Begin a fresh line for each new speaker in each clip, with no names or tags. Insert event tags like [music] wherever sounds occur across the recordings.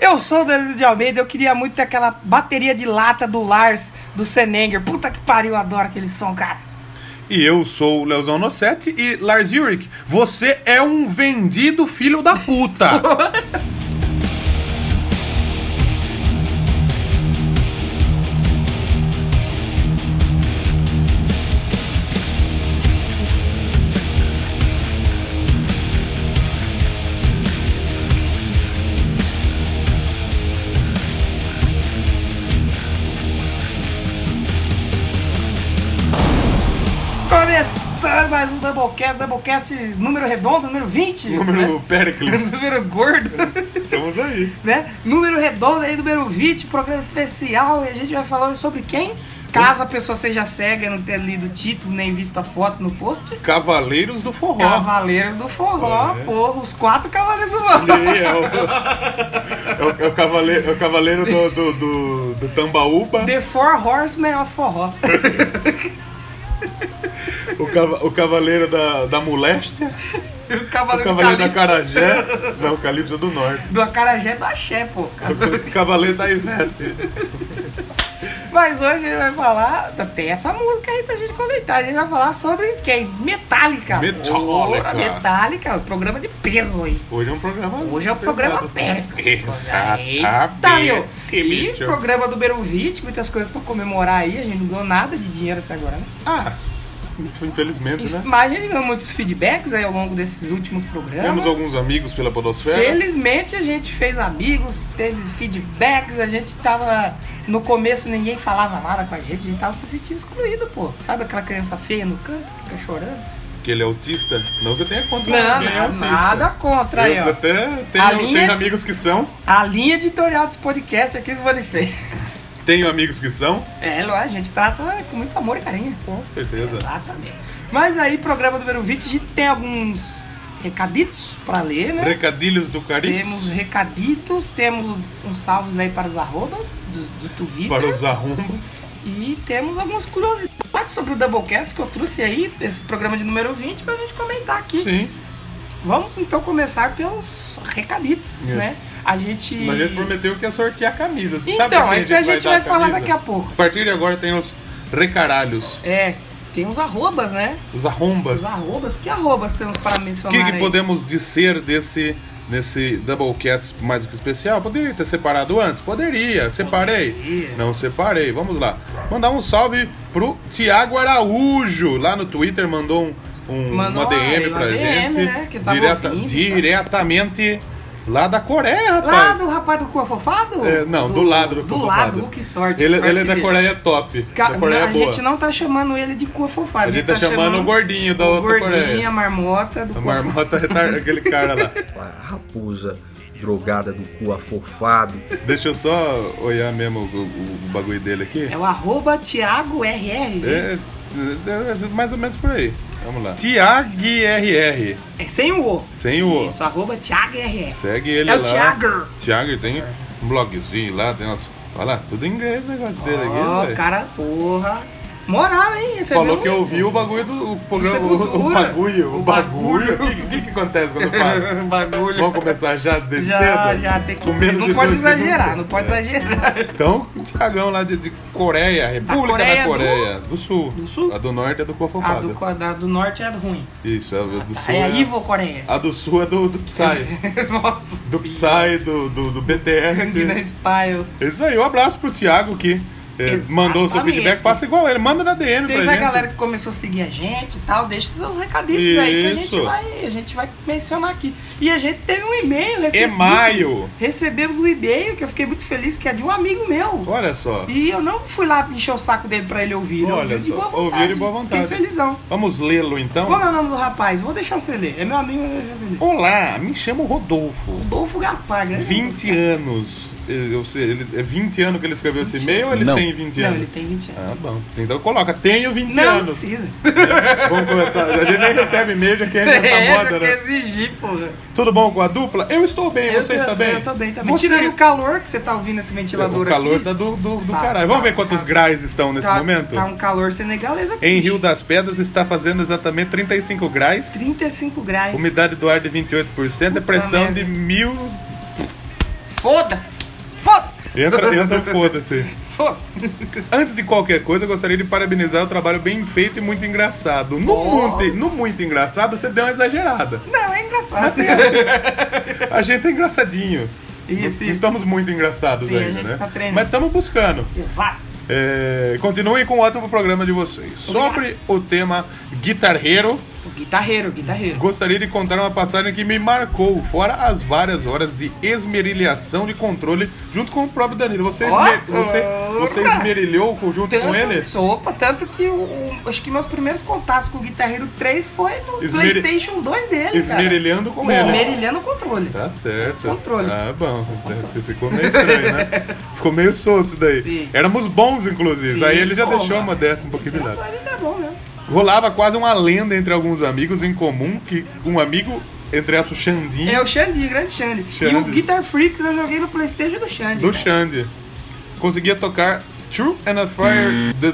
Eu sou o Danilo de Almeida, eu queria muito ter aquela bateria de lata do Lars, do Senenger. Puta que pariu, eu adoro aquele som, cara.
E eu sou o Leozão Nossetti e Lars Ulrich, você é um vendido filho da puta.
Começando mais um Doublecast, Doublecast número redondo, número 20.
[laughs] Número
[laughs]
Pericles.
número gordo,
Estamos aí.
né? Número redondo aí, número 20, programa especial. E a gente vai falar sobre quem? Caso a pessoa seja cega e não tenha lido o título, nem visto a foto no post.
Cavaleiros do Forró.
Cavaleiros do Forró,
É.
porra, os quatro cavaleiros do forró.
E aí, é, o, é o- é o cavaleiro, é o cavaleiro do, do, do, do Tambaúba.
The Four Horsemen of
[laughs]
Forró.
O, cava- o cavaleiro da, da moléstia,
O
o
cavaleiro,
cavaleiro da
do,
Carajé, não, o Calypso é do Norte,
Cali- do Acarajé do Axé, pô, cara.
o cavaleiro da Ivete.
Mas hoje a gente vai falar. Tem essa música aí pra gente comentar. A gente vai falar sobre quem? Metallica.
Metallica.
Ora, Metallica, o programa de peso aí.
Hoje é um programa
Hoje é o programa Pericles. Eita, meu! E
Exatamente.
programa do Beiro 20, muitas coisas pra comemorar aí. A gente não ganhou nada de dinheiro até agora, né?
Ah, infelizmente, né?
Mas a gente ganhou muitos feedbacks aí ao longo desses últimos programas.
Temos alguns amigos pela
Né?
podosfera.
Felizmente a gente fez amigos, teve feedbacks, a gente tava. No começo ninguém falava nada com a gente, a gente tava se sentindo excluído, pô. Sabe aquela criança feia no canto que fica chorando?
Que ele é autista. Não que eu tenha contra
Não,
ninguém é
não,
autista.
nada contra aí,
Eu
ó.
até
A
tenho,
linha- é
tenho amigos que são,
A linha editorial desse podcast aqui se manifesta.
tenho amigos que são,
É, lógico, a gente trata com muito amor e carinho.
com certeza.
Exatamente. Mas aí, programa número 20, a gente tem alguns recaditos pra ler, né?
Recadilhos do Caritos
Temos recaditos, temos uns salvos aí para os arrobas do, do Twitter.
para os arrombas.
E temos algumas curiosidades sobre o Doublecast que eu trouxe aí, esse programa de número 20, pra gente comentar aqui.
Sim.
Vamos então começar pelos recaditos,
É.
né? A gente.
Mas ele prometeu que ia sortear a camisa. Você sabe
Então,
pra quem
esse a gente vai,
dar
falar
camisa?
daqui a pouco.
A partir de agora tem os recaralhos,
É, tem os arrobas, né?
os arrombas.
Os arrobas. Que arrobas temos para
O
mencionar?
que, que
aí?
podemos dizer desse, desse Doublecast mais do que especial? Poderia ter separado antes? Poderia, separei.
Poderia.
Não separei, vamos lá. Mandar um salve pro Tiago Araújo, lá no Twitter, mandou um, um-
Mandou
uma DM
uma
pra
DM,
gente.
né, que tava
direta-
ouvindo, tá?
diretamente lá da Coreia,
Lá
rapaz.
do rapaz do Corfofado?
É, não, do lado do
Do
Corfofado.
lado, que sorte.
ele,
sorte
ele é da
dele.
Coreia top,
Ca-
da Coreia
não,
boa.
A
[laughs]
gente não tá chamando ele de Corfofado.
A gente tá chamando o gordinho da
o
outra
gordinho,
Coreia.
a marmota do
A
Corfofado.
marmota retarda, aquele cara lá.
Para a raposa drogada do cu afofado.
Deixa eu só olhar mesmo o, o- o bagulho dele aqui.
É o arroba Thiago RR.
É, é, é mais ou menos por aí. Vamos lá. Tiag RR,
É, sem o O.
sem o O.
Isso, arroba Thiago RR.
Segue ele
É
lá.
o Thiago.
Thiago tem um blogzinho lá, tem umas. Olha lá, tudo em inglês o negócio dele
Ó,
aqui, velho.
cara, porra. Moral, hein? Recebeu
Falou que
um-
eu [laughs] ouvi o bagulho do o programa.
Sepultura.
O, o bagulho.
é O
O bagulho. O
bagulho.
que, que, que acontece quando fala?
bagulho.
Vamos começar já desde
já,
cedo?
já, tem que.
Com menos
Não
de
pode
dois É. minutos.
exagerar, né? não pode
[laughs]
exagerar.
Então, o Tiagão lá de, de Coreia, República da Coreia,
Coreia do-
do... Sul.
do Sul?
A do Norte é do
A
Cofofado.
do, co- da do norte é a do ruim.
Isso, a do Sul
É
é,
a Ivo Coreia.
a do Sul é do, do Psy.
[laughs] Nossa.
Do Psy, do, do, do
Gangnam
BTS.
Style.
Isso aí, um abraço pro Thiago que eh,
Exatamente.
mandou o seu feedback. Faça igual ele, manda na DM
Teve
pra
a
gente.
galera que começou a seguir a gente e tal, deixa seus recadinhos aí que a gente,
Isso.
vai, a gente vai mencionar aqui. E a gente teve um e-mail
É
recebido.
maio!
Recebemos um e-mail que eu fiquei muito feliz, que é de um amigo meu.
Olha só.
E eu não fui lá encher o saco dele pra ele ouvir. eu
Olha
ouvi de
só,
boa
ouvi
vontade.
de boa vontade.
Fiquei felizão.
Vamos lê-lo então.
Qual é o nome do rapaz? Vou deixar você ler. É meu amigo, vou deixar você ler.
Olá, me chamo Rodolfo.
Rodolfo Gaspar, né?
20 anos. Eh, Eu sei, ele, é 20 anos que ele escreveu esse e-mail ou ele
Não.
tem 20
Não,
anos?
ele tem 20 anos.
Ah, bom. Então coloca, tenho 20
não, não
anos.
precisa.
Vamos começar. A gente nem recebe
[laughs]
e-mail de quem é
É,
essa
eu
moda,
que
né?
exigir, porra.
Tudo bom com a dupla? Eu estou bem, você
eu,
está
tô-
bem?
Eu tô bem também.
Você- é
Tirando o calor que você tá ouvindo esse
O
ventilador
calor
aqui.
tá do, do, do
Tá,
caralho. Vamos
tá,
ver quantos
tá.
graus estão nesse
tá,
momento?
Tá um calor senegalês aqui.
Em Rio das Pedras está fazendo exatamente 35 graus.
35 graus.
Umidade do ar de 28%, e é pressão
merda.
de mil.
Foda-se. Foda-se!
Entra, entra o foda-se. aí.
Foda-se!
Antes de qualquer coisa, eu gostaria de parabenizar o trabalho bem feito e muito engraçado. No,
Oh.
muito, no muito engraçado, você deu uma exagerada.
Não, é engraçado.
[laughs] A gente é engraçadinho.
Isso,
Não- não
isso.
estamos muito engraçados
Sim, a
ainda,
gente
né?
tá treinando.
Mas estamos buscando.
Exato.
É, continuem com o ótimo programa de vocês. Sobre o tema guitarreiro,
O guitarreiro, o guitarreiro.
gostaria de contar uma passagem que me marcou, fora as várias horas de esmerilhação de controle junto com o próprio Danilo. Você,
Ó,
esmer- você, você
ora!
esmerilhou o conjunto com ele?
Opa, tanto que o, o- acho que meus primeiros contatos com o Guitarreiro 3 foi no
Esmeri-
Playstation 2 dele,
Esmerilhando com
cara.
ele.
Esmerilhando o controle.
Tá certo.
Controle.
Ah, bom. Ficou meio estranho,
[laughs]
né? Ficou meio solto isso daí.
Sim.
Éramos bons, inclusive.
Sim,
Aí ele já
pô,
deixou
mano.
uma dessa um pouquinho de lado.
Ele é bom mesmo.
Rolava quase uma lenda entre alguns amigos em comum que um amigo, entre aspas, Xandinho,
É o Xande, grande Xande.
Xande.
E o Guitar Freaks eu joguei no Playstation do Xande.
do
cara.
Xande, conseguia tocar True and a Fire. The-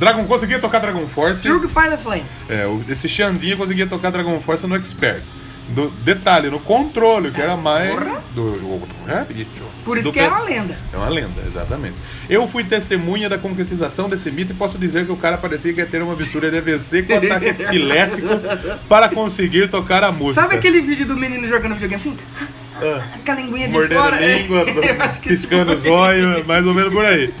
Dragon conseguia tocar Dragon Force.
Drug Fire the Flames.
É, o- esse Xandinho conseguia tocar Dragon Force no Expert. Do, detalhe, no controle, que era mais.
Porra.
Do, do- do-
Por isso
do
que é
pe-
uma lenda.
É uma lenda, exatamente. Eu fui testemunha da concretização desse mito e posso dizer que o cara parecia que ia ter uma mistura de AVC
[laughs]
com ataque epilético para conseguir tocar a música.
Sabe aquele vídeo do menino jogando videogame assim?
Ah.
Com a linguinha de
Mordendo
fora?
a língua,
[laughs] Eu acho que
[laughs] piscando os
foi.
olhos, mais ou menos por aí.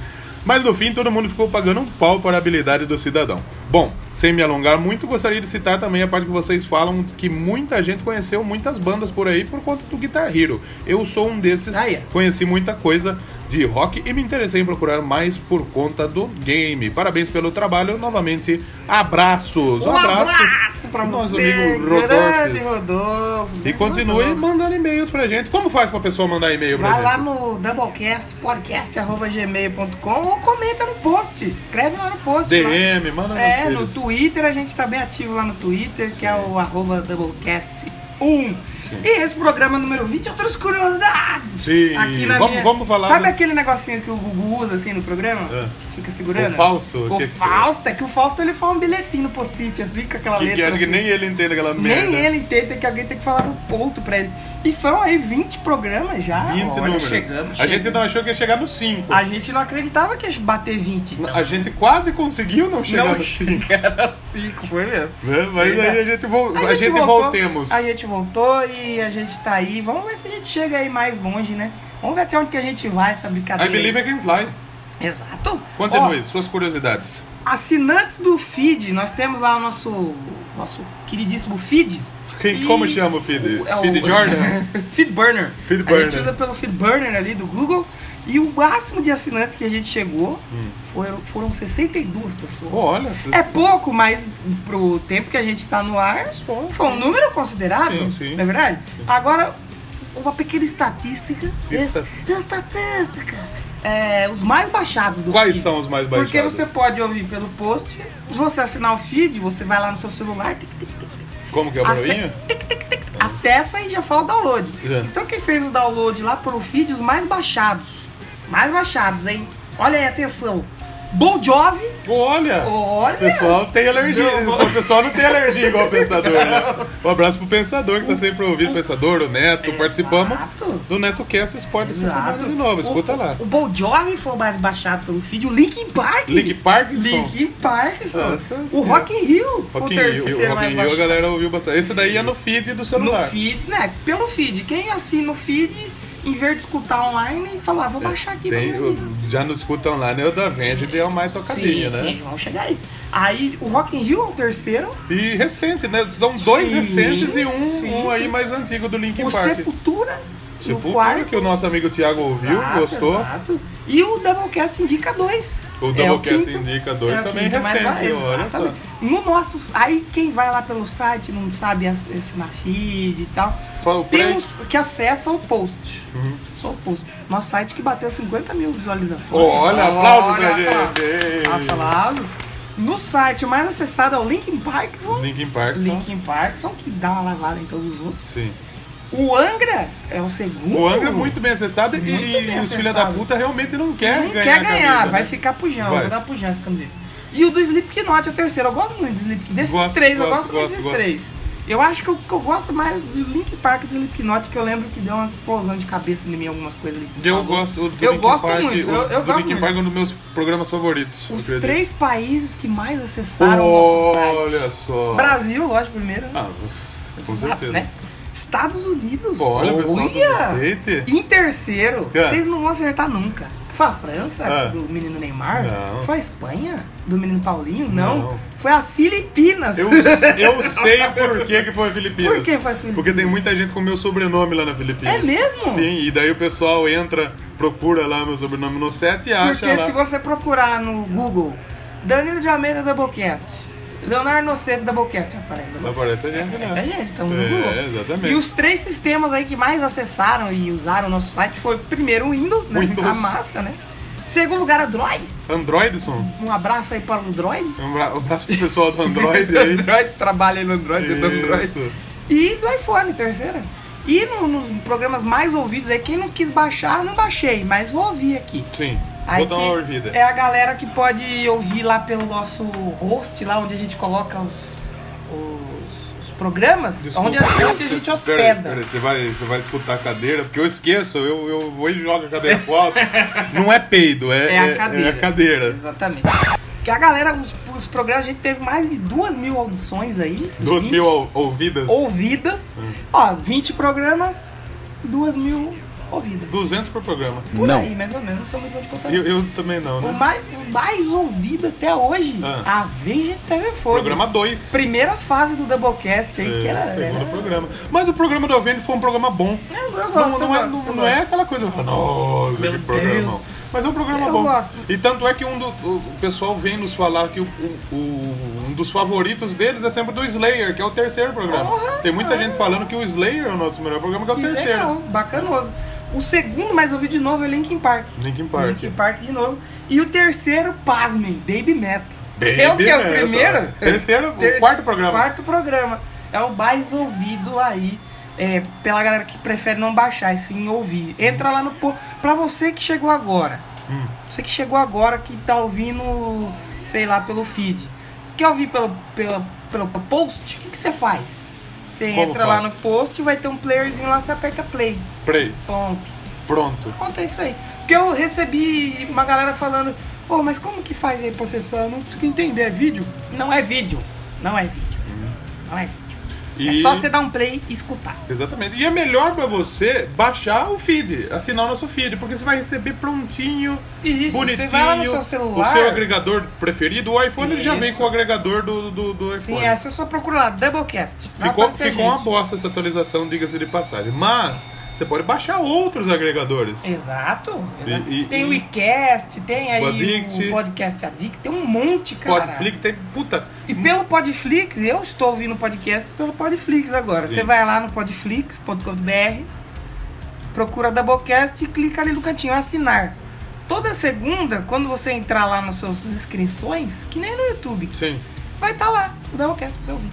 Mas no fim, todo mundo ficou pagando um pau para a habilidade do cidadão. Bom, sem me alongar muito, gostaria de citar também a parte que vocês falam que muita gente conheceu muitas bandas por aí por conta do Guitar Hero. Eu sou um desses,
Ah, é.
conheci muita coisa de rock e me interessei em procurar mais por conta do game. Parabéns pelo trabalho, novamente, abraços!
Um abraço pra
nosso
você,
amigo
grande
Rodolfo.
Rodolfo.
E continue
Rodolfo.
mandando e-mails pra gente. Como faz pra pessoa mandar e-mail pra
Vai
gente?
lá no Doublecast, podcast.gmail.com ou comenta no post. Escreve lá no post. lá.
DM, manda nos
É, no
filhos.
Twitter, a gente tá bem ativo lá no Twitter, que é o arroba Doublecast1. E esse programa número 20, outras curiosidades.
Sim,
Aqui na
vamos-
minha-
vamos falar
Sabe
do-
aquele negocinho que o Gugu usa assim no programa?
É.
Que fica segurando?
O Fausto,
O
que-
Fausto, é que o Fausto ele fala um bilhetinho no post-it assim com aquela
Que, é que
letra.
acho que nem ele entende aquela merda.
Nem ele entende, tem que alguém tem que falar do ponto pra ele. E são aí 20 programas já.
20
Olha,
números.
Chegamos,
a
chegamos.
gente não achou que ia chegar no 5.
A gente não acreditava que ia bater 20. então.
A gente quase conseguiu não chegar
Não
no 5.
Era 5, foi mesmo.
Mas aí a gente, vol... a gente,
voltou,
voltemos.
A gente voltou e a gente tá aí. Vamos ver se a gente chega aí mais longe, né? Vamos ver até onde que a gente vai essa
I
brincadeira.
believe é I can fly.
Exato.
Continue, suas curiosidades.
Ó, assinantes do feed, nós temos lá o nosso, nosso queridíssimo feed.
Quem-
E-
Como chama o Feed?
O- é o-
Feed
[laughs]
Jordan?
Feedburner.
Feed
A gente
burner.
usa pelo Feedburner ali do Google. E o máximo de assinantes que a gente chegou
Hum.
foram, foram 62 pessoas.
Pô, olha, esses...
É pouco, mas pro tempo que a gente tá no ar, foi um número considerável,
Sim, sim.
não é verdade? Agora, uma pequena estatística.
Esta-
Estatística. É, os mais baixados do
Quais
feed.
são os mais
Porque
baixados?
você pode ouvir pelo post. Se você assinar o feed, você vai lá no seu celular, tic, tic, tic,
Como que é o
Ace-
barulhinho?
acessa e já fala o download.
É.
Então quem fez o download lá foram vídeos mais baixados. Mais baixados, hein? Olha aí, atenção. Bon Jovi,
Pô, Olha!
olha.
O pessoal tem alergia. O pessoal não tem alergia igual o Pensador, né? Um abraço pro Pensador, que tá sempre ouvindo o Pensador, o Neto. Participamos
Exato.
do Neto Cast, vocês podem essa semana é de novo. Escuta
o,
lá.
O Bon Jovi foi o mais baixado pelo feed. O Linkin Park.
Link Parkinson.
Linkin Park, só.
Nossa
O
Senhora.
Rock in Rio foi o
é Rock in Rio,
terceiro
Rock
mais
in Rio, a
baixado.
galera ouviu bastante. Esse daí é no feed do
No
celular.
feed, né? Pelo feed. Quem assina o feed, em vez de escutar online, fala, ah, vou baixar aqui.
É, Tem-
pra ouvir.
já nos escutam lá, né? O da Venge é o mais tocadinho, né?
Sim, vamos chegar aí. Aí o Rock in Rio é o terceiro,
E recente, né? São dois
Sim,
recentes e um,
sim.
um aí mais antigo do Linkin
o
Park.
Sepultura,
Sepultura,
no quarto.
que o nosso amigo Thiago ouviu,
Exato,
gostou.
exato. E o Doublecast indica dois.
O
É
Doublecast
quinto.
indica dois
É o
também
quinto, mas vai-
recente, olha só.
exatamente. No nosso, aí quem vai lá pelo site não sabe ass- assinar feed e tal.
Só o
Tem
play. Uhum.
uns que acessam o post. Só o post. Nosso site que bateu 50 mil visualizações.
Olha, aplauso pra gente.
aplausos. Aplausos. No site o mais acessado é o Linkin Park.
Linkin Park.
Linkin Park, são que dá uma lavada em todos os outros.
Sim.
O Angra é o segundo.
O Angra é muito bem acessado e-
Muito
e,
bem
os filha da
acessado.
puta realmente não quer
Não
ganhar.
quer
a
ganhar,
camisa,
vai
né?
ficar pro Jão,
Vai.
vou dar pro Jão essa camiseta. E o do Slipknot é o terceiro, eu gosto muito do Slipknot. Desses
Gosto,
três, eu
gosto,
gosto,
gosto,
muito desses
gosto.
três. Eu acho que eu, que eu gosto mais do Link Park do Slipknot, que eu lembro que deu umas explosões de cabeça em mim, algumas coisas ali que você
Eu
falou.
gosto o do
Tá Eu
Linkin
gosto
Park,
muito,
o-
eu- eu
do
gosto
Linkin
muito.
Park é um dos meus programas favoritos.
Os
acredito.
três países que mais acessaram o nosso site.
Olha só.
Brasil, lógico, primeiro. né?
Ah, com
Exato,
certeza.
né? Estados Unidos.
Olha, o pessoal do
Olha!
skate.
Em terceiro,
Cara.
vocês não vão acertar nunca. Foi a França,
Ah.
do menino Neymar?
Não.
Foi a Espanha, do menino Paulinho? Não.
Não.
Foi a Filipinas. [laughs]
Eu, eu sei por que, que foi a Filipinas.
Por que foi a Filipinas?
Porque tem muita gente com meu sobrenome lá na Filipinas.
É mesmo?
Sim, e daí o pessoal entra, procura lá meu sobrenome no set e acha
Porque
lá.
se você procurar no Google, Danilo de Almeida Doublecast, Leonardo Noceto Doublecast, aparece.
Lá aparece a gente, né?
Essa gente, então, no
É,
Google.
exatamente.
E os três sistemas aí que mais acessaram e usaram o nosso site foi primeiro o Windows, né?
Windows.
A massa, né? Segundo lugar, Android.
Androidson.
Um abraço aí para o Android.
Um abra- um abraço pro pessoal
[laughs]
do Android aí.
Android trabalha aí no Android, do Android.
Isso.
E do iPhone, terceira. E no- nos programas mais ouvidos aí, quem não quis baixar, não baixei, mas vou ouvir aqui.
Sim,
Aí
vou dar uma ouvida.
É a galera que pode ouvir lá pelo nosso host, lá onde a gente coloca os, os, os programas,
Desculpa,
onde a,
eu-
onde a gente
cê- pera- pera,
hospeda.
Você vai, você vai escutar a cadeira, porque eu esqueço, eu, eu vou e jogo a cadeira fora.
[laughs]
Não é peido, é,
É a cadeira.
é a cadeira.
Exatamente. Que a galera, os, os programas, a gente teve mais de duas mil audições aí. esses
2
20
mil ou- ouvidas,
ouvidas. Ó, 20 programas, duas mil ouvidas.
200 por programa.
Por
Não.
aí, mais ou menos, não sou muito bom de contar.
Eu, eu também não,
O
né?
mais, o mais ouvido até hoje,
Ah.
a Veja de Server Fogo.
Programa 2.
Primeira fase do Doublecast aí, que era.
É, segundo
era-
programa. Mas o programa do Alvende foi um programa bom.
Eu, eu gosto,
Não,
eu
não é,
gosto,
não-
eu
não é aquela coisa, nossa, que
Meu
programa.
Deus.
Mas é um programa
Eu
bom.
gosto.
E tanto é que um do, o o pessoal vem nos falar que o, o- o- um dos favoritos deles é sempre do Slayer, que é o terceiro programa.
Porra,
Tem muita
cara.
gente falando que o Slayer é o nosso melhor programa, que é o
Que
terceiro.
legal, bacanoso. O segundo, mas ouvi de novo, é Linkin Park.
Linkin Park.
Linkin Park de novo. E o terceiro, pasmem, Baby Metal.
Baby
é o que? É o
Metal.
primeiro?
Terceiro, o
Ter-
quarto programa.
Quarto programa. É o mais ouvido aí. é, pela galera que prefere não baixar, e sim ouvir. Entra lá no... po- Pra você que chegou agora.
Hum.
Você que chegou agora, que tá ouvindo, sei lá, pelo feed. Você quer ouvir pelo, pelo, pelo post? O que, que você faz? Você
Como
entra lá
faz?
no post, vai ter um playerzinho lá, você aperta play.
Peraí,
Ponto.
pronto.
Conta isso aí. Porque eu recebi uma galera falando, pô, mas como que faz aí pra acessar? Eu não consigo entender, é vídeo? Não é vídeo. Não é vídeo. Não é vídeo.
E-
É só você dar um play e escutar.
Exatamente. E é melhor pra você baixar o feed, assinar o nosso feed, porque você vai receber prontinho,
Isso,
bonitinho.
você vai lá no seu celular.
O seu agregador preferido, o iPhone ele já
Isso.
vem com o agregador do, do, do iPhone.
Sim, é você só procura lá, Doublecast. Vai
Ficou,
aparecer a
ficou uma
gente.
bosta essa atualização, diga-se de passagem. Mas você pode baixar outros agregadores.
Exato. exato.
E- e-
tem o
e-
iCast, tem aí
O Addict.
o Podcast Addict, tem um monte, cara.
Podflix tem. Puta.
E pelo Podflix, eu estou ouvindo podcasts pelo Podflix agora.
Sim.
Você vai lá no podflix.com.br, procura Doublecast e clica ali no cantinho, assinar. Toda segunda, quando você entrar lá nas suas inscrições, que nem no YouTube,
Sim.
vai estar lá o Doublecast pra você ouvir.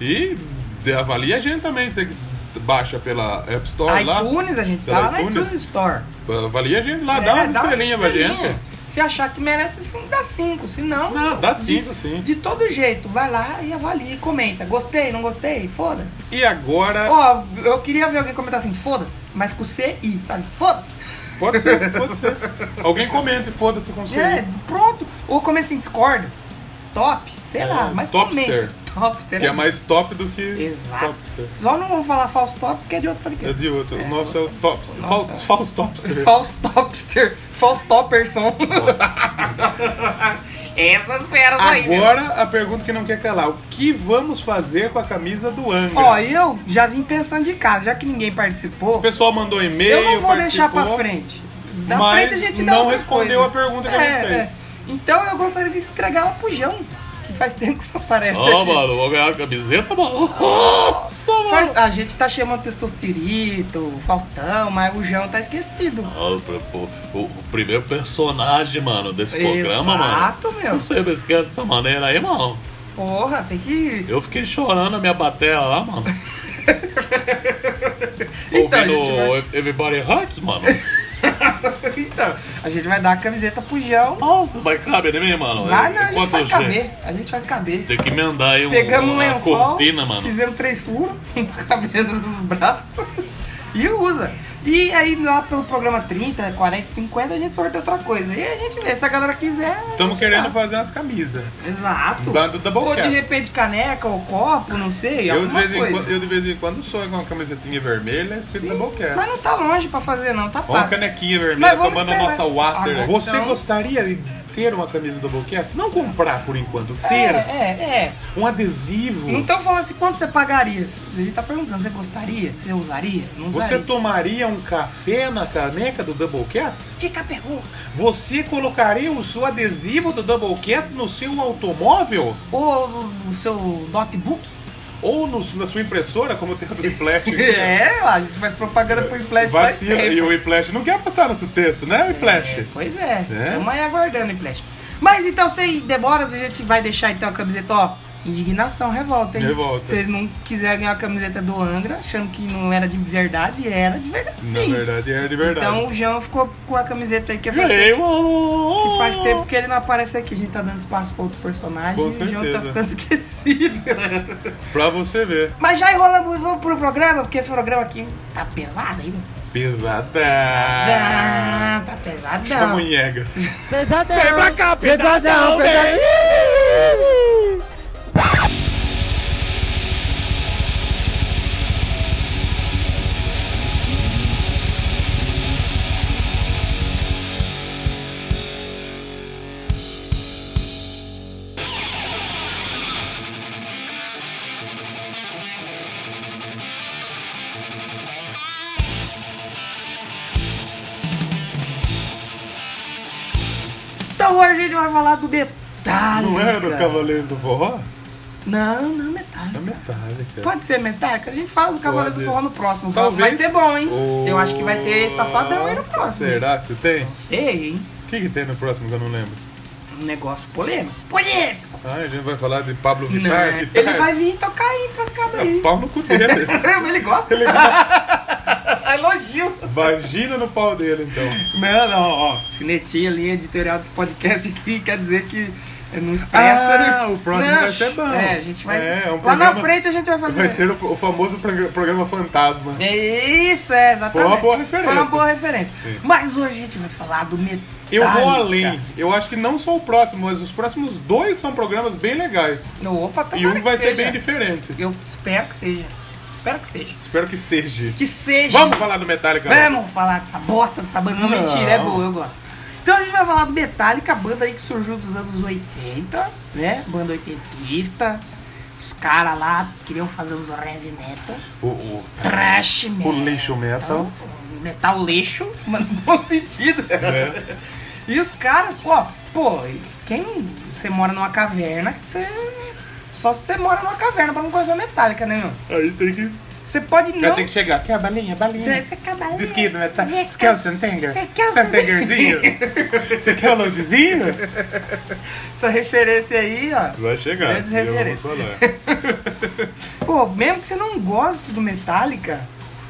E de- avalia a gente também. Você que baixa pela App Store lá.
iTunes, É, a gente tá
Pela
lá na
iTunes?
iTunes Store.
Avalia a gente lá, dá umas estrelinhas pra gente.
Se achar que merece, sim, dá cinco. Se não,
Não, dá
de-
cinco, sim.
De todo jeito, vai lá e avalia e comenta. Gostei, não gostei? Foda-se.
E agora.
Ó, eu queria ver alguém comentar assim, foda-se, mas com C e, sabe? Foda-se.
Pode ser, pode ser. Alguém comente, foda-se com você.
É, pronto. Ou comece em Discord. Top, sei lá,
É,
mas
topster.
comenta. Topster.
Que é mais top do que
Exato.
topster.
Só não vamos falar falso top, porque é de outro
É
podcast. [laughs]
de outro. o nosso é o topster.
nosso
Fal,
é-
Falso topster.
Falso topster, falso topperson. [laughs] Essas feras aí, meu.
Agora a pergunta que não quer calar. O que vamos fazer com a camisa do Angra?
Ó, eu já vim pensando de casa, já que ninguém participou.
o pessoal mandou e-mail,
Eu não vou deixar
participou,
pra frente. Da
mas
frente a gente dá
não
outra
respondeu
coisa.
a pergunta que a
É,
gente fez.
é. Então eu gostaria de entregar um pujão, que faz tempo que não aparece aqui.
vou ganhar a camiseta, mano. Nossa,
Faz- a gente tá chamando Testosterito, o Faustão, mas o Jão tá esquecido.
Ah, o, o- o primeiro personagem, mano, desse programa, mano.
Exato, meu.
Não sei, me esquece dessa maneira aí, mano.
Porra, tem que...
Eu fiquei chorando a minha bateria
[laughs]
lá, mano.
Então, a
Ouvindo
Então, gente vai-
Everybody Hurts, mano.
[laughs] então, a gente vai dar a camiseta pro Jão.
Nossa, vai caber, né, meu irmão?
Lá não, a gente
Quantos
faz
tem?
caber. A gente faz caber.
Tem que emendar aí um,
Pegamos um
uma
lençol,
cortina, mano.
fizemos três furos, [laughs] um pra cabeça dos braços [laughs] e usa. E aí lá pelo programa 30, 40, 50 a gente sorteia outra coisa. E a gente vê, se a galera quiser...
Estamos querendo
fazer.
fazer umas camisas.
Exato.
Da- do
Ou de
Doublecast.
repente caneca ou copo, não sei,
Eu de,
alguma
vez em
coisa.
quando, eu de vez em quando sonho com uma camisetinha vermelha é escrito Doublecast.
Mas não tá longe pra fazer não, tá
Ó uma
fácil.
canequinha
Mas
vermelha
vamos
tomando
esperar.
a nossa water.
Agora,
Você
então-
gostaria de ter uma camisa do Doublecast? Não comprar por enquanto,
É,
ter
é, é.
um adesivo.
Não estão falando assim, quanto você pagaria? A gente tá perguntando, você gostaria? Você usaria? Não
Você
usaria?
tomaria um café na caneca do Doublecast?
Fica a pergunta.
Você colocaria o seu adesivo do Doublecast no seu automóvel?
Ou o seu notebook?
Ou no- na sua impressora,
[laughs]
como tem o do Flash? né?
É, a gente faz propaganda pro Implash faz
Tipo, Vacila.
tempo.
E o Iplash não quer apostar nesse texto, né,
É,
Iplash?
Pois é,
É?
estamos aí aguardando, Implash. Mas então, sem demoras, a gente vai deixar então a camiseta, ó, indignação, revolta, hein?
Revolta.
Vocês não quiseram ganhar a camiseta do Angra, achando que não era de verdade, era de verdade, sim.
Na verdade, é de verdade.
Então o João ficou com a camiseta aí que faz,
Ganhei,
tempo,
mano.
que faz tempo que ele não aparece aqui. A gente tá dando espaço pra outros personagens
Com
e o João tá
certeza.
ficando [laughs] esquecido.
Pra você ver.
Mas já enrolamos, vamos pro programa, porque esse programa aqui tá pesado ainda.
Pesada.
Ah, tá pesadão.
Chamunhegas.
Pesadão. Vem pra cá, pesadão. Pesadão,
Então hoje a gente vai falar do Metallica.
Não era do Cavaleiros do Forró?
Não, não, Metallica.
É Metallica.
Pode ser Metallica? A gente fala do Cavaleiro do
Pode.
Forró no próximo.
Talvez.
Vai ser bom, hein?
Oh.
Eu acho que vai ter safadão aí no próximo.
Será que você tem?
Não sei, hein?
O que, que tem no próximo que eu não lembro?
Um negócio polêmico. Polêmico!
Ah, a gente vai falar de Pablo
Não, né?
Vittar? Vittar? É
Ele vai vir tocar aí pras cabras aí.
Pau no cu dele.
[laughs] Ele gosta. [laughs] Elogio.
Vagina no pau dele, então.
Não, não, ó. Cinetinha, linha editorial desse podcast aqui, quer dizer que é não expressa.
Ah, o próximo
Não,
vai ser bom.
É, a gente vai.
É, é
Lá
um
na
programa-
frente a gente vai fazer.
Vai ser o, o famoso prog- programa fantasma.
É Isso, é, exatamente.
Foi uma boa referência.
Foi uma boa referência.
Sim.
Mas hoje a gente vai falar do Metallica.
Eu vou além. Eu acho que não só o próximo, mas os próximos dois são programas bem legais.
No, opa, tomara
E um
que
vai ser
seja.
bem diferente.
Eu espero que seja. Espero que seja.
Espero que seja.
Que seja.
Vamos falar do Metallica. né? logo.
Vamos falar dessa bosta, dessa banda. Não,
Não.
mentira, é boa, eu gosto. Então a gente vai falar do Metallica, banda aí que surgiu dos anos 80, né? Banda oitentista. Os caras lá queriam fazer uns heavy metal,
O, o,
trash metal.
o lixo metal.
Metal leixo, [laughs] mas no bom sentido.
É.
E os caras, ó, pô, quem você mora numa caverna, você. Só se você mora numa caverna pra não conhecer a metálica, né, meu?
Aí tem que.
Você pode
Aí
não.
tem que chegar. Quer a balinha? Balinha.
Você acaba-
Diz que Metallica. Você
Você
quer o Santenger?
Você quer o
Santengerzinho? Você quer o Lodezinho?
Essa referência aí, ó.
Vai chegar.
Grandes referências.
falar.
Pô, mesmo que você não goste do Metallica,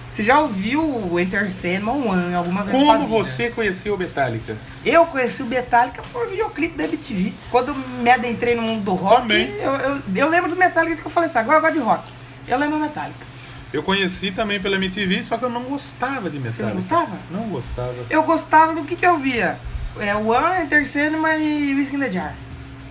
você já ouviu o Enter Sandman One alguma vez? na sua
Como
vida?
você conheceu o Metallica?
Eu conheci o Metallica por videoclipe da MTV. Quando eu me adentrei no mundo do rock,
Também.
Eu, eu, eu lembro do Metallica que eu falei assim, agora eu gosto de rock. Eu lembro do Metallica.
Eu conheci também pela MTV, só que eu não gostava de
Você não
Metallica.
gostava?
Não gostava.
Eu gostava do que, que eu via. É, One, Enter Sandman e Whiskey in the Jar.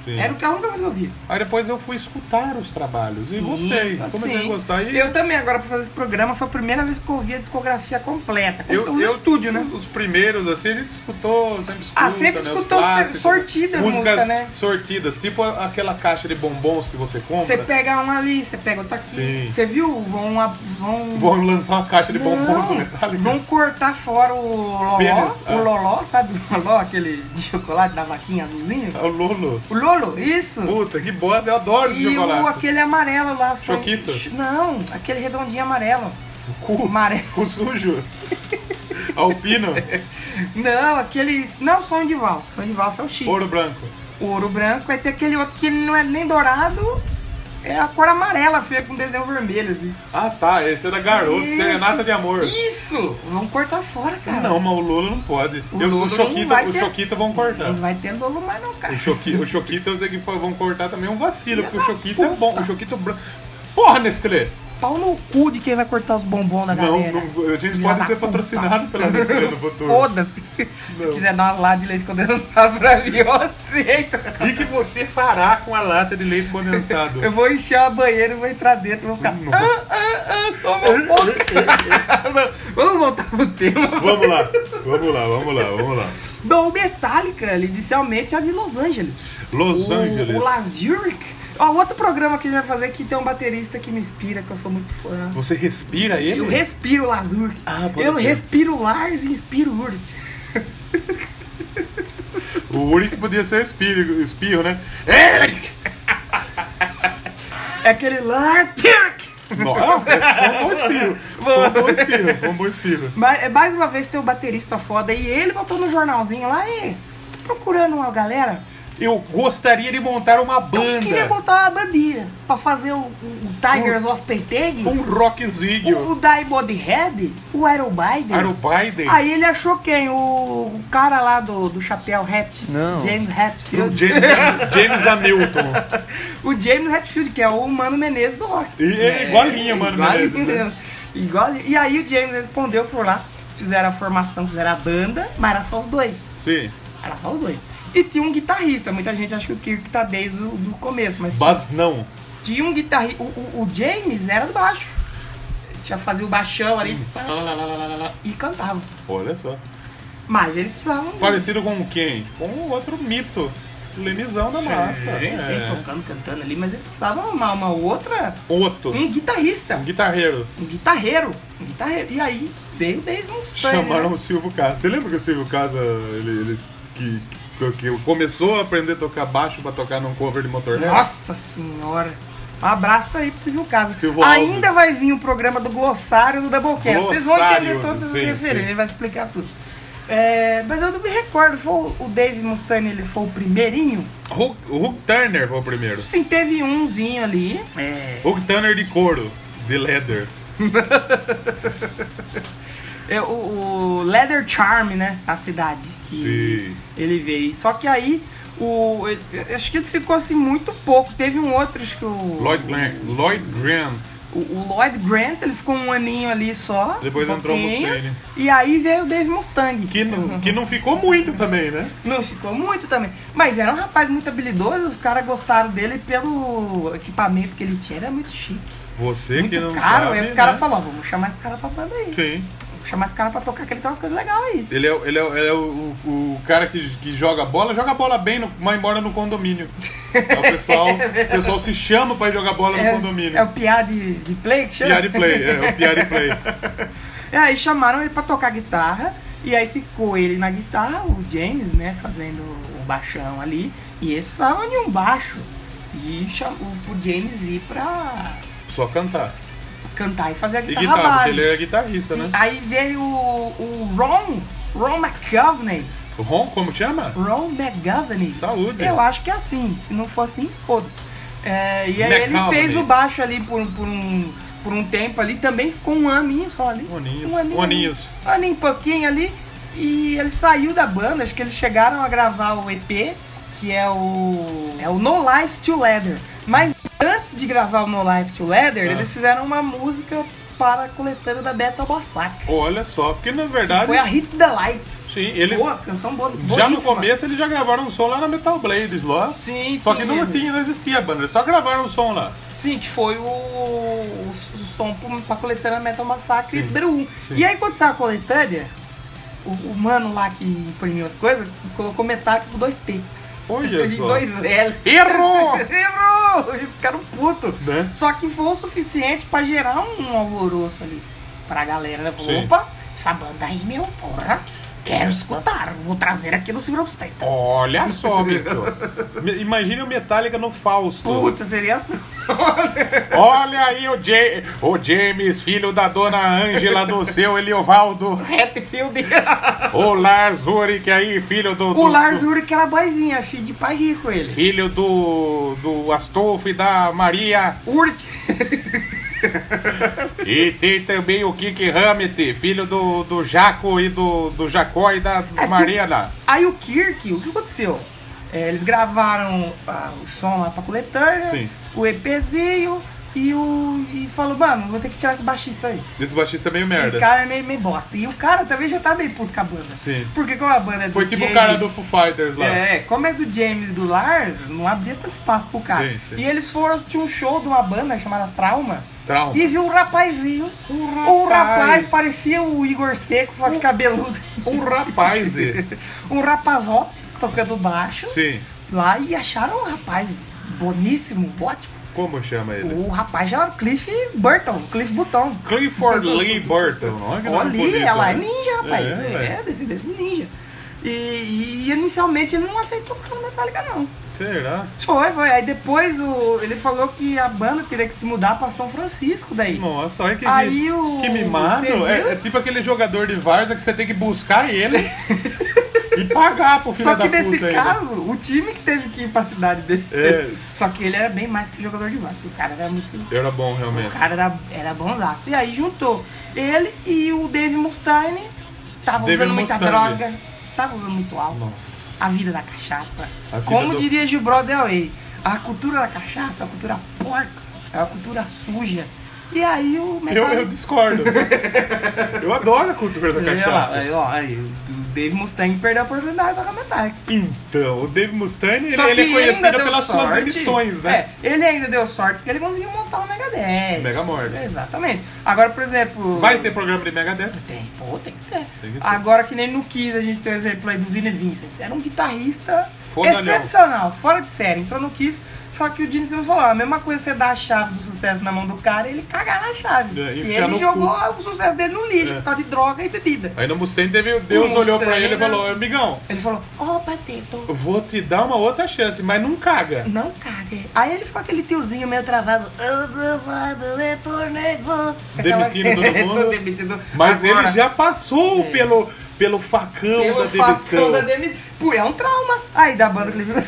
Sim.
Era o que a única coisa que eu via.
Aí depois eu fui escutar os trabalhos e gostei.
Sim,
Comecei
sim.
a gostar e
Eu também, agora pra fazer esse programa, foi a primeira vez que eu ouvi a discografia completa.
eu,
o
eu-
estúdio, né?
Os primeiros, assim, a gente escutou, sempre escuta,
Ah, sempre
né, os
escutou
clássicos,
sortida a
músicas
música, né?
sortidas, tipo a- aquela caixa de bombons que você compra.
Você pega um ali, você pega outro aqui.
Sim.
Você viu? Vão. a- Vão,
Vão lançar uma caixa de
Não,
bombons do Metallica.
Vão cortar fora o loló.
Pênis,
O
ah.
loló, sabe o loló, aquele de chocolate da vaquinha azulzinho?
É o Lolo.
O lolo, isso.
Puta, que bosta, eu adoro esse
e o,
chocolate.
aquele amarelo lá. só-
Choquito?
Não, aquele redondinho amarelo.
Cu,
Amarelo.
cu sujo. Alpino,
[laughs] Não, aqueles. Não, sonho de valsa. Sonho de valsa é o chique.
ouro branco.
Ouro branco. Vai ter aquele outro que não é nem dourado, é a cor amarela feia com desenho vermelho, assim.
Ah, tá. Esse era garoto,
Isso.
serenata de amor.
Isso! Vamos cortar fora, cara.
Não, mas o Lula não pode.
O
eu,
Lula
o
não
Choquita,
vai
o
ter-
Choquita vão cortar.
Não vai ter dolo mais não, cara.
O, Choqui, o Choquita eu sei que foi- vão cortar também um vacilo, porque o Choquita é bom. O Choquita branco. Porra, Nestlé!
Pau no cu de quem vai cortar os bombons da
Não,
galera.
não, a gente
Filha
pode
da
ser
puta.
patrocinado pela Nestlé no futuro.
Foda-se. Se
Não.
quiser dar uma lá de leite condensado pra mim, eu aceito.
O que, que você fará com a lata de leite condensado?
Eu vou encher a banheira e vou entrar dentro. Vou ficar.
Nossa.
Ah, ah, ah, toma um pouco. [laughs] Vamos voltar pro tema.
Vamos lá, vamos lá, vamos lá, vamos lá.
Bom, o Metallica, ele inicialmente é de Los Angeles.
Los
O-
Angeles.
O Lazuric. Ó, outro programa que a gente vai fazer que tem um baterista que me inspira, que eu sou muito fã.
Você respira ele?
Eu respiro Lazurk.
Ah, pode
eu
crer.
respiro Lars e inspiro Urt.
O Uric podia ser espirro, espirro né? Eric!
É aquele Lark.
Nossa, foi um bom espirro. Foi um bom espirro, foi um bom espirro.
Mas, é, mais uma vez tem um baterista foda e ele botou no jornalzinho lá e tô procurando uma galera.
Eu gostaria de montar uma
Eu queria
banda.
botar uma bandinha pra fazer o, o- o Tigers of Penteg,
Um rock vídeo.
o, o Die Body Head, o Iron Biden.
Iron Biden.
Aí ele achou quem? O, o cara lá do, do chapéu Hat,
Não.
James
O
Hatfield.
James,
[laughs]
James Hamilton.
O James Hetfield, que é o Mano Menezes do rock.
E ele é igualinho, Mano
Igualinho
Menezes, né?
mesmo. Igualinho. E aí o James respondeu, foram lá, fizeram a formação, fizeram a banda, mas era só os dois.
Sim.
Era só os dois. E tinha um guitarrista, muita gente acha que o Kirk tá desde o do começo, mas tinha,
Mas não.
tinha um guitarrista. O, o- o James era do baixo. Tinha que fazer o baixão ali e cantava.
Olha só.
Mas eles precisavam.
Parecido com quem? Com o outro mito. Lenizão da massa.
Sim,
É.
sim, tocando, cantando ali, mas eles precisavam arrumar uma outra.
Outro.
Um guitarrista.
Um guitarreiro.
um guitarreiro, um guitarreiro. E aí veio o Dave Mustaine.
Chamaram
né?
o Silvio Casa. Você lembra que o Silvio Casa, ele, ele que, que- que começou a aprender a tocar baixo pra tocar num cover de Motorhead?
Nossa senhora. Um abraço aí pro Civil Casa.
Silvio
Ainda
Alves.
vai vir o programa do Glossário do Doublecast. Vocês vão
Glossário,
entender todas as
sim,
referências,
sim.
ele vai explicar tudo. É, mas eu não me recordo, foi o- o Dave Mustaine, ele foi o primeirinho?
Hulk, o Hulk Turner foi o primeiro.
Sim, teve umzinho ali. É,
Hulk Turner de couro, de leather.
é o, o Leather Charm, né? A cidade. Que
Sim.
ele veio. Só que aí, o, eu acho que ele ficou assim muito pouco. Teve um outro, acho que o...
Lloyd Grant. Lloyd Grant.
O, o Lloyd Grant, ele ficou um aninho ali só.
Depois
um
entrou o
pouquinho,
Mustaine.
E aí veio o Dave Mustang.
Que, não-
Uhum.
que não ficou muito também, né?
[laughs] Não ficou muito também. Mas era um rapaz muito habilidoso, os caras gostaram dele pelo equipamento que ele tinha. Era muito chique.
Você É que não
Muito caro.
sabe,
aí os caras
né?
falaram, vamos chamar esse cara pra banda aí.
Sim.
Vamos chamar esse cara pra tocar, que ele tem umas coisas legais aí.
Ele é, ele é, ele é o, o, o cara que, que joga bola, joga bola bem, no, vai embora no condomínio. É o
[laughs]
pessoal, o pessoal se chama pra ir jogar bola no um condomínio.
é o piá de, de play que chama?
Piari Play, é, é o Piari Play.
E aí chamaram ele pra tocar guitarra. E aí ficou ele na guitarra, o James, né, fazendo o baixão ali. E esse saiu de um baixo. E chamou pro James ir pra
Só cantar.
cantar e fazer a
E
guitarra
guitarra, porque
base.
ele era guitarrista,
Sim,
né?
Aí veio o, o Ron, Ron McGovney.
O Ron, como chama?
Ron McGovney.
Saúde.
Eu acho que é assim. Se não for assim, foda-se. É, e aí ele
McGovney.
fez o baixo ali por, por um, por um tempo ali. Também ficou um aninho só ali.
Oninhos.
Um aninho.
Oninhos.
ali um pouquinho ali. E ele saiu da banda, acho que eles chegaram a gravar o EP, que é o. É o No Life to Leather. Mas antes de gravar o No Life to Leather,
Ah.
eles fizeram uma música para a coletânea da Beta Bossack.
Olha só, porque na verdade.
Foi a Hit the Lights.
Sim, eles.
Boa, canção boa.
Já no
boníssima.
começo eles já gravaram um som lá na Metal Blades lá.
Sim,
Só
sim,
que não,
mesmo.
tinha, não existia a banda, eles só gravaram um som lá.
Sim, que foi o, o, o som pro- pra coletânea Metal Massacre
Sim,
número 1.
sim.
E aí quando saiu a coletânea, o, o mano lá que imprimiu as coisas colocou Metallica com 2T. [laughs]
Olha
E
só.
dois L. [laughs]
Errou!
Errou! Eles ficaram putos.
Né?
Só que foi o suficiente pra gerar um alvoroço ali pra galera. Né? Falou,
Sim.
Opa, essa banda aí, meu, porra, quero escutar. Vou trazer aqui no Silver Obstacle.
Olha só, bicho. Me- Imagina o Metallica no Fausto.
Puta, seria... [laughs]
Olha aí o, Ja- o James, filho da dona Ângela, do seu Eliovaldo.
Hatfield.
O Lars Ulrich aí, filho do...
[laughs] o
do-
Lars
do-
Ulrich era boizinha, filho de pai rico ele.
Filho do, do Astolfo e da Maria.
Ulrich.
E tem também o Kiki Hammett, filho do, do Jaco e do, do Jacó e da
que-
Marina.
Aí o Kirk, o que aconteceu? É, eles gravaram ah, o som lá pra coletânea,
Sim.
o EPzinho e o. E falou, mano, vou ter que tirar esse baixista aí.
Esse baixista é meio
O cara é meio, meio bosta. E o cara também já tá meio puto com a banda.
Sim.
Porque como a banda é do
Foi tipo o
James-
cara do Foo Fighters lá.
É, como é do James e do Lars, não abria tanto espaço pro cara.
Sim, sim.
E eles foram assistir um show de uma banda chamada Trauma.
Trauma.
E viu um rapazinho. Um rapaz parecia o Igor Seco, só que cabeludo. [laughs]
Um rapaz. é.
Um rapazote tocando baixo
Sim.
lá e acharam um rapaz boníssimo, ótimo.
Como chama ele?
O rapaz já era o Cliff Burton, Cliff Button.
Clifford Lee Burton. Olha que nome
Olha,
bonito,
ela é
né?
ninja, rapaz.
É,
É,
velho.
descendente de ninja. E, e inicialmente ele não aceitou ficar no Metallica, não.
Será?
Foi, foi. Aí depois o, ele falou que a banda teria que se mudar pra São Francisco daí.
Nossa, olha que,
Aí o-
que mimado.
você viu?
É, é tipo aquele jogador de Varsa que você tem que
[laughs]
buscar ele e pagar pro filho
Só
da
que nesse
puta né? ainda.
caso, o time que teve que ir pra cidade dele.
É.
Só que ele era bem mais que jogador de Vasco. O cara era muito.
Era bom,
O
realmente.
cara era, era bonzaço. E aí juntou ele e o Dave Mustaine. Tava
Dave
usando muita
Mustaine.
droga. Tava usando muito álcool.
Nossa.
A vida da cachaça.
A vida
Como
do-
diria Gilbrod Del Rey, a cultura da cachaça é uma cultura porca, é uma cultura suja. E aí o
Eu,
metal...
eu
[laughs]
discordo. eu adoro a cultura da
Olha lá,
cachaça.
aí, ó, aí o Dave Mustaine perdeu a oportunidade de tocar Metallica.
Então, o Dave Mustaine, ele,
Só
ele
que
é
ainda
conhecido
deu
pelas suas
sorte.
demissões, né?
É, ele ainda deu sorte porque ele conseguiu montar o Megadeth.
Megamord.
Exatamente. Agora, por exemplo...
Vai ter programa de Megadeth.
Tem, pô, tem que ter.
Tem que ter.
Agora que nem no Kiss a gente tem o exemplo aí do Vinnie Vincent. Era um guitarrista
Fodalhão.
excepcional, fora de série. Entrou no Kiss, só que o Gene Simmons falou, "Ah, a mesma coisa você dar a chave do sucesso na mão do cara e ele cagar na chave.
É,
e
enfiar
ele
no
jogou o sucesso dele no lixo
É.
por causa de droga e bebida.
Aí no Mustaine teve, Deus
O
olhou pra
Mustaine,
ele e
né?
falou, amigão,
Ele falou, ó, Pateto,
eu vou te dar uma outra chance, mas não caga.
não cague. Aí ele ficou aquele tiozinho meio travado. Eu devado, retornei, vou.
Demitindo todo mundo.
Tô [laughs] demitindo.
Mas
Agora-
ele já passou
É.
pelo, pelo facão
Pelo
da
facão
demissão.
da demissão. Pô, é um trauma. Aí da banda Cleveland.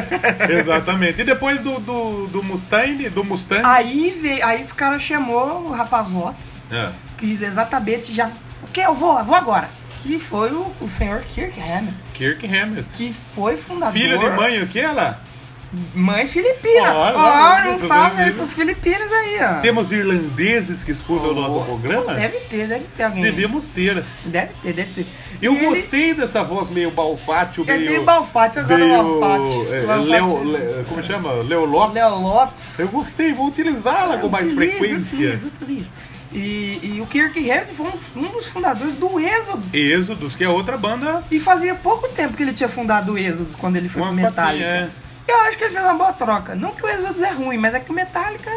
[laughs] Exatamente. E depois do, do, do Mustaine, do Mustang.
aí veio, aí os caras chamou o rapazote,
É.
que exatamente já. O que? Eu vou, eu vou agora. Que foi o, o senhor Kirk Hammett,
Kirk Hammett.
que foi fundador.
Filho de mãe, o que é lá?
Mãe filipina.
Olha,
Ó,
olha,
não
isso
sabe aí
mesmo.
pros filipinos aí, ó.
Temos irlandeses que escutam o nosso programa?
Deve ter, deve ter alguém.
Devemos ter.
Deve ter, deve ter.
Eu
E ele-
gostei dessa voz meio balfátio,
É
meio...
meio Balfate, agora é
meio...
Balfate.
é,
Balfate-
Leo, Le- como chama? Leo Lopes.
Léo Lopes.
Eu gostei, vou utilizá-la com mais
Utiliza,
frequência.
utiliza, utiliza. E, e o Kirk Hammett foi um, um dos fundadores do Exodus. E...
Êxodos, que é outra banda...
fazia pouco tempo que ele tinha fundado o Exodus, quando ele foi
Uma é.
pro Metallica.
fatia,
Eu acho que ele fez uma boa troca. Não que o Exodus é ruim, mas é que o Metallica...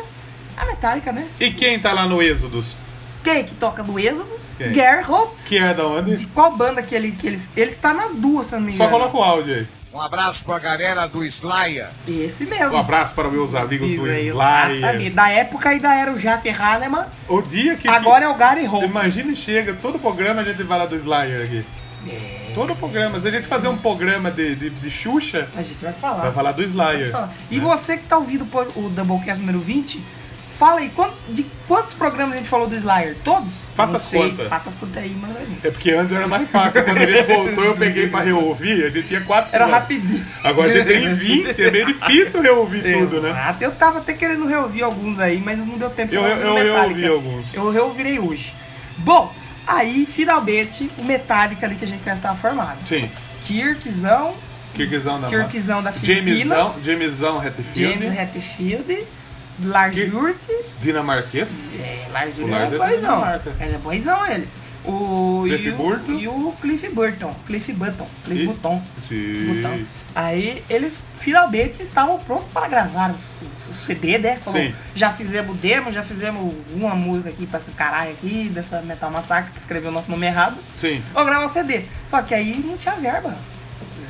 A Metallica, né?
E quem tá lá no Êxodos?
Quem é que toca do Exodus?
Quem?
Gary Holtz.
Que é da
De
onde?
qual banda que ele... Que ele, ele está nas duas, se eu não me
Só
engano.
coloca o áudio aí.
Um abraço pra galera do Slayer.
Esse mesmo.
Um abraço para meus amigos do
Exatamente.
Slayer.
Da época ainda era o Jeff Hanneman,
O dia que...
agora é o Gary
que...
Holtz.
Imagina, chega, todo programa a gente vai lá do Slayer aqui.
É,
Todo programa. Se a gente fazer um programa de, de, de Xuxa,
a gente vai falar.
vai falar do Slayer.
Fala. E você que tá ouvindo po- o Doublecast número 20, fala aí, quant- de quantos programas a gente falou do Slayer? Todos?
Faça
Não
as
sei.
contas.
Faça as contas aí, manda pra gente.
É porque antes era mais fácil. Quando ele voltou, eu peguei pra reouvir, ele tinha quatro
Era
programas.
rapidinho. né?
Agora ele tem
[laughs]
20, é meio difícil reouvir tudo, né?
Exato. Eu tava até querendo reouvir alguns aí, mas não deu tempo.
Eu-
pra ouvir
eu-
o
eu
Metallica.
ouvi alguns.
Eu reouvirei hoje. Bom, aí finalmente o Metallica ali que a gente conhece tava formado.
Sim.
Kirkzão,
Kirkzão da Mata.
Kirkzão da Filipinas,
Jamesão, Jamesão Hatfield,
James Hetfield, Lars
Kirk-
Ulrich,
dinamarquês.
É, Lars
O
Ulrich
Lars é
é
da
boizão.
Dinamarca.
Ele é boizão, ele. O,
Cliff
e, o,
Burton.
e o Cliff Burton. Cliff Button. Cliff
E-
Button. Button.
Sim.
Aí eles finalmente estavam prontos para gravar o, o CD, né? Falou,
Sim.
já fizemos demo, já fizemos uma música aqui pra esse caralho aqui, dessa Metal Massacre, que escreveu o nosso nome errado.
Sim.
Vamos gravar o CD. Só que aí não tinha verba.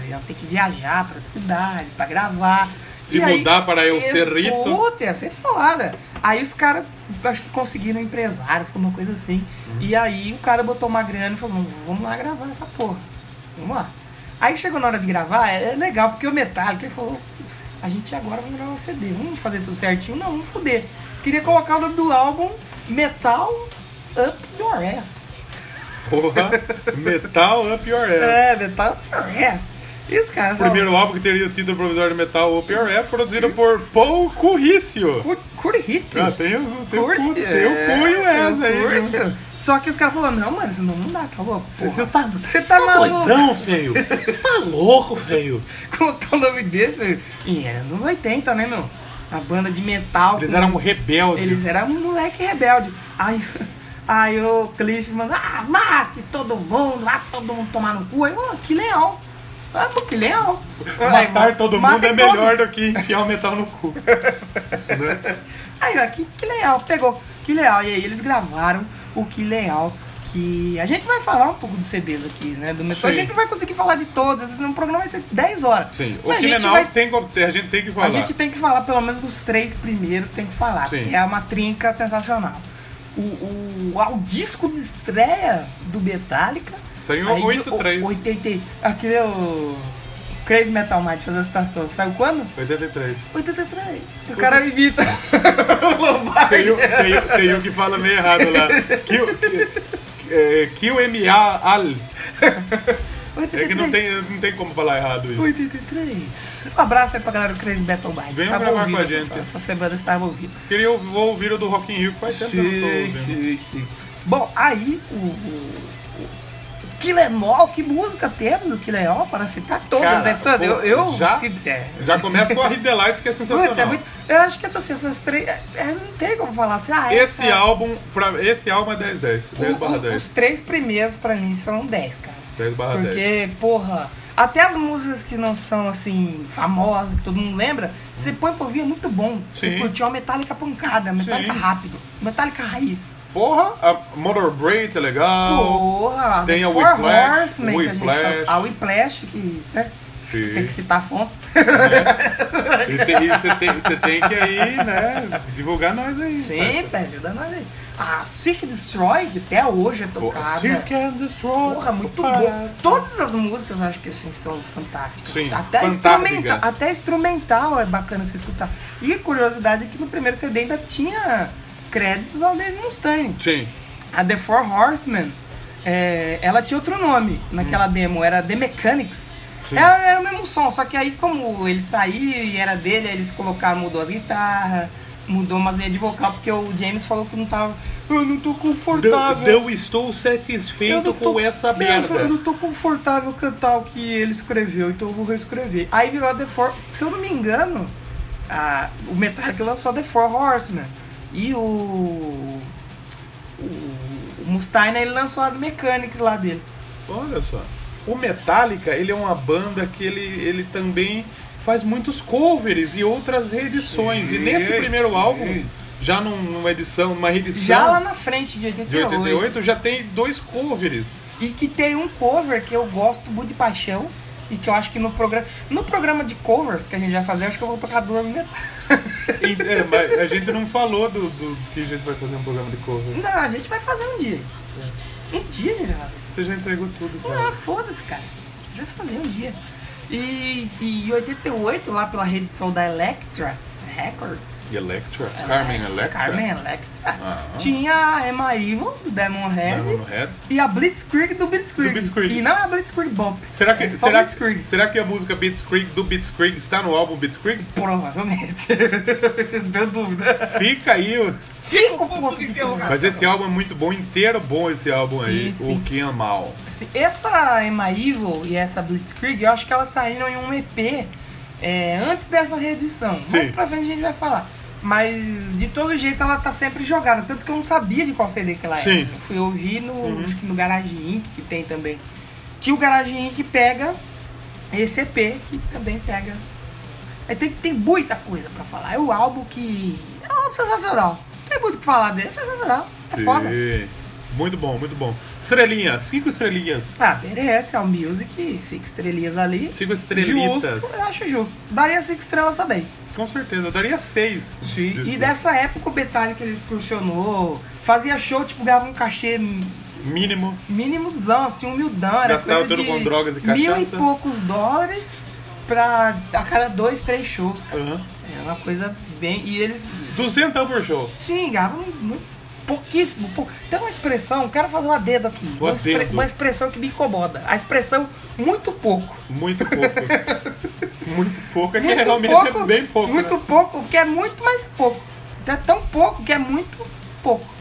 Iam ter que viajar pra outra cidade, pra gravar.
Se
E aí,
mudar para eu ser
esse-
rito.
Puta, ia ser foda. Aí os caras, acho que conseguiram um empresário, foi uma coisa assim.
Uhum.
E aí o cara botou uma grana e falou, vamos lá gravar essa porra. Vamos lá. Aí chegou na hora de gravar, é é legal, porque o Metallica ele falou, a gente agora vai gravar um CD, vamos fazer tudo certinho? Não, vamos foder. Queria colocar o nome do álbum Metal Up Your Ass. [laughs]
Porra, metal up your ass.
É, Metal Up Your Ass. E os caras
O primeiro álbum que teria o título provisório de metal Up Your Ass, produzido por Paul Currício.
Cur- é, Currício.
Ah, tem o, tem o, cu,
Curso,
tem o cu e o ass aí. viu?
curso. Só que os caras falaram, não, mano, isso não não dá, tá louco?
Você
porra.
você tá,
Você
você
tá
tá,
maluco? [laughs]
doidão, feio? Você tá louco, feio?
Colocar o um nome desse. E era nos anos 80, né, meu? A banda de metal.
Eles
com-
eram rebeldes.
Eles eram um moleque rebelde. Aí, [laughs] aí o Cliff mandou, ah, mate todo mundo, lá todo mundo tomar no cu. Aí, ô, que leão. Ah, pô, que leão.
Matar todo mundo
Matem
é melhor
todos.
do que enfiar o metal no cu. Né?
Aí, ó, que, que legal, pegou, que legal. E aí eles gravaram o que legal. Que a gente vai falar um pouco dos CDs aqui, né? Do metrô. A
Sim.
gente não vai conseguir falar de todos, esse é um programa vai ter 10 horas.
Sim, o
Mas a gente
Kilenal
vai-
tem, co- a gente tem que falar.
A gente tem que falar, pelo menos os três primeiros tem que falar,
Sim.
porque é uma trinca sensacional. O, o, o disco de estreia do Metallica.
Saiu em
aí de
83.
o- 80, aquele é o Crazy Metal Mind, fazer a citação. Saiu quando?
83.
83. O cara imita
[laughs]
o Lombardi.
Tem um, tem, um- tem um que fala meio errado lá. Kill, que- é, kill M.A. Al. É que não tem, não tem como falar errado isso.
83. Um abraço aí pra galera do Crazy Metal Mind.
Venham
Tava
um gravar
ouvindo
com a
essa-
gente.
Essa, semana eu estava ouvindo.
Queria ou- vou ouvir o do Rock in Rio, que faz tempo que eu não tô ouvindo.
sim, sim. Bom, aí o. o, o Quilenol, que música temos do Quilenol para citar todas,
Cara,
né? Todas. Eu, eu,
pô, já-
é,
Já começa com a Hit the Lights, que é
puta, é
sensacional.
muito- eu acho que essas, essas três. é, é, não tem como falar assim. Ah,
Esse
essa-
álbum, pra, esse álbum é 1010, 10 barra
o- o-
10.
Os três primeiros pra mim são 10, cara.
10 barra 10.
Porque, porra, até as músicas que não são assim, famosas, que todo mundo lembra, você põe pra ouvir é muito bom. Você
Sim.
curtiu a Metallica pancada, a Metallica
Sim.
rápido, Metallica raiz.
Porra, a Motor Braid é legal.
Porra,
tem a
Four
Whiplash,
Horsemen, que a gente
Whiplash.
chama- a Whiplash, que né,
Sim.
tem que citar fontes.
E tem- e você tem, você tem que aí, né, divulgar nós aí.
Sim, tá ajudando a gente. A Sick Destroy, que até hoje é
Porra,
tocada.
Cirque and Destroy.
Porra, muito
Opa.
bom. Todas as músicas acho que assim, são fantásticas.
Sim,
até,
fantástica.
instrumenta- até instrumental é bacana você escutar. E a curiosidade é que no primeiro CD ainda tinha créditos ao Dave Mustaine.
Sim.
A The Four Horsemen, é, ela tinha outro nome naquela demo, era The Mechanics.
Hum. Sim.
Era, era o mesmo som, só que aí como ele saiu e era dele, aí eles colocaram, mudou as guitarras, mudou umas linhas de vocal, porque o James falou que não tava. Eu não tô confortável.
Eu estou
Eu
satisfeito
não tô-
com essa
Não, eu falei, Eu
merda.
não tô confortável cantar o que ele escreveu, então eu vou reescrever. Aí virou a The Four. Se eu não me engano, a- o Metallica lançou a The Four Horsemen. E o. O, o Mustaine ele lançou a Mechanics lá dele.
Olha só. O Metallica, ele é uma banda que ele, ele também faz muitos covers e outras reedições. E
Sim.
nesse primeiro álbum, já num- numa edição, uma reedição
Já lá na frente, de
de
88,
88, já tem dois covers.
E que tem um cover que eu gosto muito de paixão. E que eu acho que no programa. No programa de covers que a gente vai fazer, eu acho que eu vou tocar duas Metallica.
E- é, mas a gente não falou do, do que a gente vai fazer um programa de cover.
Não, a gente vai fazer um dia. Um dia a gente vai fazer.
Você já entregou tudo,
Ah,
cara.
foda-se, cara. Já fazer um dia. E, e em 88, lá pela reedição da Electra Records.
Electra? Carmen Electra?
Carmen Electra.
Aham.
Tinha a Emma Evil, do Demon Head.
Diamond Head.
E a Blitzkrieg do Blitzkrieg.
Do Blitzkrieg.
E não é a Blitzkrieg Bop.
Será que,
é só
será,
Blitzkrieg.
será que a música Blitzkrieg do Blitzkrieg está no álbum Blitzkrieg?
Provavelmente. [laughs] Deu dúvida.
Fica aí. o-
Fica o ponto de interrogação.
Mas esse álbum é muito bom, inteiro bom esse álbum
Sim,
aí,
sim.
o que é mal.
Assim, Essa Emma Evil e essa Blitzkrieg, eu acho que elas saíram em um EP é, antes dessa reedição.
Sim.
Mais pra frente a gente vai falar. Mas de todo jeito ela tá sempre jogada, tanto que eu não sabia de qual CD que ela era.
Sim.
Eu fui ouvir no, acho que no Garage Inc, que tem também. Que o Garage Inc pega esse EP, que também pega. É, tem, tem muita coisa pra falar. É o álbum que. É um álbum sensacional. Tem muito o que falar dele, é sensacional. É foda.
Sim. Muito bom, muito bom. Estrelinha, cinco estrelinhas.
Ah, merece, é o Music, cinco estrelinhas ali.
Cinco estrelitas.
Justo, eu acho justo. Daria cinco estrelas também.
Com certeza, eu daria seis.
Sim. E
Isso.
dessa época o Metallica ele excursionou, fazia show, tipo, ganhava um cachê
Mínimo.
mínimozão, assim, humildão. Era
Gastava
coisa
tudo
de
com drogas e
Mil e
cachaça.
poucos dólares pra a cada dois, três shows, cara.
Aham.
É uma coisa bem. E eles
Duzentão por show.
Sim, Gabo, muito, pouquíssimo. pou- Tem uma expressão, quero fazer uma dedo aqui.
Uma
uma, expre-
dedo.
uma expressão que me incomoda. A expressão muito pouco.
Muito pouco.
[laughs]
muito pouco é que
Muito
realmente é bem pouco.
Muito
né?
pouco, porque é muito, mas é pouco. Então é tão pouco que é muito pouco.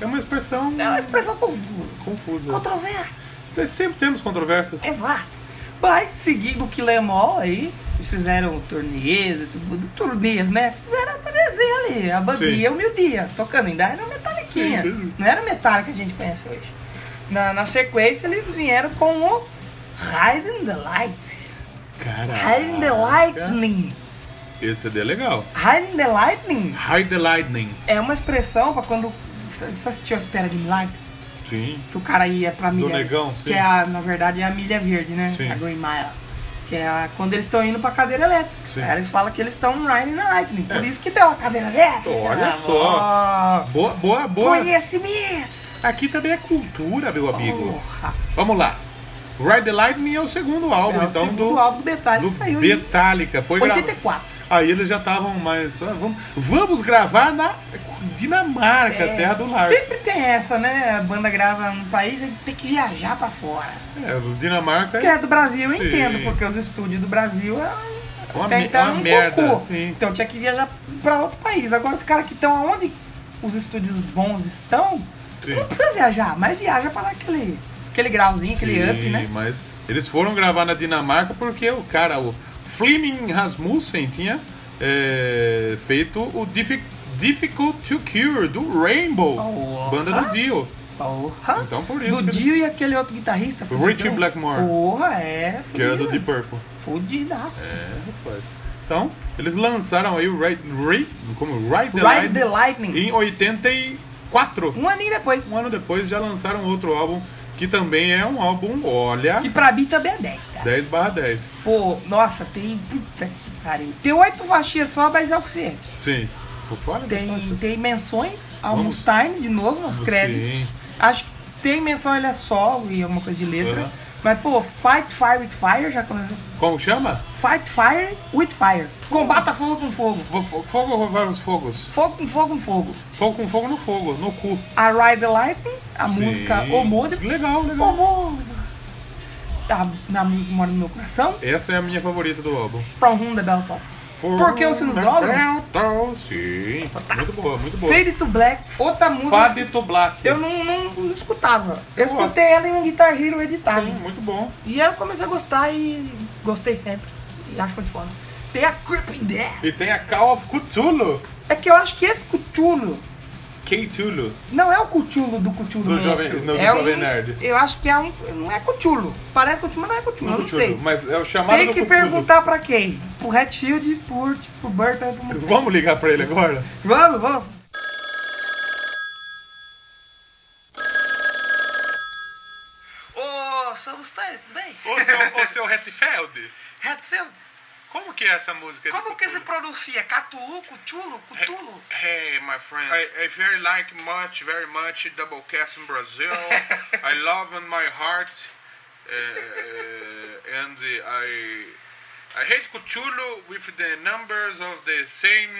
É uma expressão
É uma expressão confusa.
confusa.
Controversa,
Então, Sempre temos controvérsias.
exato. Mas seguindo o Quilemol aí, eles fizeram turnês e tudo, turnês, né? Fizeram a turnêzinha ali, a bandinha, o meu dia, tocando. Ainda era Metalliquinha.
Sim, sim.
Não era o Metallica que a gente conhece hoje. Na, na sequência, eles vieram com o Hiding the Light. Hiding the
Caraca.
Lightning.
Esse CD é legal.
Hiding the Lightning
Hide the Lightning.
é uma expressão pra quando. Você assistiu a Espera de Milagre?
Sim.
que o cara ia pra milha.
negão, sim.
Que é a, na verdade é a milha verde, né?
Sim.
A Green Mile. Que é a- quando eles estão indo pra cadeira elétrica.
Sim. É.
Aí eles falam que eles estão riding na lightning. Por isso que deu a cadeira elétrica.
Olha
Ah,
só. Boa, boa, boa.
Conhecimento!
Aqui também é cultura, meu amigo.
Porra.
Vamos lá. Ride the Lightning é o segundo
Oh. É
álbum,
o
então,
segundo
do,
álbum do Detalhe
do
saiu em
Metallica. Foi gravado.
84.
Aí eles já estavam mais. ah, vamos, vamos gravar na Dinamarca,
É,
terra do Lars.
Sempre tem essa, né? A banda grava no país e tem que viajar pra fora.
É, Dinamarca
Que é do Brasil, eu
Sim.
entendo, porque os estúdios do Brasil é
Uma
até
me-
então
uma
um
merda,
cocô.
sim.
Então tinha que viajar pra outro país. Agora os caras que estão aonde os estúdios bons estão,
Sim.
não precisa viajar, mas viaja pra dar aquele, aquele grauzinho, aquele
Sim,
up, né?
Mas eles foram gravar na Dinamarca porque o cara, o Fleming Rasmussen, tinha é, feito o Diffi- Difficult to Cure do Rainbow,
Porra.
banda do Dio.
Porra!
Então por isso.
do
que-
Dio e aquele outro guitarrista. fudidão.
Richie Blackmore.
Porra, é.
Que era do
fudido.
Deep Purple.
Fudidaço.
É, rapaz. Então, eles lançaram aí o Ride, Ride, como? Ride the
Ride the
Lightning
Lightning.
em 84.
Um aninho depois.
Um ano depois já lançaram outro álbum, que também é um álbum, olha,
Que pra mim também é 10, cara.
10 10.
Pô, nossa, tem. Puta que pariu. Tem oito faixinhas só, mas é o suficiente.
Sim. Olha,
Tem, tem menções ao
Vamos. Ah,
Mustaine, de novo, nos
Sim.
créditos. Acho que tem menção ele é solo e alguma coisa de letra.
Aham.
Mas, pô, Fight Fire with Fire já começou.
Como chama?
Fight Fire with Fire. Combata fogo com fogo.
Fo- fo- Fogo ou vários fogos?
Fogo com fogo com fogo.
Fogo com fogo no fogo, no cu.
A Ride the Lightning, a
Sim.
música homônima.
Legal, legal.
Homônima. A, na música que mora no meu coração.
Essa é a minha favorita do álbum.
From Whom the Bell Tolls. Por que os sinos dólares?
Então, Sim. Muito boa, muito boa.
Fade to Black. Outra música
Fade to Black.
eu não, não- não escutava. Eu
Nossa.
escutei ela em um Guitar Hero editado.
Sim, muito bom.
E aí eu comecei a gostar e gostei sempre. E acho muito foda. Tem a Creeping Death.
E tem a Call of Cthulhu.
É que eu acho que esse Cthulhu
Cthulhu.
não é o Cthulhu do Cthulhu
Do
monstro.
Jovem- não, do
é
Jovem
um,
Nerd.
Eu acho que é um... Não é Cthulhu. Parece Cthulhu, mas não é Cthulhu. eu não
Cthulhu,
sei.
Mas é o chamado
Tem
do
que
Cthulhu.
perguntar pra quem? Pro Hatfield, pro, pro Burton, pro Mustaine.
Vamos ligar pra ele agora?
Vamos, vamos. Ô, seu Mustaine, tudo bem?
Ô seu, ô seu Hetfield,
Hatfield?
como que é essa música?
Como que se pronuncia? Catulo, cutulo, cutulo?
Hey, my friend. I, I very like much, very much double cast in [laughs] Brazil. I love in my heart. Uh, and the- I I hate Cthulhu with the numbers of the same.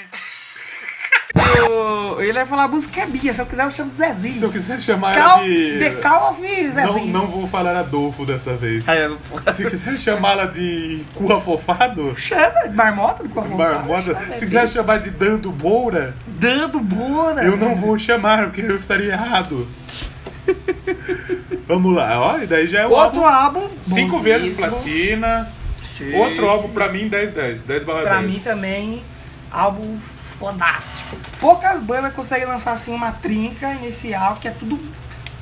Ele vai falar a música é minha, se eu quiser eu chamo de
Se eu
Zezinho.
quiser chamar
Cal,
ela de.
The Call of Zezinho.
não, não vou falar Adolfo dessa vez.
Ah, É assim. eu não posso.
Se quiser chamá-la de cu afofado,
Chama, marmota do Cofão.
marmota. Se quiser chamar de Dando Moura,
é Dando né? bora.
Eu não vou chamar, porque eu
[laughs]
estaria errado. Vamos lá, ó, e daí já é o
Outro
álbum.
álbum.
Cinco
bonzíssimo.
vezes platina.
Sim.
Outro álbum pra mim 10 10, 10 barra
Pra
10.
mim também, álbum fodástico. Poucas bandas conseguem lançar assim uma trinca inicial que é tudo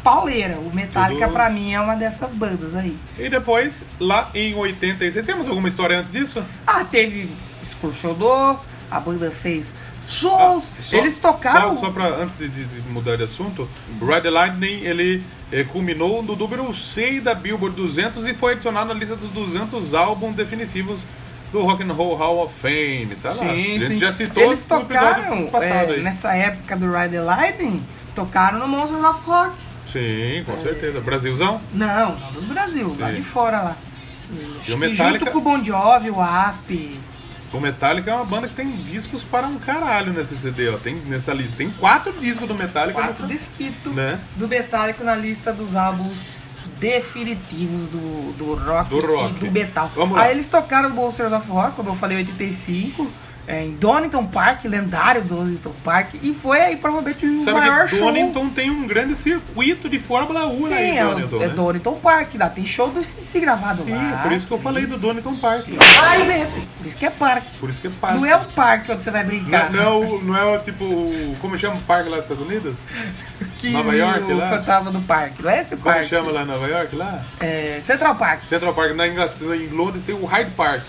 pauleira. O Metallica
Tudo-
pra mim é uma dessas bandas aí.
E depois, lá em 86, temos alguma história antes disso?
Ah, teve excursionou, a banda fez Shows!
Só-
Eles tocaram.
Só, só pra, antes de, de- de mudar de assunto, Ride the Lightning, ele eh, culminou no número 6 da Billboard 200 e foi adicionado na lista dos 200 álbuns definitivos do Rock and Roll Hall of Fame. Tá lá. A gente já citou
Eles
no
tocaram
episódio passado
é,
aí.
nessa época do Ride the Lightning, tocaram no Monsters of Rock.
Sim,
É.
com certeza. Brasilzão?
Não, não do Brasil, lá
Sim.
de fora lá. E acho
o
que
Metallica-
junto com o Bon Jovi, o Asp.
O Metallica é uma banda que tem discos para um caralho nesse CD, ó. Tem nessa lista. Tem quatro discos do Metallica
Quatro
nessa
disquitos
Né?
do Metallica na lista dos álbuns definitivos do, do rock
Do rock.
e do metal.
Vamos lá.
Aí eles tocaram o Monsters of Rock, como eu falei, em 85, é, em Donington Park, lendário Donington Park, e foi aí provavelmente o
Sabe
maior
que
show.
Donington tem um grande circuito de Fórmula 1
Sim,
aí,
é,
Donington.
é
né?
Donington Park, lá tem show do CC gravado
Sim,
lá.
é por isso que eu falei do Donington Park.
Exatamente, Por isso que é parque.
Por isso que é parque.
Não é o parque onde você vai
Não,
brincar.
não é o, não é o tipo. o- Como chama o parque lá dos Estados Unidos?
que
Nova York,
o
lá?
fantasma do parque. Não é esse
Como
parque.
chama lá em Nova York? Lá?
É, Central Park.
Central Park. Na Inglaterra, em Londres tem o Hyde Park.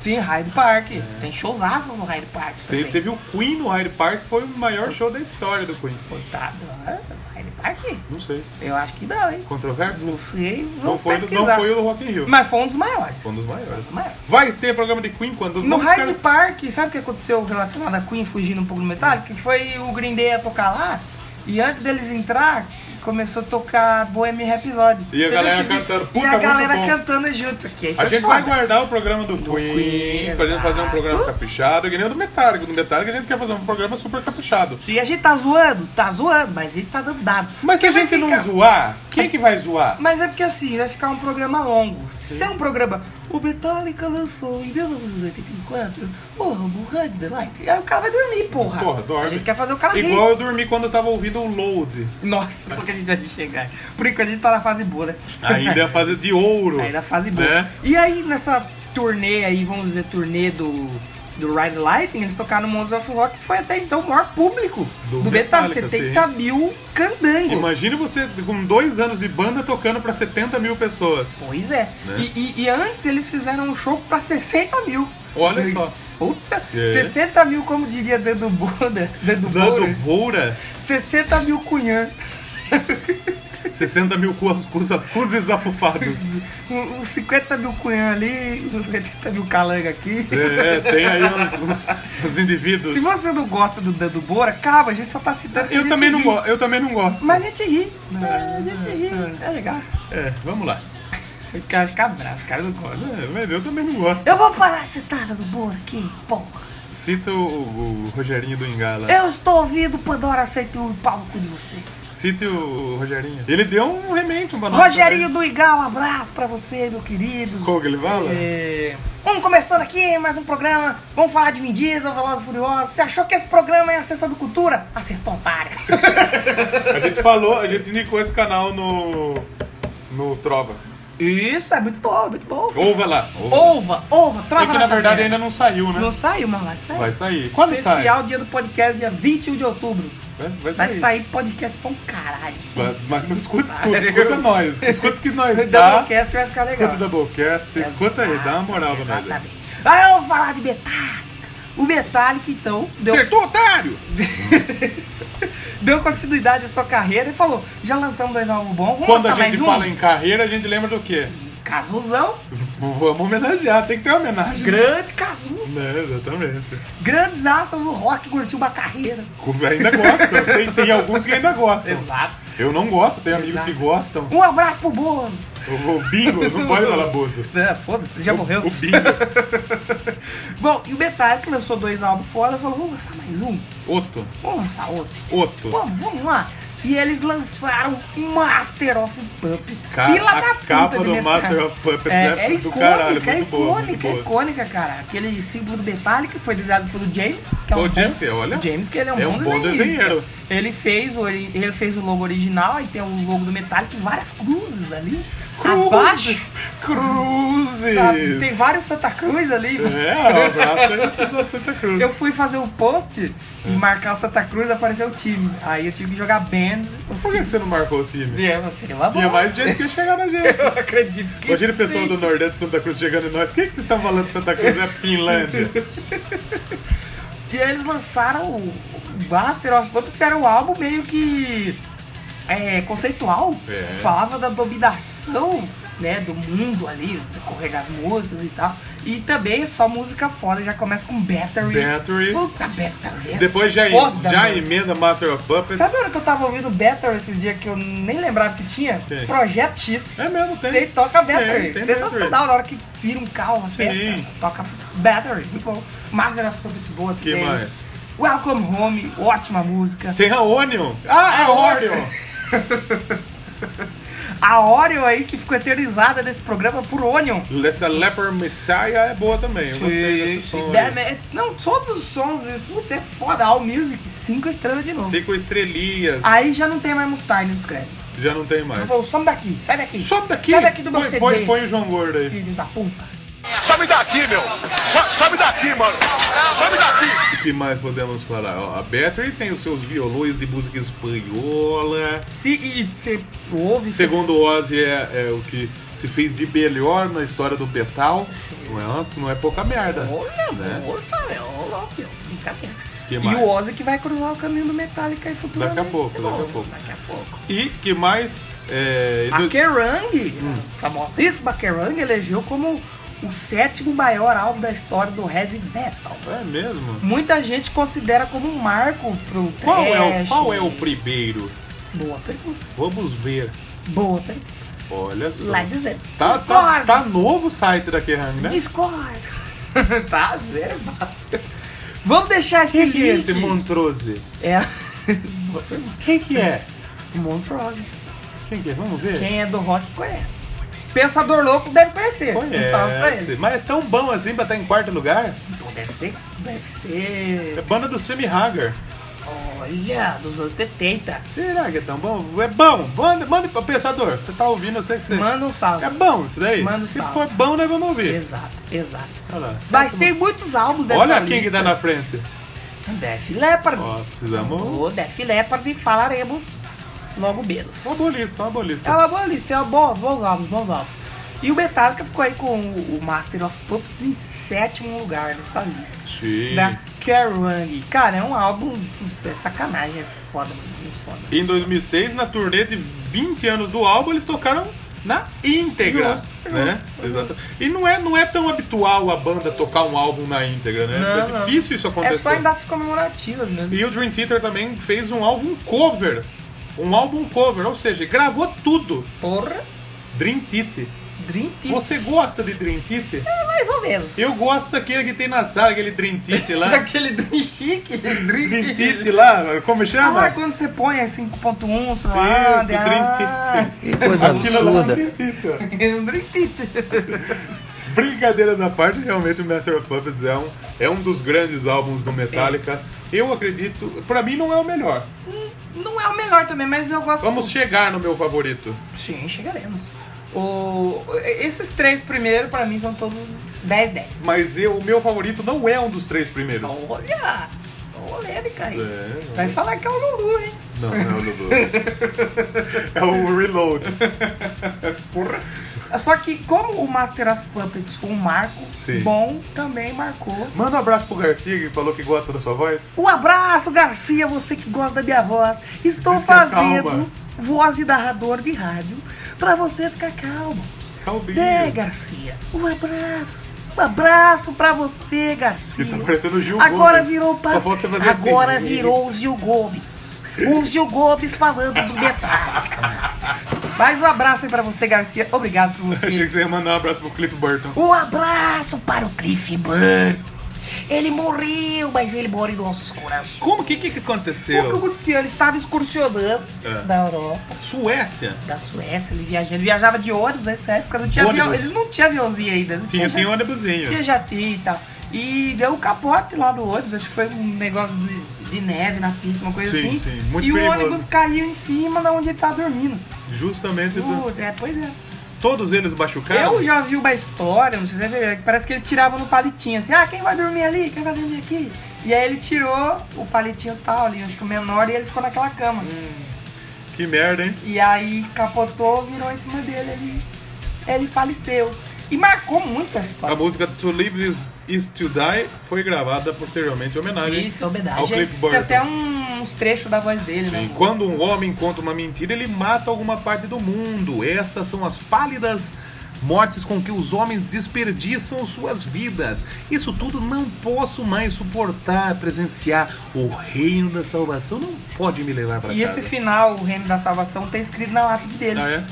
Sim, Hyde Park.
É.
Tem showzaços no Hyde Park
Te-
também.
teve o Queen no Hyde Park, foi o maior show da história do Queen.
Coitado. Ah, Hyde Park?
Não sei.
Eu acho que não, hein?
Controverso?
Não sei, vamos
Não foi, não
pesquisar.
foi o do Rock in Rio.
Mas foi um dos maiores.
Foi um dos maiores.
maiores.
Vai ter programa de Queen quando
No
vamos
Hyde
ficar-
Park, sabe o que aconteceu relacionado a Queen fugindo um pouco do Metallica? Que foi o Green Day a tocar lá, e antes deles entrar, começou a tocar Bohemian Rhapsody.
E a
Você
galera
percebeu?
cantando,
E
puta,
a
muito
galera
bom.
cantando junto. Que aí
A
foi
gente
foda.
vai guardar o programa do, Queen,
Queen,
pra gente fazer um
exato.
programa caprichado, que nem o do Metallica. Do Metallica a gente quer fazer um programa super caprichado.
E a gente tá zoando, tá zoando, mas a gente tá dando dado.
Mas se a
Porque
gente
vai
não
ficar-
zoar, quem que vai zoar?
Mas é porque assim, vai ficar um programa longo. Se é um programa. O Metallica lançou em 1984 porra, o Burrand The Light. Aí o cara vai dormir, porra.
Porra, dorme.
A gente quer fazer o cara
Igual
rir.
eu dormi quando eu tava ouvindo o Load.
Nossa, só que a gente vai chegar. Por enquanto a gente tá na fase boa, né? [laughs]
Ainda é a fase de ouro.
Aí na é fase boa.
Né?
E aí nessa turnê aí, vamos dizer, turnê do, do Ride the Lightning, eles tocaram no Monsters of Rock, que foi até então o maior público
Do
do, Metallica.
Metallica,
70 mil candangos.
Imagina você com dois anos de banda tocando pra 70 mil pessoas.
Pois é.
Né?
E, e- e antes eles fizeram um show pra 60 mil.
Olha
E-
só.
Puta,
É.
60 mil, como diria Dando Buda, Dando
Dando
Buda,
Boura,
60 mil cunhã, [laughs]
60 mil cu- cusa- cuses afufados.
um- uns 50 mil cunhã ali, uns 80 mil calanga aqui.
É, tem aí uns, uns- uns indivíduos.
Se você não gosta do Dando Bora, calma, a gente só tá citando que a
Eu
gente
também, não
ri.
go- eu também não gosto.
Mas a gente ri, é, a gente ri, é legal.
É, vamos lá.
O cara fica bravo, o cara não gosta.
É, mas eu também não gosto.
Eu vou parar de citar Dando Bora aqui, porra.
Cita o, o Rogerinho do Engala.
Eu estou ouvindo Pandora 101 palco de você.
Cita o Rogerinho. Ele deu um remake, um banana.
Rogerinho do Igal, um abraço pra você, meu querido.
Qual que ele fala?
É, Vamos começando aqui mais um programa. Vamos falar de Vin Diesel, Veloz e Furioso. Você achou que esse programa ia ser sobre cultura? Acertou, otário.
A gente falou, a gente indicou esse canal no. no Trova.
Isso, é muito bom, muito bom.
Ouva lá. Ouva.
Ova, ova, trova
é que na verdade ainda não saiu, né?
não... saiu, mas vai sair.
Vai sair. Quando sai?
Especial dia do podcast, dia 21 de outubro.
Vai, vai
Vai
sair.
sair podcast pra um caralho.
Vai- mas não escuta
Vai. [laughs]
tudo, escuta nós. Escuta o que nós
O
dá.
podcast vai ficar é legal. É
Escuta o Doublecast, escuta aí, dá uma moral pra nós. aí.
Exatamente. Aí eu vou falar de Metallica. O Metallica, então, deu
Acertou, otário!
deu continuidade à sua carreira e falou: já lançamos dois álbuns bons, vamos
Quando a
lançar
gente
mais
fala em carreira, a gente lembra do quê?
um. Casuzão,
Vamos homenagear, tem que ter uma homenagem.
grande Cazuza.
Né, exatamente.
Grandes astros do rock curtiu uma carreira.
Ainda gostam, tem, tem alguns que ainda gostam.
Exato.
Eu não gosto, tem amigos
Exato.
que gostam.
Um abraço pro Bozo.
O, o Bingo, não pode falar Bozo.
É, foda-se, já morreu.
O Bingo.
Bom, e o Metallica lançou dois álbuns foda, falou: vamos lançar mais um,
Otto.
vamos lançar outro.
Otto.
Pô, vamos lá. E eles lançaram Master of Puppets.
Cara,
Fila
a
da puta
capa
de
do
Metallica.
Master of Puppets
é,
é
é
do
icônica,
caralho,
é
muito boa, muito
icônica, é
boa.
icônica, cara. Aquele símbolo do Metallica que foi desenhado pelo James, que é um
Ô,
bom-
James, olha.
O James, que ele é um,
É
bom,
um bom
desenhista.
desenheiro.
Ele fez, o, ele, ele fez o logo original, aí tem o logo do Metallica e várias cruzes ali.
Cruzes.
Abaixo,
Cruzes!
sabe? Tem vários Santa Cruz ali.
É, um abraço aí pro pessoal de Santa Cruz.
Eu fui fazer um post e
É.
marcar o Santa Cruz apareceu o time. Aí eu tive que jogar bands.
Por que que você não marcou o time?
Eu seria uma
Tinha
boa.
mais gente que ia chegar na gente.
Eu acredito [laughs] que.
Imagina o pessoal
sim. [laughs]
do Nordeste de Santa Cruz chegando em nós. O que, que vocês estão falando de Santa Cruz? É Finlândia.
E aí eles lançaram o o Buster of Fun, porque era um álbum meio que é, conceitual.
É.
Falava da dominação né, do mundo ali, de correr as músicas e tal. E também só música foda, já começa com Battery.
Battery.
Puta, Battery. é
Depois já,
foda,
já
mano.
emenda Master of Puppets.
Sabe a hora que eu tava ouvindo Battery esses dias que eu nem lembrava que tinha?
Quem?
Projeto X.
É mesmo, tem.
Tem, toca Battery.
Tem, tem
Sensacional
Battery.
na hora que vira um carro na
Sim.
festa. Toca Battery. Muito bom. Master of Puppets boa
que
também.
mais?
Welcome Home, ótima música.
Tem a Onion. é
Ah,
a Orion.
A Orion aí que ficou eternizada nesse programa por Onion.
Essa Leper Messiah é boa também. Eu gostei desse som. aí.
Damn it. Não, todos os sons, puta, é foda. All Music, cinco estrelas de novo.
Cinco estrelinhas.
Aí já não tem mais Mustaine nos créditos.
Já não tem mais.
Eu falo, some daqui, sai daqui.
Sobe daqui.
Sai daqui do meu
põe,
CD.
põe, põe o João Gordo aí.
Filho da puta.
Sabe daqui, meu! Sabe daqui, mano! Sabe daqui!
O que mais podemos falar? Ó, a Battery tem os seus violões de música espanhola.
Se e você ouve, você
Segundo Ozzy, é, é o que se fez de melhor na história do metal. Não é, uma- não é pouca merda.
Olha,
né?
amor, tá, meu, ô, louco, meu, fica bem.
Que
E
mais?
o Ozzy que vai cruzar o caminho do Metallica aí futuramente. É
Daqui a pouco, daqui a pouco.
Daqui a pouco.
E que mais? É,
A
do-
Kerrang,
Hum.
a famosíssima Kerrang, elegeu como o sétimo maior álbum da história do heavy metal.
É mesmo?
Muita gente considera como um marco pro
Qual é, o,
thrash.
qual é o primeiro?
Boa pergunta.
Vamos ver.
Boa pergunta.
Olha só.
Lá dizendo.
Tá, tá,
Discord!
tá novo o site da Kerrang, né? [laughs]
Discord! tá zero. Vamos deixar esse
Quem
link.
que é esse Montrose?
É.
[laughs] Quem que é?
Montrose.
Quem que é? Vamos ver?
Quem é do rock conhece. Pensador louco deve conhecer. Um salve pra
Conhece.
ele.
Mas é tão bom assim pra estar em quarto lugar?
Pô, Então Deve ser. Deve
É
ser.
banda do Semi Hagar.
Olha, dos anos 70.
Será que é tão bom? É bom. Manda, manda pro pensador. Você tá ouvindo, eu sei que você.
Manda um salve.
É bom isso daí?
Manda um
Se
salve.
for bom, nós vamos ouvir.
Exato, exato.
Olha lá,
Mas
certo,
tem
mano.
muitos álbuns dessa
Olha
lista. Tá
quem que tá na frente.
Def Leppard.
Ó, precisamos.
O Def Leppard falaremos logo menos.
Uma boa lista, uma boa lista.
É uma boa lista, é uma boa, bons álbuns, bons álbuns. E o Metallica ficou aí com o o Master of Puppets em sétimo lugar nessa lista.
Sim.
Da Kerrang. Cara, é um álbum, putz, é sacanagem, é foda, muito foda.
Em 2006, na turnê de 20 anos do álbum, eles tocaram na íntegra.
Justo,
né? Exato. E não é, não é tão habitual a banda tocar um álbum na íntegra, né?
Não,
é
não.
difícil isso acontecer.
É só em datas comemorativas mesmo.
E o Dream Theater também fez um álbum cover. Um álbum cover, ou seja, gravou tudo.
Porra,
Dream Theater.
Dream Team,
Você gosta de Dream Theater?
mais ou menos.
Eu gosto daquele que tem na sala, aquele Dream Theater
[laughs]
lá.
Daquele Dream
[laughs]
Chic.
Dream Theater lá, como chama?
Ah, quando você põe é 5.1, sei lá.
Isso,
daí, ah,
Dream
Que
Theater.
coisa
Aquilo lá é
absurda.
Dream Theater.
é um Dream Theater.
Brincadeiras à parte, realmente o Master of Puppets é um, é um dos grandes álbuns do Metallica. Eu acredito, pra mim não é o melhor.
[laughs] Não é o melhor também, mas eu gosto.
Vamos chegar no meu favorito.
Sim, chegaremos. O... Esses três primeiros, pra mim, são todos 10-10.
Mas eu, o meu favorito não é um dos três primeiros.
Olha! Polêmica aí.
É,
Vai falar que é o Lulu, hein?
não, não é o Lulu. é o Reload.
É Só que como o Master of Puppets foi um marco,
Sim.
bom também marcou.
Manda um abraço pro Garcia que falou que gosta da sua voz.
Um abraço, Garcia, você que gosta da minha voz. Estou
Diz que é
fazendo
acalma.
voz de narrador de rádio pra você ficar calmo.
Calbinho.
Né, Garcia? Um abraço. Um abraço pra você,
Você
Garcia.
tá parecendo o Gil
Agora
Gomes.
virou o
Só
Pas...
falta fazer assim.
Agora virou o Gil Gomes. O Gil Gomes falando do Metallica. Mais um abraço aí pra você, Garcia. Obrigado por
[laughs] Achei
você.
que você ia mandar um abraço pro Cliff Burton.
Um abraço para o Cliff Burton. Ele morreu, mas ele mora em nossos corações.
Como? O que, que
O que
aconteceu?
aconteceu? Ele estava excursionando
É.
da Europa,
Suécia.
da Suécia, ele viajando. Ele viajava de ônibus nessa época, não tinha avião.
Ônibus.
Eles não tinham aviãozinho ainda. Não
Tinha,
já-
tinha um ônibusinho.
tinha jatinho e tal. E deu um capote lá no ônibus, acho que foi um negócio de, de neve na pista, uma coisa
Sim,
assim.
sim, muito
e o
perigoso.
ônibus caiu em cima da onde ele tá dormindo.
Justamente. do-
Puta, é, pois é.
Todos eles machucaram?
Eu já vi uma história, não sei se é verdade, que parece que eles tiravam no palitinho, assim, ah, quem vai dormir ali? Quem vai dormir aqui? E aí ele tirou o palitinho tal ali, acho que o menor, e ele ficou naquela cama.
Hum. Que merda, hein?
E aí capotou, virou em cima dele, ele, ele faleceu. E marcou muito a
A
história.
música To Live is, is To Die foi gravada posteriormente em homenagem
Isso, é
ao
homenagem.
Cliff Burton.
Tem até uns trechos da voz dele, né?
Sim, Quando um homem conta uma mentira, ele mata alguma parte do mundo. Essas são as pálidas mortes com que os homens desperdiçam suas vidas. Isso tudo não posso mais suportar, presenciar. O reino da salvação não pode me levar para casa.
E esse final, o Reino da Salvação, tá escrito na lápide dele.
Ah, é?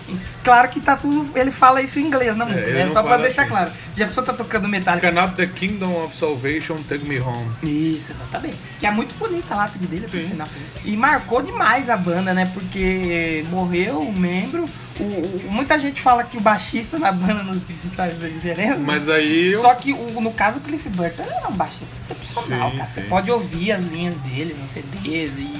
Claro que tá tudo. Ele fala isso em inglês na música,
ele
né?
não
Só pra
fala
deixar
assim.
claro. Já a pessoa tá tocando Metallica.
Cannot the Kingdom of Salvation Take Me Home.
Isso, exatamente. Que é muito bonita a lápide dele, por
Sim.
sinal. E marcou demais a banda, né? Porque morreu um membro. O, o- muita gente fala que o baixista na banda não faz a diferença.
Mas aí. eu-
Só que o- no caso o Cliff Burton era um baixista excepcional,
Sim,
cara.
sim.
Você pode ouvir as linhas dele nos CDs e.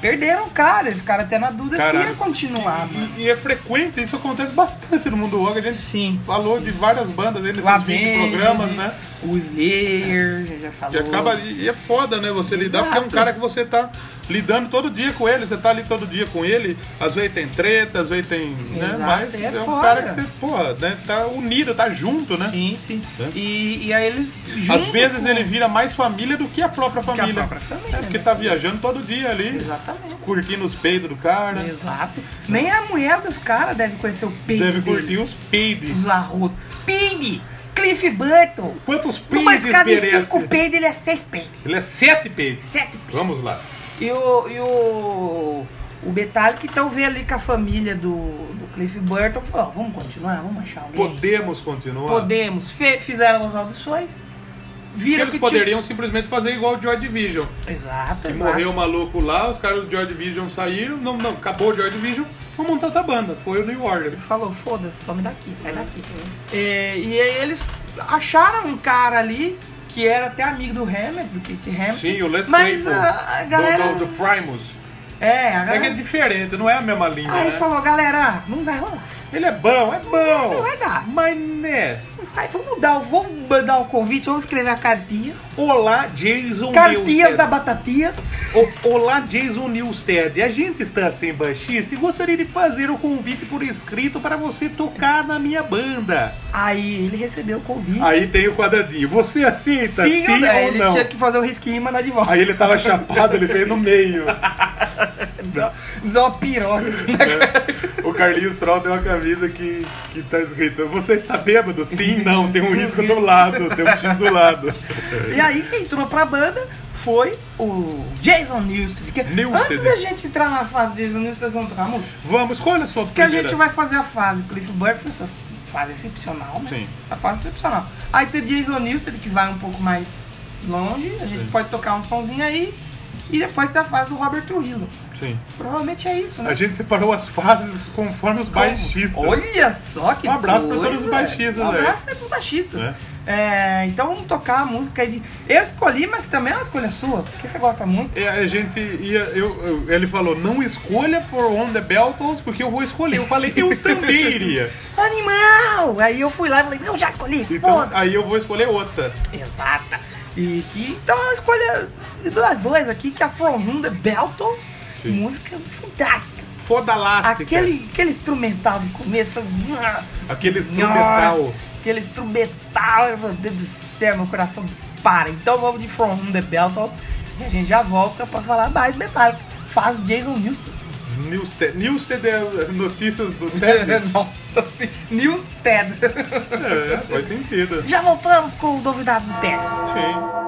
Perderam o cara, esse cara até na dúvida se ia
Caralho.
é continuar, mano.
E, e é frequente, isso acontece bastante no mundo rock. A gente
Sim.
falou de várias bandas aí
O
nesses 20
Avenged,
programas, né?
O Slayer, já falou.
E acaba e é foda, né? Você lidar,
Exato.
porque é um cara que você tá lidando todo dia com ele, você tá ali todo dia com ele, às vezes tem treta, às vezes tem. Né?
Exato,
Mas
e
é,
é
um
foda.
cara que você, porra, né? Tá unido, tá junto, né?
Sim, sim.
Né?
E, e aí eles.
Às
junto
vezes
com-
ele vira mais família do que a própria
a
família.
própria família,
é porque
né?
tá viajando todo dia ali,
Exatamente.
curtindo os peidos do cara,
Exato. Nem a mulher dos caras deve conhecer o peito.
deve
dele.
curtir os peidos.
Os arrotos. Pig! Cliff Burton!
Quantos
Numa
peidos
escada de
merece?
5 peidos, ele é 6 peidos.
Ele é sete peidos.
7 peidos.
Vamos lá.
E o. E o... O Metallica então veio ali com a família do, do Cliff Burton e falou, "Ó, vamos continuar, vamos achar alguém.
Podemos continuar.
Podemos. Fe- fizeram as audições.
Porque
Viram
eles
que
poderiam simplesmente fazer igual o Joy Division.
Tinha... Exato,
Que
exato.
morreu o maluco lá, os caras do Joy Division saíram, não, não, acabou o Joy Division, vamos montar outra banda, foi o New Order.
Ele falou, foda-se, some daqui, sai daqui. É, e aí eles acharam um cara ali que era até amigo do Hammett, do Kick Hammett.
Sim, o Les
Mas
Claypool,
a, a galera...
do, do, do Primus.
É, a
É que
galera...
é diferente, não é a mesma linha,
Aí
né?
falou, galera, não vai rolar.
Ele é bom, é bom,
vai dar.
mas né...
Aí vamos mudar, vamos mandar o convite, vamos escrever a cartinha.
Olá, Jason
Cartinhas
Newsted.
da Batatias.
O- Olá, Jason Newsted. A gente está sem baixista e gostaria de fazer o convite por escrito para você tocar na minha banda.
Aí ele recebeu o convite.
Aí tem o quadradinho. Você aceita Ah, tá, sim,
ou não?
ou
Ele
não?
tinha que fazer o risquinho e mandar de volta.
Aí ele tava chapado, ele veio no meio.
Dizer uma piroca. assim, né?
O Carlinhos Troll tem uma camisa que, que tá escrito: Você está bêbado? Sim, não. Tem um risco do lado, tem um X do lado.
E aí quem entrou pra banda foi o Jason Newsted. que-
Newsted.
Antes da gente entrar na fase do Jason Newsted, vamos tocar a música.
Vamos, escolha é a sua
Porque a
primeira.
gente vai fazer a fase Cliff Burton, essa fase excepcional, né?
Sim.
A fase excepcional. Aí tem o Jason Newsted, que vai um pouco mais longe. A gente pode tocar um sonzinho aí. E depois tem a fase do Robert Trujillo.
Sim.
Provavelmente é isso,
A
né?
gente separou as fases conforme os baixistas.
Olha só que
Um abraço pra
coisa.
todos os baixistas
Um
aí.
abraço aí pros baixistas. É, então vamos tocar a música aí de. Eu escolhi, mas também é uma escolha sua, porque você gosta muito.
É, a gente ia. eu- eu- ele falou: Não escolha por On the Beltons, porque eu vou escolher. Eu falei: Eu também iria. [laughs]
Animal! Aí eu fui lá e falei, não, já escolhi,
É. Então,
foda
aí eu vou escolher outra.
Exata. E que. Então é uma escolha de duas duas aqui, que é a From Whom the Beltons,
Sim.
música fantástica.
Foda-lástica.
Aquele, aquele instrumental do começo, nossa
Aquele
senhora.
instrumental.
Aquele instrumental, meu Deus do céu, meu coração dispara. Então vamos de From Whom the Beltons e a gente já volta pra falar mais Metallica. Faz Jason Newsted.
Newsted, Newsted é notícias do
[laughs]
Ted.
Nossa senhora, Newsted.
é, faz sentido.
já voltamos com novidades do Ted.
Sim.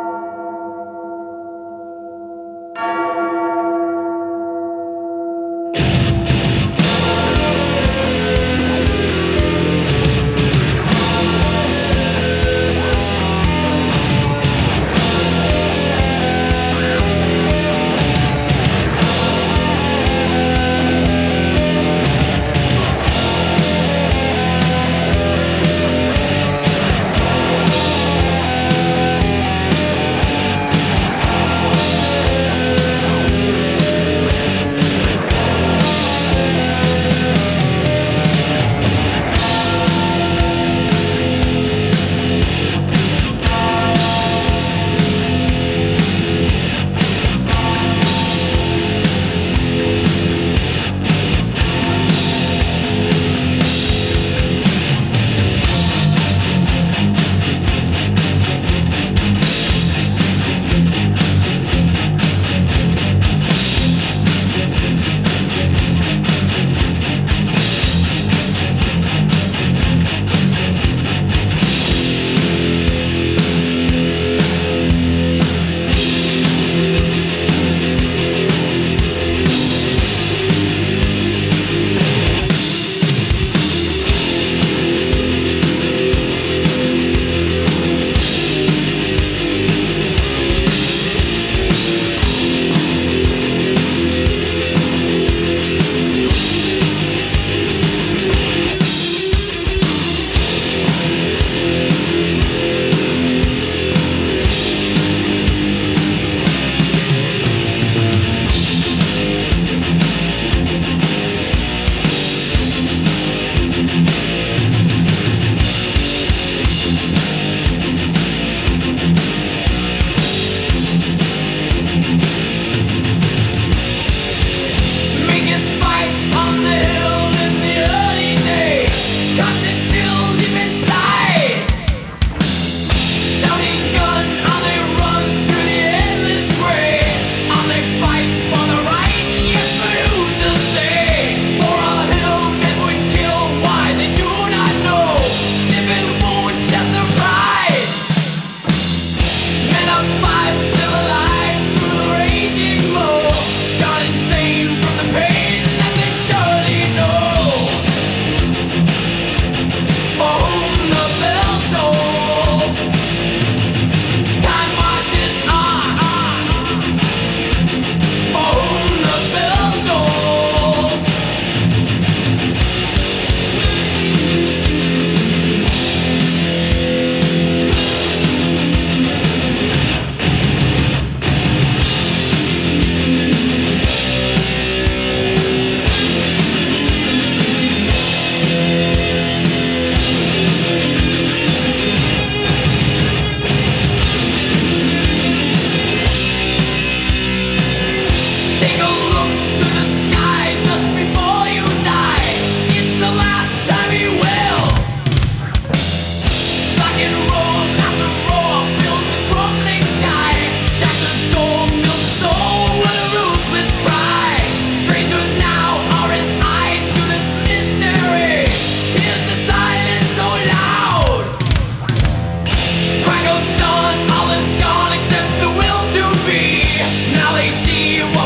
Thank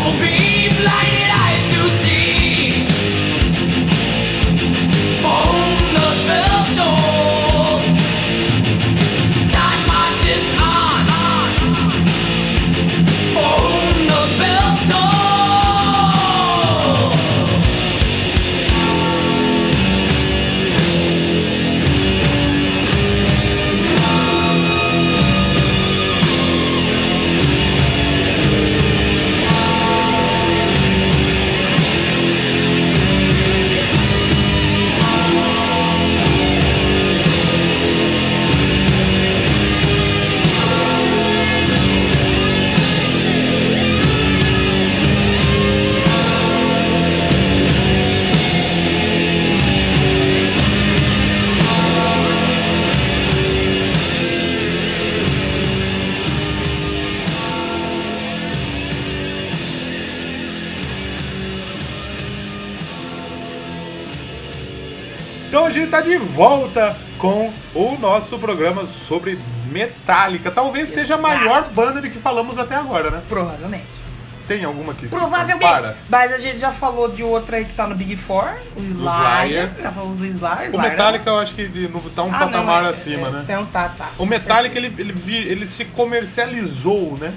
blinded eyes to see. For whom the bell tolls, time marches on. For whom the bell tolls.
Então a gente tá de volta com o nosso programa sobre Metallica. Talvez seja a
Exato.
maior banda de que falamos até agora, né?
Provavelmente.
Tem alguma que se
Provavelmente.
compara?
Mas a gente já falou de outra aí que tá no Big Four, o Slayer.
Slayer.
Já falamos do Slayer.
O
Slayer
Metallica eu acho que de, no, tá um
Ah, não,
patamar
é-
acima,
é-
né?
Então tá, tá.
O Metallica ele, ele, vi- ele se comercializou, né?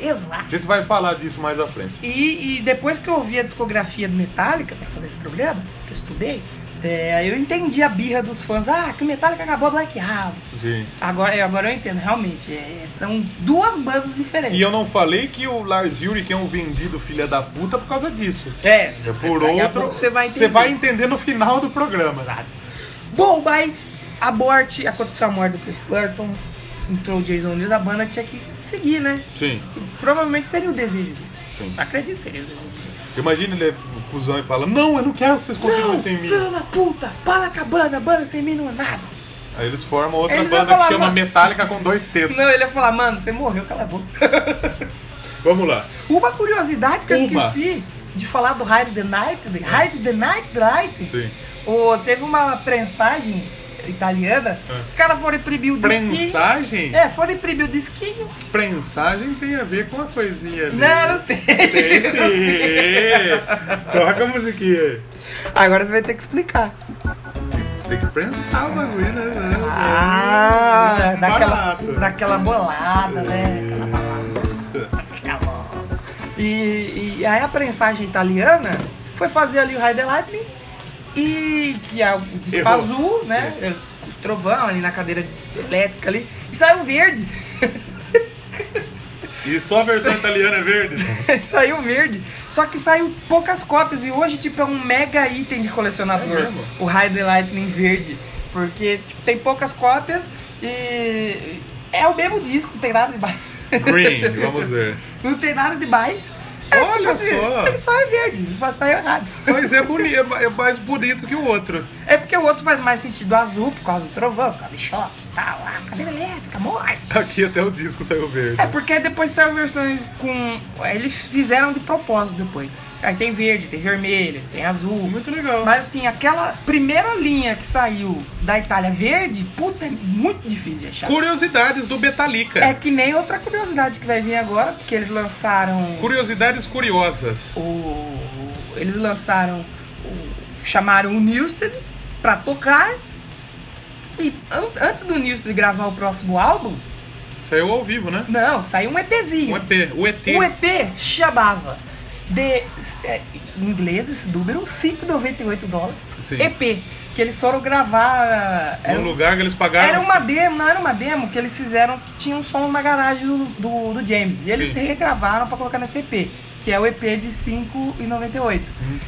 A
Exato.
gente vai falar disso mais à frente.
E, e depois que eu ouvi a discografia do Metallica pra fazer esse programa, que eu estudei, é, aí eu entendi a birra dos fãs. Ah, que o Metallica acabou do Like Rabo.
Sim.
Agora, eu- agora eu entendo, realmente. é, são duas bandas diferentes.
E eu não falei que o Lars Ulrich é um vendido filha da puta por causa disso.
É,
Por
daqui a
outro,
pouco você vai entender.
você vai entender no final do programa.
Exato. Bom, mas a morte, aconteceu a morte do Cliff Burton, entrou o Jason News, a banda tinha que seguir, né?
Sim,
Provavelmente seria o desejo dele.
sim.
Acredito que seria o desejo dele.
Imagina ele é cuzão e fala, não, eu não quero que vocês continuem
Não,
sem mim.
filho da puta, Balacabana, banda sem mim não é nada.
Aí eles formam outra
Eles
banda
vão falar,
que chama
"Mano."
Metallica com dois T's.
Não, ele ia falar, mano, você morreu, cala a boca.
Vamos lá.
Uma curiosidade que eu
Uma. É.
esqueci de falar do Hide the Night, Hide the Night Light.
Sim.
Ô, teve uma prensagem italiana,
É.
os caras foram imprimir o disquinho.
Prensagem?
É, foram imprimir o disquinho.
Prensagem tem a ver com a coisinha ali.
Não, não tem.
Tem sim. Toca a musiquinha aí.
Agora você vai ter que explicar.
Tem que prensar o bagulho, né?
Ah, daquela,
Barato.
daquela bolada, né? Aquela bolada. Fica bom. E, e aí a prensagem italiana foi fazer ali o Rider Lightning e que é o disco
Errou. É.
azul, né? O trovão ali na cadeira elétrica ali. E saiu verde. [laughs]
E só a versão italiana
[laughs]
é verde?
saiu verde. Só que saiu poucas cópias e hoje, tipo, é um mega item de colecionador.
É mesmo?
o Rider Lightning verde. Porque tipo, tem poucas cópias e é o mesmo disco, não tem nada demais.
Green, vamos ver.
[laughs] não tem nada demais. É,
Olha
tipo assim,
só.
ele só é verde, ele só saiu errado.
Mas é, boni é ma- é mais bonito que o outro.
É porque o outro faz mais sentido azul por causa do trovão, por causa do choque e tal. Ah, cadeira elétrica, morte.
Aqui até o disco saiu verde.
É porque depois saiu versões com. Eles fizeram de propósito depois. Aí tem verde, tem vermelho, tem azul.
Muito legal.
Mas assim, aquela primeira linha que saiu da Itália verde, puta, é muito difícil de achar.
Curiosidades do Betalica.
É que nem outra curiosidade que vai vir agora, porque eles lançaram
Curiosidades curiosas.
o. o- Eles lançaram. o- chamaram o Newsted pra tocar. E an- antes do Newsted gravar o próximo álbum,
Saiu ao vivo, né?
não, saiu um EPzinho.
O EP. O ET.
O EP chamava de é, em inglês esse número, 5,98 dólares.
Sim.
EP. Que eles foram gravar. Era, um-
Num lugar que eles pagaram.
era uma demo, não era uma demo que eles fizeram que tinha um som na garagem do, do, do James. E eles
Sim.
regravaram pra colocar nesse EP, que é o EP de 5,98.
Uhum.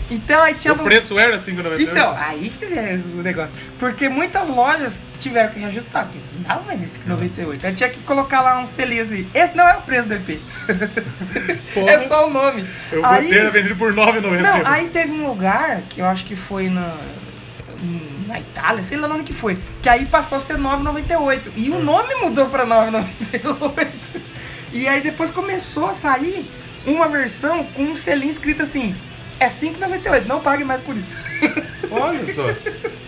Então aí tinha.
O preço era 5,98?
Então, aí que vem o negócio. Porque muitas lojas tiveram que reajustar, porque não dava mais desse
Uhum.
98. Aí tinha que colocar lá um selinho assim. Esse não é o preço do EP. [laughs] é só o nome.
Eu
aí,
botei era vendido por 9,98.
Não, aí teve um lugar que eu acho que foi na. Na Itália, sei lá onde que foi. Que aí passou a ser 9,98. E
É.
o nome mudou pra 9,98. E aí depois começou a sair uma versão com um selinho escrito assim: é 5,98, não pague mais por isso.
Olha só.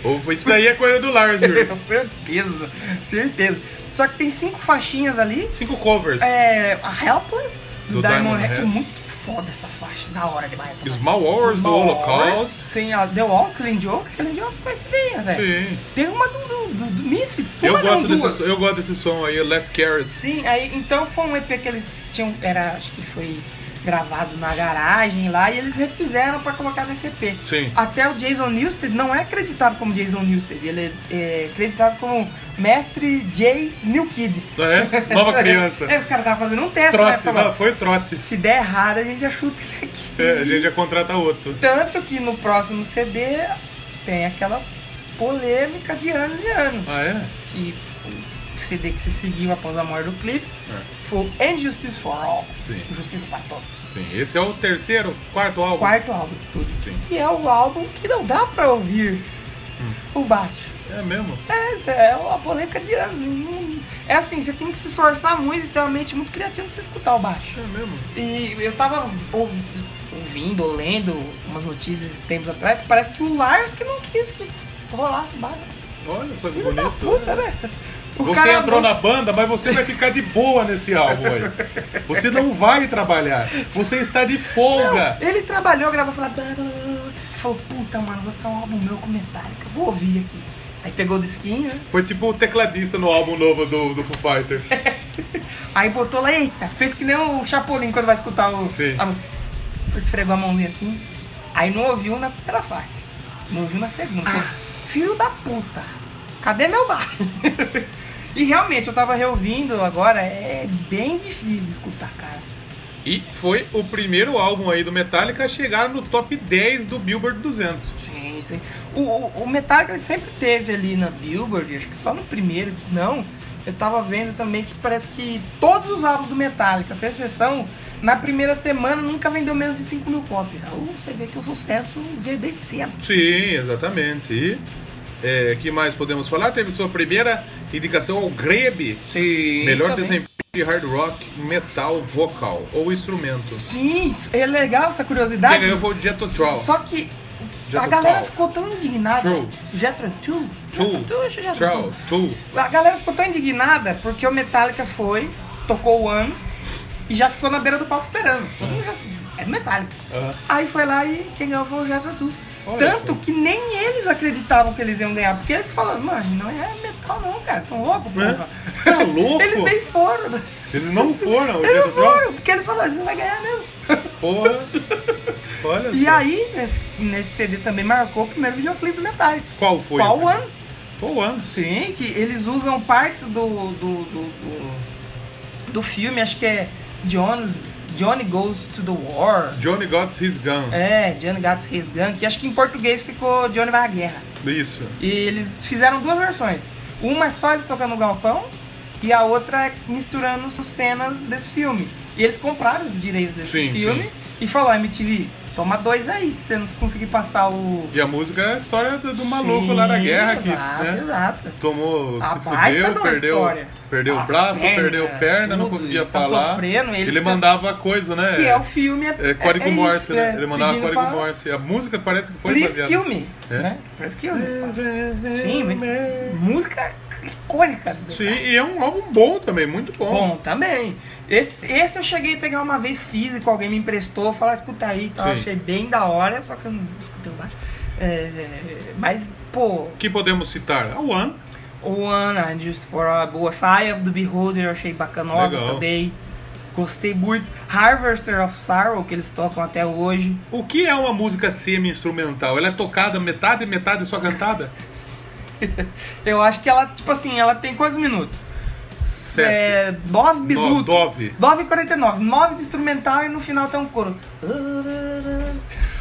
Ou foi- Isso daí é coisa do
[laughs]
Lars. viu?
certeza, certeza. Só que tem cinco faixinhas ali.
Cinco covers.
É, a Helpless, do,
Do
Diamond
Diamond
Head, que é
Head.
muito foda essa faixa, da hora demais. essa faixa.
Small Wars do
Small
Holocaust.
Wars, Tem a The Wall, Killing Joke, Killing Joke faz ideia, né, velho.
Sim.
Tem uma do, do, do, do Misfits,
Eu
uma não,
gosto,
duas.
desse, eu gosto desse som aí, Less Carrots.
Sim, aí então foi um EP que eles tinham. Era, acho que foi gravado na garagem lá e eles refizeram pra colocar nesse EP.
Sim.
Até o Jason Newsted não é acreditado como Jason Newsted, ele é, é acreditado como Mestre J. New Kid.
É? Nova criança.
[laughs] É, os caras estavam fazendo um teste, né?
Trote,
Falando,
não, foi trote.
se der errado, a gente já chuta ele aqui.
É, a gente já contrata outro.
Tanto que no próximo CD tem aquela polêmica de anos e anos.
Ah, é?
Que o CD que se seguiu após a morte do Cliff foi o And Justice for All.
Sim.
Justiça para todos.
Sim. Esse é o terceiro, quarto álbum.
Quarto álbum de estúdio.
Sim.
E é o álbum que não dá pra ouvir o baixo.
É mesmo?
Essa é uma polêmica de anos. Não- É assim, você tem que se esforçar muito e ter uma mente muito criativa pra escutar o baixo.
É mesmo.
E eu tava ouvi- ouvindo, ou lendo umas notícias esses tempos atrás, parece que o Lars que não quis que rolasse baixo.
Olha só que
Filho da
bonito.
puta, né? O
Você
cara
entrou na banda, mas você vai ficar de boa nesse álbum aí. Você não vai trabalhar. Você está de folga.
Ele trabalhou, gravou, falou... "Blá, blá, blá, blá". Falou, puta, mano, vou sair um álbum meu com Metallica, vou ouvir aqui. Aí pegou o disquinho, né?
Foi tipo o tecladista no álbum novo do, do Foo Fighters.
Aí botou lá, eita, fez que nem o Chapolin quando vai escutar o.
Sim.
a música. Esfregou a mãozinha assim. Aí não ouviu na primeira parte. Não ouviu na segunda. Filho da puta, cadê meu bar? [laughs] e realmente, eu tava reouvindo agora, é bem difícil de escutar, cara.
E foi o primeiro álbum aí do Metallica a chegar no top 10 do Billboard 200.
Sim, sim. assim, O, o, o Metallica ele sempre teve ali na Billboard, acho que só no primeiro, que não. Eu tava vendo também que parece que todos os álbuns do Metallica, sem exceção, na primeira semana nunca vendeu menos de 5 mil cópias. Aí Você vê que o sucesso veio desde cedo.
Sim, exatamente. E é, que mais podemos falar? Teve sua primeira indicação ao Grebe,
Sim.
melhor desempenho de hard rock, metal, vocal ou instrumento.
Sim, é legal essa
Quem
curiosidade.
ganhou foi o Jethro Tull.
Só que
Jethro
a galera
Tull.
ficou tão indignada.
True.
Jethro Tull?
Tull.
Jethro
Tull.
Tull. [laughs]
Tull.
A galera ficou tão indignada porque o Metallica foi, tocou o ano e já ficou na beira do palco esperando. Todo mundo já é do Metallica.
Aham.
Aí foi lá e quem ganhou foi o Jethro Tull.
Olha
Tanto
só.
que nem eles acreditavam que eles iam ganhar, porque eles falaram, mano, não é metal não, cara, vocês estão loucos, porra.
É? Você tá louco?
Eles nem foram.
Eles não foram, o
Eles
Jethro
não
Tull.
foram, porque eles falaram, você não vai ganhar mesmo. [laughs]
Porra. Olha
E
só.
aí, nesse, nesse CD também marcou o primeiro videoclipe do Metallica.
Qual foi?
Qual o ano?
Foi o ano.
Sim, que eles usam partes do do, do, do, do filme, acho que é Jones, Johnny Goes to the War.
Johnny Got His Gun.
É, Johnny Gatos Reis Gun, que acho que em português ficou Johnny vai à guerra.
Isso.
E eles fizeram duas versões. Uma é só eles tocando no galpão e a outra é misturando cenas desse filme. E eles compraram os direitos desse
Sim,
filme
sim.
e falou, MTV, toma dois aí, se você não conseguir passar o...
E a música é a história do, do maluco lá da
Sim,
guerra que
Exato,
né,
exato.
tomou,
A
se
baita de
fudeu,
uma
perdeu,
história.
perdeu o
As
braço,
pernas,
perdeu perna, não
é, tudo,
conseguia
tá
falar.
sofrendo, ele
ele
fica-
mandava coisa, né?
Que é o filme.
é código Morse,
isso,
né?
é,
ele mandava
pedindo
código
pra-
Morse. A música parece que foi
Please
baseada-
Kill Me.
É.
Né? Please Kill Me. Sim, muito- música icônica. do
Sim,
Metallica.
e é um álbum bom também, muito bom.
Bom, também. Esse, esse eu cheguei a pegar uma vez físico, alguém me emprestou, falar escuta aí e tal.
Sim.
Achei bem da hora, só que eu não escutei o baixo. É, mas, pô,
Que podemos citar? A One,
One and Just for a boa Eye of the Beholder eu achei bacanosa
Legal.
também. Gostei muito. Harvester of Sorrow, que eles tocam até hoje.
O que é uma música semi-instrumental? Ela é tocada metade e metade
[laughs]
só cantada?
Eu acho que ela, tipo assim, ela tem quantos minutos?
Sete.
É, nove
No-
minutos.
Dove.
9 e 49, 9 de instrumental e no final tem um coro.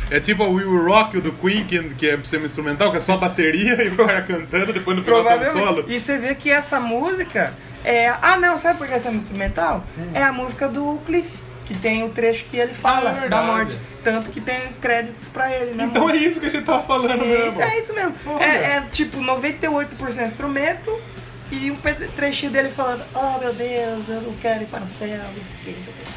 É tipo a We Will Rock do Queen, que, que é semi-instrumental, que é só a bateria [laughs] e o cara cantando, depois no final tem um solo.
Provavelmente. E você vê que essa música é. Ah, não, sabe por que essa é instrumental?
Hum.
É a música do Cliff, que tem o trecho que ele fala
Ah, é
da
verdade.
morte. Tanto que tem créditos pra ele, né?
Então
amor?
é isso que a gente tava falando
É
mesmo.
isso, é isso mesmo.
Olha.
É, é, tipo 98% instrumento e um ped- trechinho dele falando: Oh meu Deus, eu não quero ir para o céu, isso aqui, isso aqui.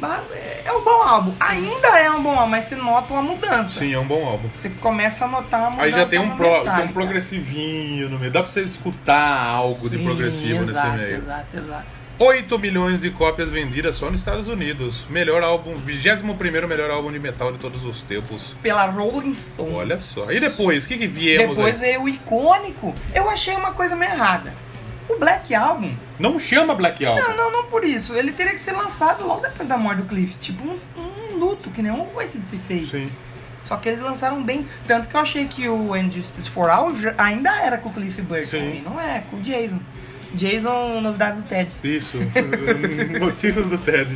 Mas é, é um bom álbum. Ainda é um bom álbum, mas você nota uma mudança.
Sim, é um bom álbum.
Você começa a notar uma mudança.
Aí já tem um,
na
pro,
metade,
tem um
é cara.
progressivinho no meio. Dá pra você escutar algo de
Sim,
progressivo
exato,
nesse meio.
Exato, exato.
8 milhões de cópias vendidas só nos Estados Unidos. Melhor álbum, 21 melhor álbum de metal de todos os tempos.
Pela Rolling Stone.
Olha só. E depois, o que, que viemos
Depois
aí?
veio o icônico. Eu achei uma coisa meio errada. O Black Album,
Não chama Black Album.
não, não, não por isso. Ele teria que ser lançado logo depois da morte do Cliff. Tipo um, um luto, que nem o ACDC fez.
Sim.
Só que eles lançaram bem. Tanto que eu achei que o And Justice for All já- ainda era com o Cliff Burton.
Sim.
E não é, com o Jason. Jason, novidades do Ted.
Isso. [laughs] Notícias do Ted.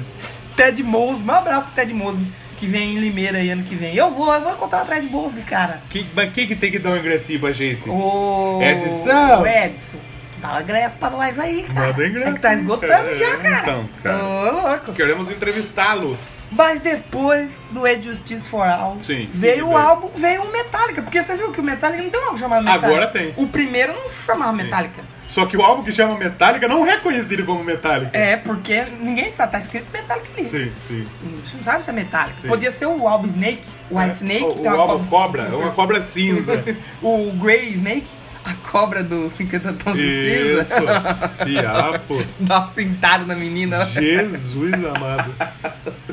Ted Mosby, um abraço pro Ted Mosby, que vem em Limeira aí ano que vem. Eu vou, eu vou encontrar o Ted Mosby,
[laughs]
cara.
Que, mas quem que tem que dar um ingressinho pra gente?
O
Edson!
O Edson. Dá um ingresso pra nós aí, cara.
Manda ingresso.
É que tá esgotando
cara.
já, cara.
Então, cara.
Ô, louco.
Queremos entrevistá-lo.
Mas depois do Ed Justice for All,
Sim.
veio o
Sim.
álbum, veio o Metallica. Porque você viu que o Metallica não tem um álbum chamado Metallica.
Agora tem.
O primeiro não chamava Metallica.
Só que o álbum que chama Metallica não é reconhecido como Metallica.
É, porque ninguém sabe, tá escrito Metallica ali.
Sim, sim.
Você não sabe se é Metallica.
Sim.
Podia ser o álbum Snake, o White
É.
Snake.
O,
tem
o
uma
álbum
co-
Cobra. É uma
[laughs]
cobra cinza.
o Grey Snake, a cobra do 50 tons de
Isso.
cinza.
Fiapo.
Dá uma cintada na menina.
Jesus amado.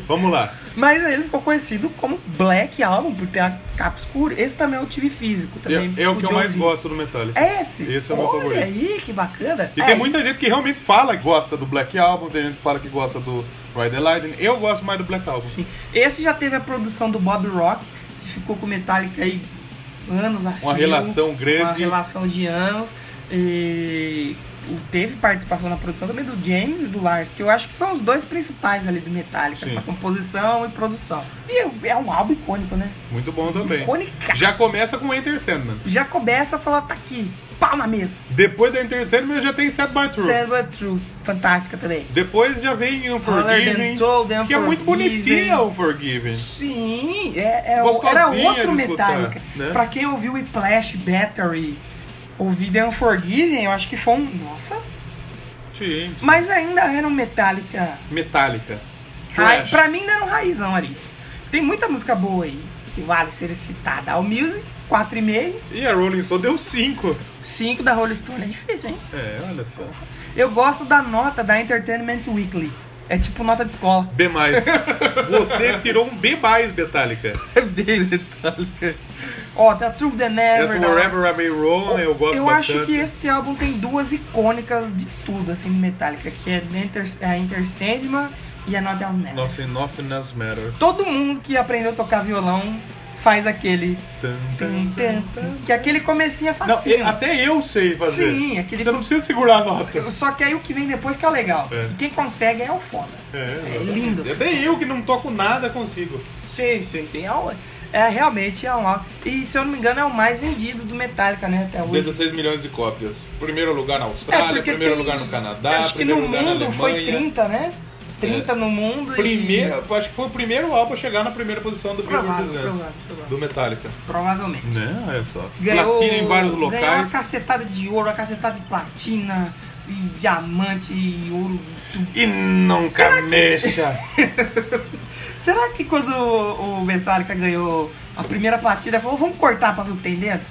Vamos lá.
Mas ele ficou conhecido como Black Album, por ter a capa escura. Esse também eu tive físico.
É,
Também
é o que eu
pude
mais
ouvir.
gosto do Metallica.
É esse?
Esse é o meu
Olha
favorito.
aí, que bacana.
E
É,
tem muita gente que realmente fala que gosta do Black Album, tem gente que fala que gosta do Ride the Lightning. Eu gosto mais do Black Album.
sim. Esse já teve a produção do Bob Rock, que ficou com o Metallica aí anos a fio.
relação grande.
Uma relação de anos. E o- teve participação na produção também do James e do Lars, que eu acho que são os dois principais ali do Metallica,
Sim.
pra composição e produção. E é- é um álbum icônico, né?
Muito bom também.
Icônicaço.
Já começa com Enter Sandman.
Já começa a falar, tá aqui, pau na mesa.
Depois do Enter Sandman já tem Set by True.
Selva True, fantástica também.
Depois já vem Unforgiven,
Other Than Told,
que é muito
Unforgiven.
bonitinha Unforgiven.
Sim, é, é o-
Gostosinha
era outro
de escutar,
Metallica.
né?
Pra quem ouviu o Flash Battery, ouvir The Unforgiven, eu acho que foi um. Nossa!
Sim.
Mas ainda era um Metallica.
Metallica.
Ai,
Trash.
pra mim ainda era um raizão ali. Tem muita música boa aí, que vale ser citada. All Music, 4,5.
E a Rolling Stone deu 5.
5 da Rolling Stone é difícil, hein?
É, olha só.
Eu gosto da nota da Entertainment Weekly. É tipo nota de
[laughs]
escola.
B+.
[laughs]
Você tirou um B+, Metallica.
Bem Metallica. Ó, tem a True The Never.
Essa
da-
Wherever I May Roll, eu gosto bastante.
É acho que esse álbum tem duas icônicas de tudo, assim, de Metallica, que é Enter, a Enter Sandman e a Not Else Matters.
Nossa, Nothing Else Matters.
Todo mundo que aprendeu a tocar violão faz aquele...
Tum,
tum,
tum,
tum, tum, Que aquele comecinho é
Não, e-
facinho.
até eu sei fazer.
Sim, aquele-
Você não precisa segurar a nota.
Só que aí o que vem depois que é o legal.
É.
E quem consegue é o foda.
É,
lindo.
Até eu que não toco nada consigo.
Sim, sim, sim. É, o- é realmente é um álbum. E se eu não me engano é o mais vendido do Metallica, né, até hoje.
16 milhões de cópias. Primeiro lugar na
É,
Austrália,
porque
primeiro
tem-
lugar no Canadá,
Acho que
primeiro
no
lugar na
mundo
Alemanha. É.
foi 30, né? 30 no mundo
Primeiro,
e...
eu acho que foi o primeiro álbum a chegar na primeira posição do Billboard
Provável,
200
provável, provável.
do Metallica.
Provavelmente.
Né? Olha só.
Ganhou,
Platina em vários
Ganhou uma
locais.
cacetada de ouro, uma cacetada de platina, e diamante, e ouro. e tudo.
E nunca mexa.
Será que quando o o Metallica ganhou a primeira platina, falou, vamos cortar pra ver o que tem
[laughs]
dentro?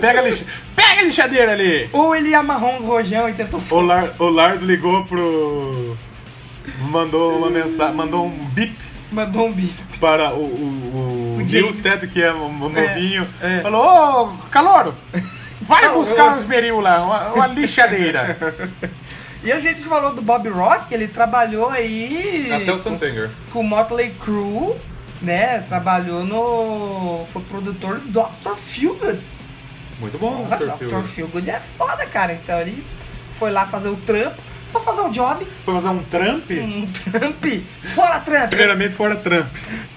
Pega a, lixa... Pega a lixadeira ali.
Ou ele amarrou uns rojão e tentou... [laughs]
O, Lar- o Lars ligou pro... Mandou uma mensagem, mandou um bip
Mandou um bico.
para o, o, o,
O James.
Newstead, que é o o novinho.
É, é.
Falou, ô, Caloro, vai
Caloro.
buscar uns beril lá, uma, uma lixadeira.
E a gente falou do Bob Rock, ele trabalhou aí... com-
Sunfinger.
com o Motley Crue, né? Trabalhou no... Foi produtor do Dr. Feelgood.
Muito bom,
Porra,
Dr.
Dr.
Phil.
Feelgood é foda, cara. Então ele foi lá fazer o trampo, foi fazer um job,
Foi fazer um Trump?
um [laughs] Trump, fora Trump!
Primeiramente, fora Trump.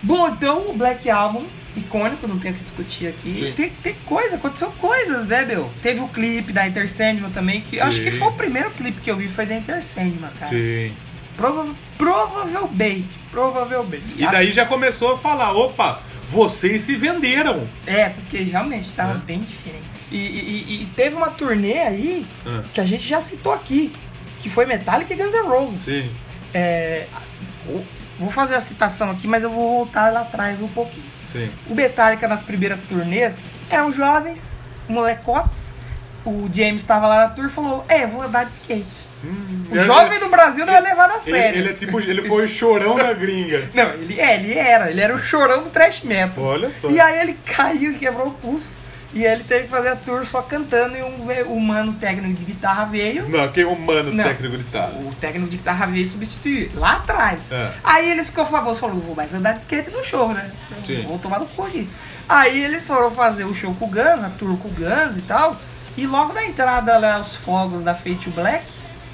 Bom, então o Black Album, icônico, não tem o que discutir aqui.
Sim.
Tem, tem coisa, aconteceu coisas, né, meu? Teve o clipe da Enter Sandman também, que eu acho que
Sim.
foi o primeiro clipe que eu vi, foi da Enter Sandman, cara.
Sim.
Prova, provavelmente, provavelmente.
E daí já começou a falar: opa, vocês se venderam.
É, porque realmente tava
É.
bem diferente. E, e- e- e teve uma turnê aí
Ah.
que a gente já citou aqui, que foi Metallica e Guns N' Roses.
Sim.
É, o- vou fazer a citação aqui, mas eu vou voltar lá atrás um pouquinho.
Sim.
O Metallica nas primeiras turnês eram jovens, molecotes, o James tava lá na tour e falou: É, vou andar de skate. o
ele-
jovem do Brasil não é levado a
Ele,
sério.
ele é tipo, ele foi o chorão da gringa.
Não, ele, é, ele era. Ele era o chorão do trash metal.
Olha só.
E aí ele caiu e quebrou o pulso. E aí ele teve que fazer a tour só cantando e um ve- o mano técnico de guitarra veio.
Não, quem é humano
Não.
técnico de guitarra.
O técnico de guitarra veio substituir lá atrás.
É.
Aí eles ficou famoso, falou, vou mais andar de skate no show, né?
Sim.
Vou tomar no cu aqui. Aí eles foram fazer o show com o Guns, a tour com o Guns e tal. E logo na entrada lá, os fogos da Fate to Black.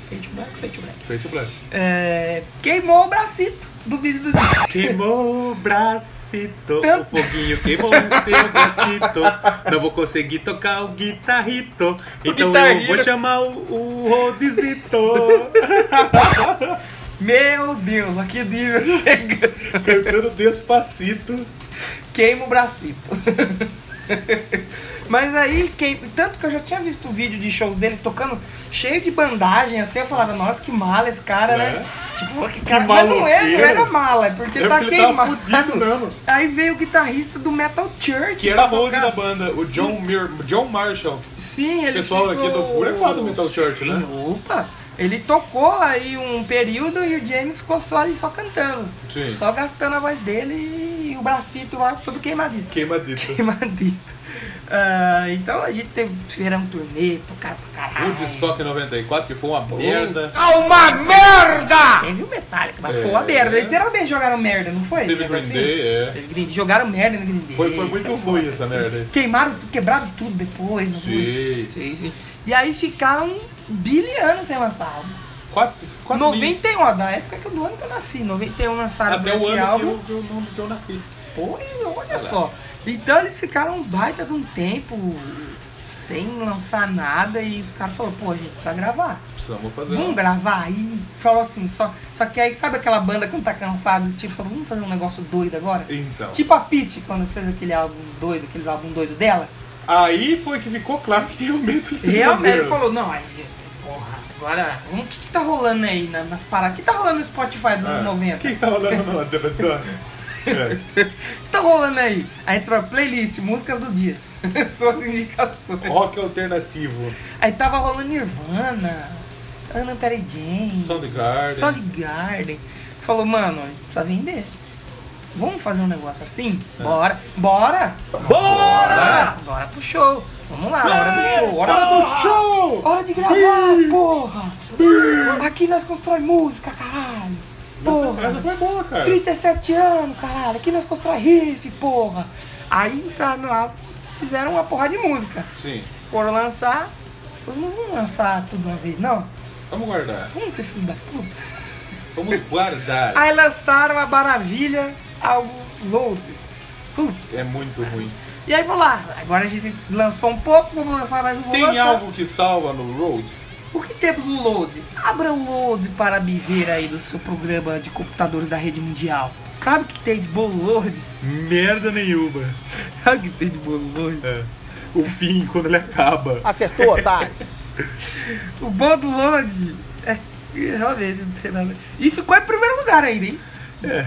Fate to Black, Fate to Black.
Feito black.
é, queimou o bracito do menino do.
Queimou o bracito,
Tanto-
o foguinho queimou o seu bracito. Não vou conseguir tocar o guitarrito, então eu
guitarrito.
vou chamar o, o Rodizito.
Meu Deus, a que nível [laughs] chega.
Cantando despacito.
Queima o bracito. Mas aí, quem... tanto que eu já tinha visto vídeo de shows dele tocando cheio de bandagem, assim, eu falava, nossa, que mala esse cara, né? Tipo, "Pô, que cara. Mas não é, não
É. maloqueiro.
era mala, é porque
É
tá
porque ele tava
queimado.
fudido mesmo.
Aí veio o guitarrista do Metal Church.
Que era
pra
road
tocar.
da banda, o John, Mir John Marshall.
Sim,
O
ele
pessoal
ficou...
aqui do Fúria é quadro do Metal Church, né?
Sim, Opa! Ele tocou aí um período e o James ficou só ali só cantando.
Sim.
Só gastando a voz dele e o bracito lá todo queimadito. [laughs]
Queimadito.
Queimadito. Ah, então a gente teve fizeram um turnê, tocaram pra caralho.
Woodstock 94, que foi uma merda.
Ah, Teve o Metallica, mas
É.
foi uma merda. Literalmente jogaram merda, não foi?
Teve Green
Assim,
Day, é.
Teve Green Day. Jogaram merda no Green Day.
Foi, foi muito ruim essa merda aí.
Queimaram, tudo, quebraram tudo depois. não foi?
Sim.
Sim, sim. E aí ficaram um bilhão sem lançar álbum.
Quatro, quatro
91, ó, da um, ah, época que do ano que eu nasci, 91 lançaram
Até o
Black
ano que
Album.
eu, que, eu, que eu nasci.
Pô, e olha só. Então eles ficaram um baita de um tempo sem lançar nada e os caras falaram, pô, a gente precisa gravar.
Precisamos fazer.
Vamos gravar? E falou assim, só, só que aí sabe aquela banda quando tá cansado, os tipo, falou, vamos fazer um negócio doido agora?
Então.
Tipo a Pitty, quando fez aquele álbum doido, aqueles álbum doido dela.
Aí foi que ficou claro que realmente eles se
Realmente Tipo- ele
venderam.
falou, não, aí, porra, agora, vamos- o que, que tá rolando aí na- nas paradas? O que tá rolando no Spotify dos anos
Ah,
90?
Quem tá rolando no é.
que [laughs] tá rolando aí? Aí entrou a playlist, músicas do dia. [laughs] Suas indicações.
Rock alternativo.
Aí tava rolando Nirvana, Ana Perry Jane,
Soundgarden.
Soundgarden. Falou, mano, a gente precisa vender. Vamos fazer um negócio assim? Bora, bora! Bora! Bora pro show! Vamos lá, hora do show, hora do show!
Show!
Hora de gravar, porra! Aqui nós constrói música, caralho!
Essa,
Porra!
essa foi boa, cara.
37 anos, caralho, aqui nós constrói riff, porra. Aí entraram lá, fizeram uma porra de música.
Sim.
Foram lançar, falou, não vamos lançar tudo uma vez, não.
Vamos guardar.
Vamos ser filho da puta.
Vamos guardar.
Aí lançaram a maravilha, algo louco. Puta.
É muito ruim.
E aí vou lá, agora a gente lançou um pouco, vamos lançar mais um vou
Tem
lançar.
algo que salva no Road?
O que temos no load? Abra o load para me ver aí do seu programa de computadores da rede mundial. Sabe o que tem de bom no load?
Merda nenhuma.
[laughs] Sabe o que tem de bom no load?
É. O fim, quando ele acaba.
Acertou, otário.
O bom do Lodge é realmente não tem nada. E ficou em primeiro lugar ainda, hein?
É.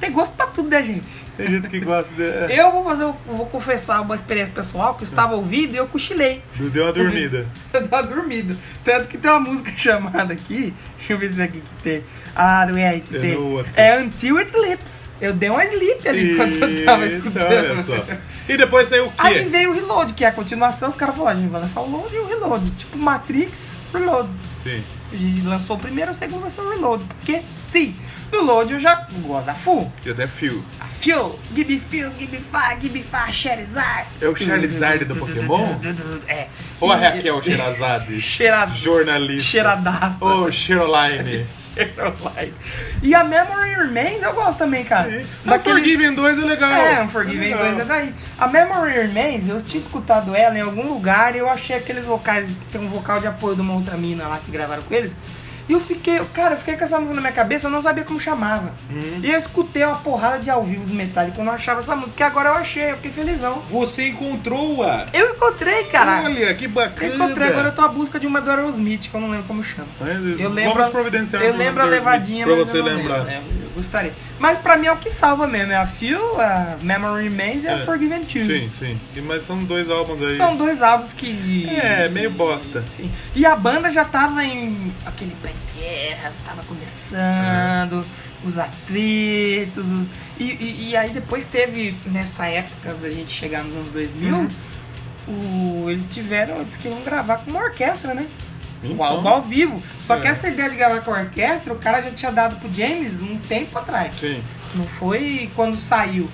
Tem gosto pra tudo, né, gente?
Tem gente que gosta de. é.
Eu vou fazer, eu vou confessar uma experiência pessoal que eu estava ouvindo e eu cochilei. [laughs]
Deu uma dormida.
Eu tava dormindo. Tanto que tem uma música [laughs] chamada aqui. Deixa eu ver se é aqui que tem. Ah, não é aí que
É
tem.
no outro.
É Until It Sleeps. Eu dei uma sleep ali enquanto eu tava
Eita,
escutando.
Olha
[laughs]
só. E depois saiu o quê?
Aí veio o Reload, que é a continuação. Os caras falaram, a gente vai lançar o Load e o Reload. Tipo Matrix, Reload.
Sim.
A gente lançou o primeiro, o segundo vai ser o Reload. Porque, sim, no Load eu já gosto da Full.
E até Phil.
A Fuel, Give me Fuel, Give me Fire, Give me Fire, Charizard.
É o Charizard do Pokémon?
É.
Ou a
E-
Raquel Xerazade?
Cheira-
Jornalista.
Cheiradaça. [laughs]
Ou Cheroline.
Cheirolai. E a Memory Remains eu gosto também, cara.
Daqueles... Forgiven 2 é legal.
É, Unforgiven 2 é
legal.
daí. A Memory Remains, eu tinha escutado ela em algum lugar e eu achei aqueles vocais que tem um vocal de apoio de uma outra mina lá que gravaram com eles. E eu fiquei, cara, eu fiquei com essa música na minha cabeça, eu não sabia como chamava. E eu escutei uma porrada de ao vivo do Metallica, eu não achava essa música. E agora eu achei, eu fiquei felizão.
Você encontrou-a.
Eu encontrei, cara.
Olha, que bacana.
Eu encontrei, agora eu tô à busca de uma do Aerosmith, que eu não lembro como chama.
Mas
Eu lembro,
Vamos providenciar
eu
um
lembro a
Undersmith
levadinha,
pra
mas
você
eu não
lembrar.
lembro. gostaria. Mas pra mim é o que salva mesmo, é a Feel, a Memory Remains e a
É.
Forgiven Too.
Sim, sim. E- Mas são dois álbuns aí.
São dois álbuns que.
É, meio bosta.
Sim. E a banda já tava em aquele pré-guerra, tava começando,
É.
os atritos. os- E, e- e aí depois teve, nessa época, antes da gente chegar nos anos 2000,
Uhum.
o- eles tiveram, eles queriam gravar com uma orquestra, né? O álbum ao vivo. Só que
Então, É.
essa ideia de gravar com a orquestra, o cara já tinha dado pro James um tempo atrás.
Sim.
Não foi quando saiu.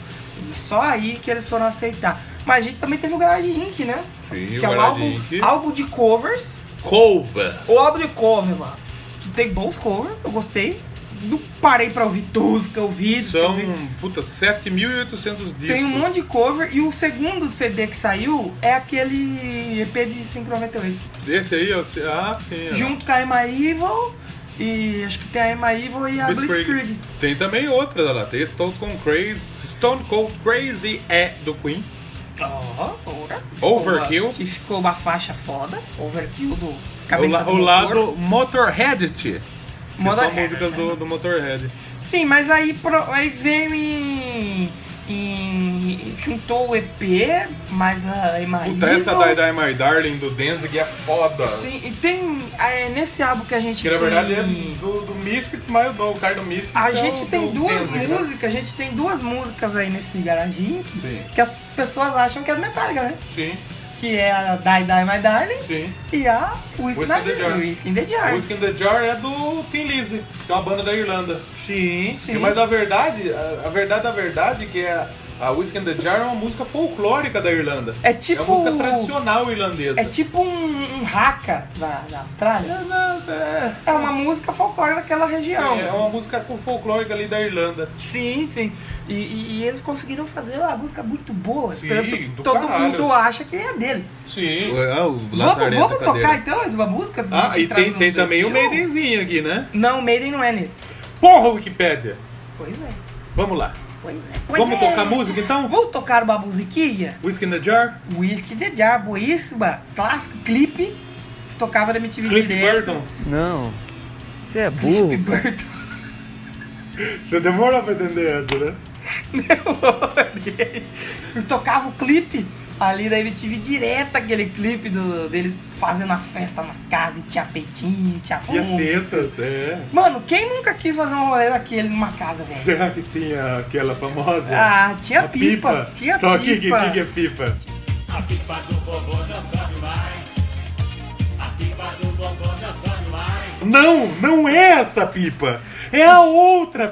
E só aí que eles foram aceitar. Mas a gente também teve o Garage Inc, né?
Sim,
que
o
é um
Garage
álbum,
Inc.
álbum de covers.
Couve.
O álbum de cover, mano. Que tem bons covers, eu gostei. Não parei pra ouvir todos que eu vi. que eu
São,
vi.
puta, 7.800 discos.
Tem um monte de cover. E o segundo CD que saiu é aquele EP de 598.
Esse aí, ó. se- Ah, sim. ó.
Junto com a Emma Evil. E acho que tem a Emma Evil e a
Blitzkrieg.
Blitzkrieg.
Tem também outra lá. Tem Stone Cold Crazy. Stone Cold Crazy é do Queen.
Ó, ora.
Overkill.
Ficou uma- Que ficou uma faixa foda. Overkill do
O,
Cabeça
la,
do
o
Motor.
lado Motorhead. tchê. Que
Moda-
são músicas do, do Motorhead.
né? Sim, mas aí, pro- aí veio em, em- Juntou o EP, mais a Emma
Puta,
Evil.
essa Die Die My Darling do Danzig é foda.
Sim, e tem. é, nesse álbum que a gente
Que na
tem.
verdade é do, do Misfits, mas o cara do Misfits
A
é
gente
o
tem
do
duas
Danzig, né?
músicas, a gente tem duas músicas aí nesse garagem que,
Sim.
que as pessoas acham que é do Metallica, né?
Sim,
Que é a Die Die My Darling
sim.
e a Whiskey,
Whiskey
na-
the Jar.
Whiskey in the Jar.
Whiskey in the Jar é do Tin Lizzy, que é uma banda da Irlanda.
Sim, sim.
Mas a verdade, a, a verdade da verdade é que a, a Whiskey in the Jar é uma música folclórica da Irlanda.
É tipo-
É uma música tradicional irlandesa.
É tipo um, um haka da, da Austrália.
É, não, é-
É uma música folclórica daquela região.
sim, é uma música co- folclórica ali da Irlanda.
Sim, sim. E, e- e eles conseguiram fazer uma música muito boa.
Sim,
tanto que
do
todo
caralho.
mundo acha que é deles.
Sim.
Ah, o
Vamos,
Lazarento
vamos
da
tocar
cadeira.
então as músicas?
Ah,
que
e
entraram
tem,
nos
tem também o
2000?
Maidenzinho aqui, né?
Não, Maiden não é nesse.
Porra, Wikipédia!
Pois é,
Vamos lá.
pois é. Pois
Vamos
é.
tocar música então?
Vou tocar uma musiquinha.
Whiskey in the Jar?
Whisky the Jar, boíssima, clássico, clipe, que tocava na MTV
Cliff
direto.
Burton?
Não. Você é
Cliff
burro.
Burton.
Você demorou pra entender essa, né?
[laughs] Eu tocava o clipe ali da MTV direto, aquele clipe do, deles fazendo a festa na casa e tinha peitinho, tinha
Tinha
fumo.
tetas, é.
Mano, quem nunca quis fazer um rolê daquele numa casa, velho?
Será que tinha aquela famosa?
Ah, tinha pipa, tinha
é então,
pipa.
O que, que, que é pipa? Não, não é essa pipa! É a outra!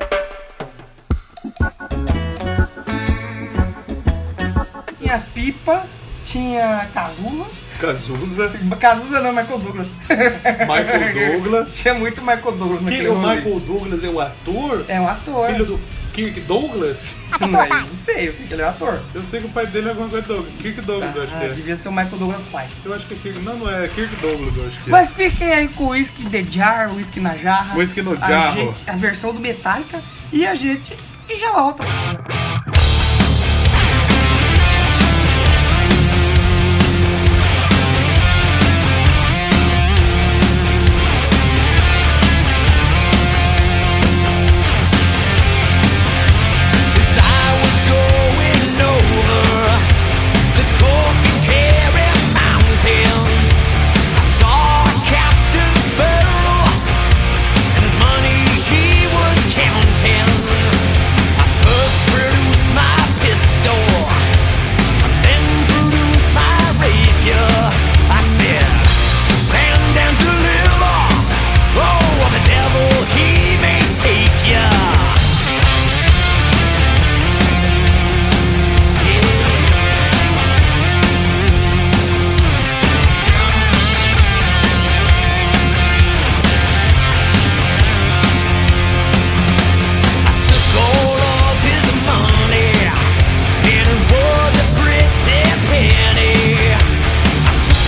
Tinha pipa, tinha Cazuza.
Cazuza,
Cazuza não, Michael Douglas.
Michael
[laughs]
Douglas.
tinha muito Michael Douglas
Que
naquele
né?
o
rolê.
Michael Douglas é o ator?
É um ator.
Filho do Kirk Douglas?
Mas [laughs] não sei, eu sei que ele é um ator.
Eu sei que o pai dele é alguma coisa Douglas. Kirk Douglas, eu acho
Ah,
que é.
devia ser o Michael Douglas pai.
Eu acho que é Kirk. Não, não é. Kirk Douglas, eu acho que é.
Mas fiquem aí com o Whisky The Jar, Whisky na Jarra.
Whisky no
a
Jarro.
gente- A, versão do Metallica. E a gente e já volta.
Counting. I first pretty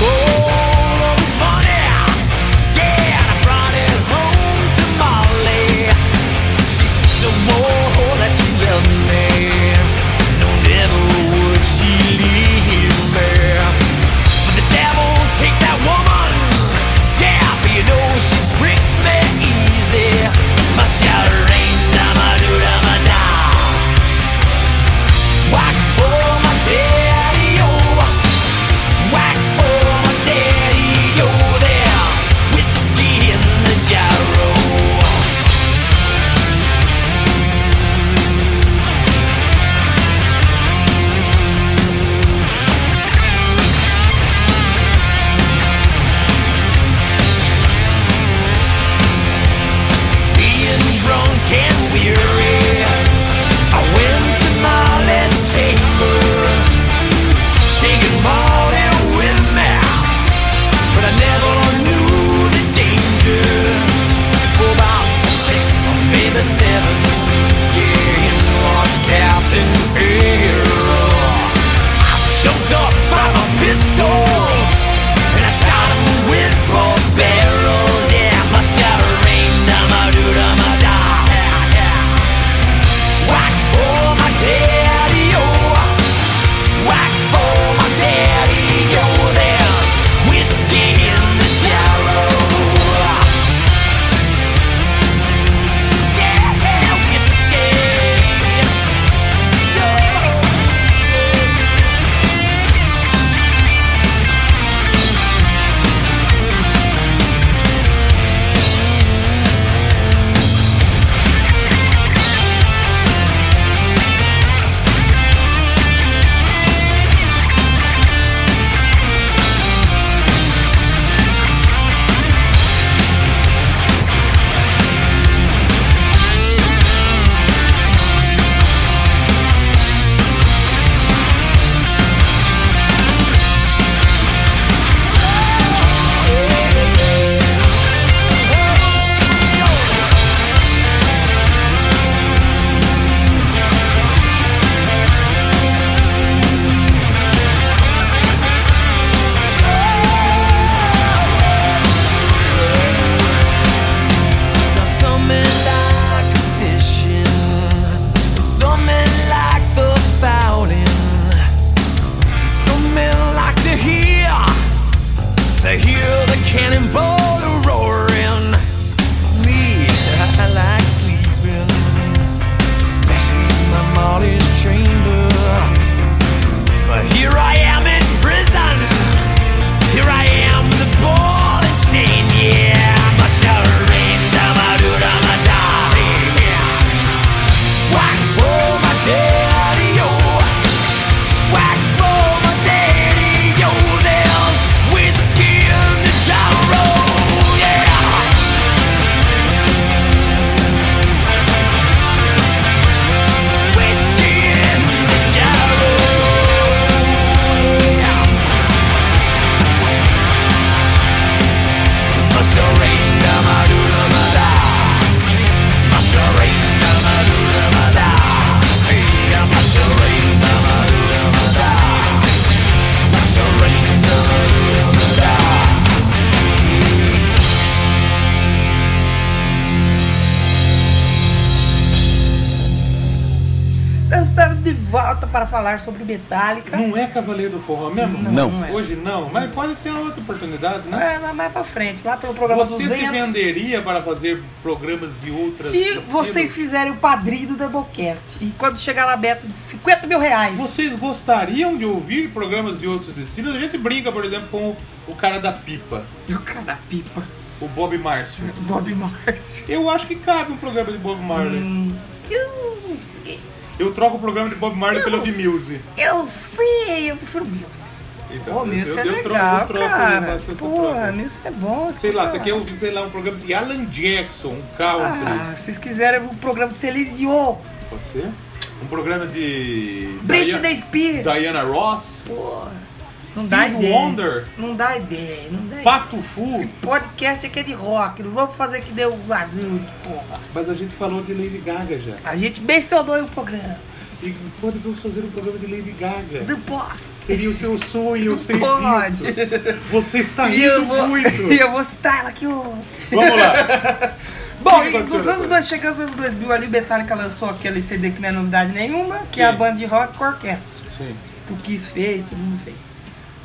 Oh, oh,
pauta para falar sobre Metallica.
Não é Cavaleiro do Forró mesmo?
Não. Não é.
Hoje não, mas pode ter outra oportunidade, né?
É, lá mais pra frente, lá pelo programa
Você
200.
se venderia para fazer programas de outras
Se
estilos?
vocês fizerem o padrinho do Doublecast e quando chegar lá a meta de 50 mil reais,
Vocês gostariam de ouvir programas de outros estilos? A gente brinca, por exemplo, com o- o cara da pipa,
o cara da pipa,
o Bob Márcio.
Bob Marley.
Eu acho que cabe um programa de Bob Marley.
Hum, eu não sei.
Eu troco o programa de Bob Marley
Eu
pelo
não
de Muse.
Eu sei, eu prefiro Mills.
Então,
Pô, Mills
eu,
é
eu
legal,
troco, eu troco, eu
cara.
faço essa
Porra,
troca.
Mills é bom.
Sei lá, você
escuta
quer ouvir, sei lá, um programa de Alan Jackson, um country.
Ah, se vocês quiserem um programa de Celine Dion,
Pode ser? Um programa de.
Britney Spears.
Diana, Diana Ross.
Porra, não
Steve
dá ideia.
Wonder.
Não dá ideia, não dá ideia.
Pato Fu.
Esse podcast aqui é de rock, não vamos fazer que deu o azul, porra.
Mas a gente falou de Lady Gaga já.
A gente mencionou em um programa.
E quando vamos fazer um programa de Lady Gaga?
Não pode.
Seria o seu sonho, eu sei
pode.
disso. Você está
E
tá rindo
eu vou, [laughs] e
muito.
eu vou citar ela aqui. o-
Vamos lá.
[laughs] Bom,
que
e
aconteceu
nos anos
depois?
dois, chegando aos anos 2000 ali, Metallica lançou aquele CD que não é novidade nenhuma, que é a
Sim.
banda de rock com orquestra.
Sim.
O Kiss fez, todo mundo fez.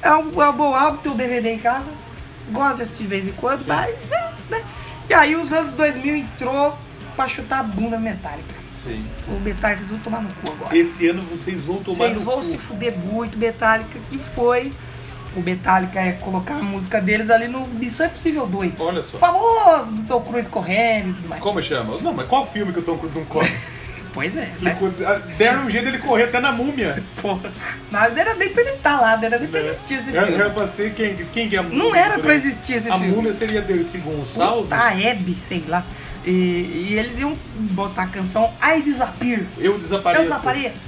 É um, é um bom álbum, tem um DVD em casa. Gosto de assistir de vez em quando, mas... né? E aí os anos 2000 entrou pra chutar a bunda Metallica.
Sim.
O Metallica, eles vão tomar no cu agora.
Esse ano vocês vão tomar
Vocês
no
vão
cu.
se fuder muito, Metallica, que foi. O Metallica é colocar a música deles ali no Missão Impossível 2.
Olha só.
Famoso do Tom Cruise correndo e tudo mais.
Como chama? Não, mas qual filme que o Tom Cruise não
[laughs]
corre?
Pois é.
Ele
Né?
co- Deram um jeito dele correr até na múmia. Porra.
Mas não era nem pra ele estar lá, não era
É.
nem pra existir esse
Era,
filme.
era pra ser quem, quem que é a múmia?
Não era pra
né?
existir esse
A
filme.
múmia seria Dercy Gonçalves?
Puta Hebe, sei lá. E, e eles iam botar a canção I Disappear.
Eu desapareço.
Eu desapareço.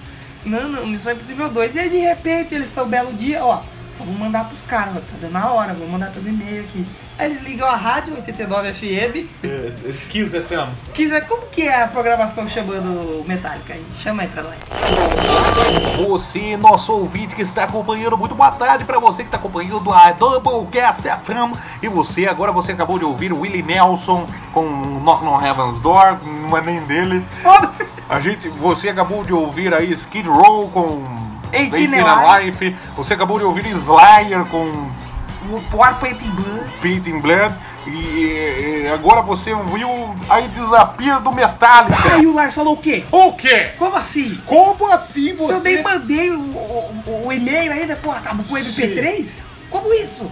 Não, não, Missão Impossível 2. E aí, de repente, eles estão belo dia, ó. Vamos mandar pros caras, ó, tá dando a hora, vamos mandar pelo e-mail aqui. Aí eles ligam a rádio 89 FM.
É, 15 FM.
Quiser, como que é a programação chamando o Metallica aí? Chama aí pra nós.
Você, nosso ouvinte que está acompanhando, muito boa tarde para você que está acompanhando a Doublecast FM. E você, agora você acabou de ouvir o Willie Nelson com Knock on Heaven's Door, não é nem dele.
Foda-se!
A gente, você acabou de ouvir aí Skid Row com
Eighteen
na Life. Você acabou de ouvir Slayer com
O Warpaint Blood.
Paint in Blood. E, e, e agora você ouviu aí Desapir do Metallica.
Aí o Lars falou o quê?
O quê?
Como assim?
Como assim
Se eu nem
você...
mandei o, o- o e-mail ainda, pô, acabou com o MP3? Como isso?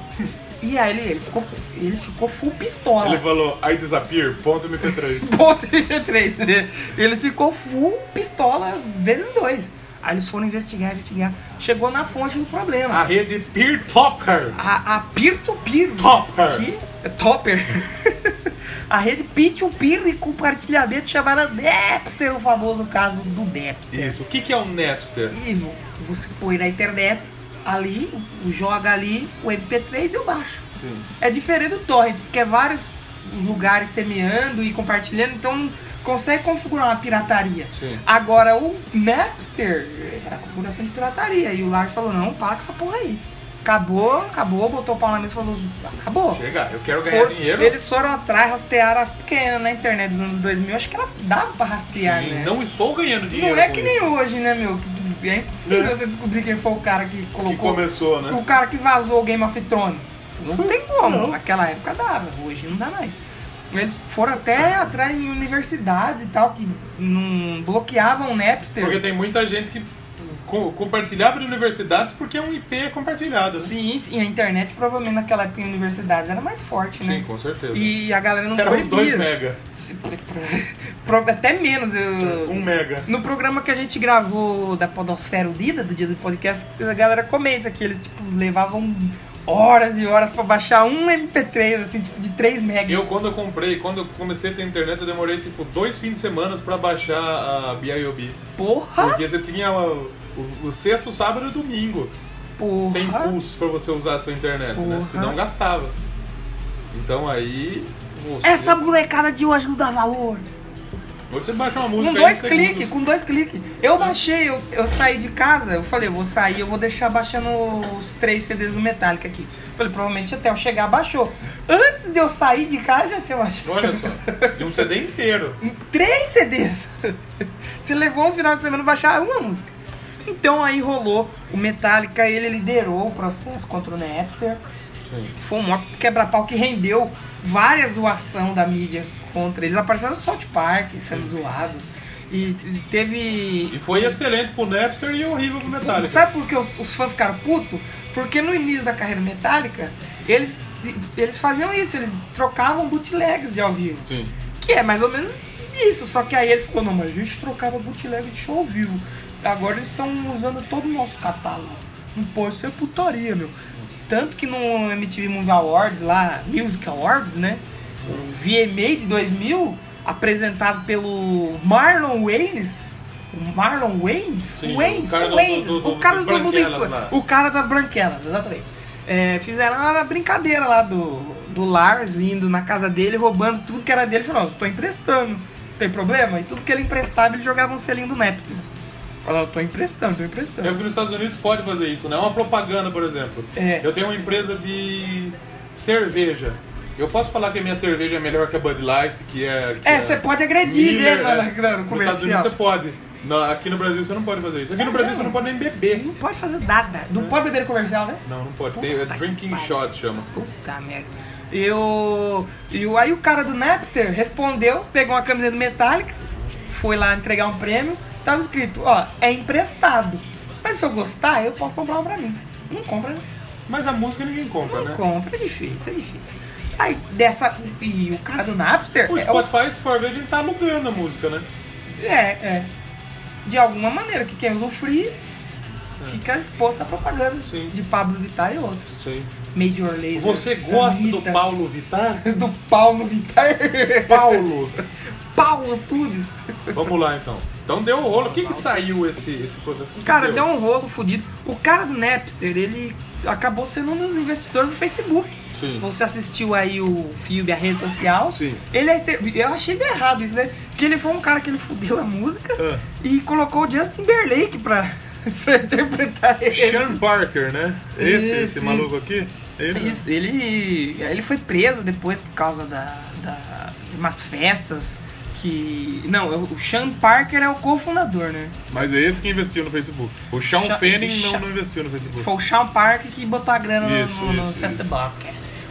E aí ele, ele ficou, ele ficou full pistola.
Ele falou, I disappear, ponto MP3.
ponto 33, né? Ele ficou full pistola vezes dois. Aí eles foram investigar, investigar. Chegou na fonte do
a
Ah.
problema.
rede Peer Topper.
A, a peer-to-peer.
Topper.
que- é topper. [laughs] a rede peer-to-peer e compartilhamento chamada Napster, o famoso caso do Napster.
Isso. O que, que é o Napster?
E vo- você põe na internet ali, o- o- joga ali o MP3 e o baixo.
Sim.
É diferente do torrent, porque é vários lugares semeando e compartilhando, então não consegue configurar uma pirataria.
Sim.
Agora o Napster era configuração de pirataria e o Lars falou: "Não, para com essa porra aí". Acabou, acabou, botou o pau na mesa e falou: "Acabou".
Chega, eu quero ganhar
Foram-
dinheiro.
Eles foram atrás, rastearam, a- porque na internet dos anos 2000 acho que ela dava pra rastear,
E
né?
não estou ganhando dinheiro.
Não é
com
que
isso.
nem hoje, né, meu? Que É impossível
É.
você descobrir quem foi o cara que colocou.
Que começou, né?
O cara que vazou o Game of Thrones. Não tem como. Naquela época dava, hoje não dá mais. Eles foram até atrás em universidades e tal, que não bloqueavam o Napster.
Porque tem muita gente que co- compartilhava de universidades porque um IP é compartilhado. né?
Sim, sim, a internet provavelmente naquela época em universidades era mais forte, né?
Sim, com certeza.
E a galera não
Era uns
proibia.
2 mega.
Se- pro- pro- [laughs] pro- Até menos. Eu...
1 um mega.
No programa que a gente gravou da Podosfera Unida, do dia do podcast, a galera comenta que eles tipo, levavam horas e horas pra baixar um MP3, assim, tipo, de 3 MB.
Eu, quando eu comprei, quando eu comecei a ter internet, eu demorei tipo dois fins de semana pra baixar a BIOB.
Porra,
Porque você tinha o, o- o sexto, sábado e o domingo.
porra.
Sem impulsos pra você usar a sua internet, né?
Porra.
Senão gastava. Então aí. Você,
Essa molecada de hoje não dá valor.
Você baixa uma música.
Com
aí em
dois
segundos.
cliques, com dois cliques. Eu baixei, eu, eu saí de casa, eu falei, eu vou sair, eu vou deixar baixando os três CDs do Metallica aqui. Falei, provavelmente até eu chegar baixou. Antes de eu sair de casa, já tinha baixado.
Olha só. De um CD inteiro.
[laughs] Três CDs! Você levou um final de semana pra baixar uma música. Então aí rolou. O Metallica, ele liderou o processo contra o Napster. Foi um maior quebra-pau que rendeu várias zoação da mídia contra eles. Apareceu no South Park sendo zoados. E e teve.
E foi excelente pro Napster e horrível pro Metallica.
Sabe por que os, os fãs ficaram putos? Porque no início da carreira metálica, eles, eles faziam isso, eles trocavam bootlegs de ao vivo.
Sim.
Que é mais ou menos isso, só que aí ele ficou, não, mas a gente trocava bootleg de show ao vivo. Agora eles estão usando todo o nosso catálogo. Não pode ser putaria, meu. Tanto que no MTV Movie Awards, lá, Music Awards, né? O VMA de 2000, apresentado pelo Marlon Waynes. O Marlon Waynes?
Sim,
Waynes?
o cara do-
Waynes,
do- do-
o cara do,
do
mundo
Branquelas lá.
O cara das branquelas, exatamente. É, fizeram uma brincadeira lá do, do Lars indo na casa dele, roubando tudo que era dele. Falou, "Ó, tô emprestando, não tem problema? E tudo que ele emprestava, ele jogava um selinho do Napster. Falou, "Ó, tô emprestando, tô
É
emprestando.
porque nos Estados Unidos pode fazer isso, né? Uma propaganda, por exemplo.
É.
Eu tenho uma empresa de cerveja. Eu posso falar que a minha cerveja é melhor que a Bud Light, que é. que
É, você pode agredir,
Miller,
né, na-
é.
na- no
Nos Estados Unidos
comercial.
você pode. Na- aqui no Brasil você não pode fazer isso. Aqui no Brasil você não pode nem beber.
Não pode fazer nada. Não
É.
pode beber no comercial, né?
Não, não pode. Tem, é
Puta que
drinking
pariu.
shot chama.
Puta merda. E o, e o- aí o cara do Napster respondeu, pegou uma camiseta do Metallica, foi lá entregar um prêmio, tava escrito, ó, é emprestado. Mas se eu gostar, eu posso comprar um pra mim. Não compra, né?
Mas a música ninguém compra,
Não
né?
compra, é difícil, é difícil. Aí dessa. E o cara do Napster.
O
é, o-
Spotify, se for ver, a gente tá alugando a música, né?
é, é. De alguma maneira, que quem usa o free fica exposto à propaganda
É. Sim.
de Pablo Vittar e outros.
Sim.
Major Lazer.
Você gosta do
Anitta.
Paulo Vittar?
Do Paulo Vittar?
Paulo!
[laughs] Paulo Tunes.
Vamos lá então. Então deu rolo. O que que saiu esse, esse processo? O que que
Cara, deu um rolo fudido. O cara do Napster, ele acabou sendo um dos investidores do Facebook.
Sim.
Você assistiu aí o filme, a rede social.
Sim.
Ele é te- Eu achei meio errado isso, né? Que ele foi um cara que ele fudeu a música
Ah.
e colocou o Justin Timberlake pra, [laughs] pra interpretar ele.
Sean Parker, né? Esse,
Esse.
esse maluco aqui? Ele, né?
É Isso, ele, ele foi preso depois por causa da, da- de umas festas que... Não, o Sean Parker é o cofundador, né?
Mas é esse que investiu no Facebook. O Sean
Sha-
Fanning
Sha-
não, não investiu no Facebook.
Foi o Sean Park que botou a grana no-
Isso,
no, no
isso,
Facebook.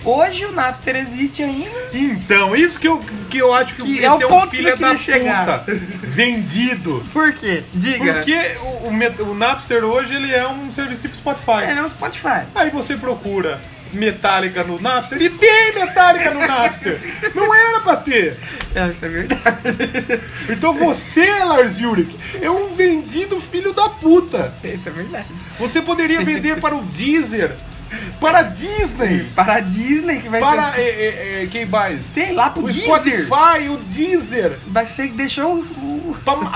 Hoje o Napster existe ainda.
Então, isso que eu, que eu acho que,
Que
esse
é o
um
ponto que
filho
eu
da
queria chegar.
puta. [laughs] Vendido.
Por quê? Diga.
Porque o, o Met- o Napster hoje ele é um serviço tipo
Ele
Spotify.
é um Spotify.
Aí você procura Metallica no Napster e tem Metallica no Napster. Não era pra ter.
É, isso é verdade.
Então você, Lars Ulrich, é um vendido filho da puta.
Isso é verdade.
Você poderia vender para o Deezer, para a Disney,
Para a Disney que vai
para
ter...
é, é, é, quem mais?
Sei lá, pro
O
Deezer.
Spotify, o Deezer,
Vai ser que deixou o... o-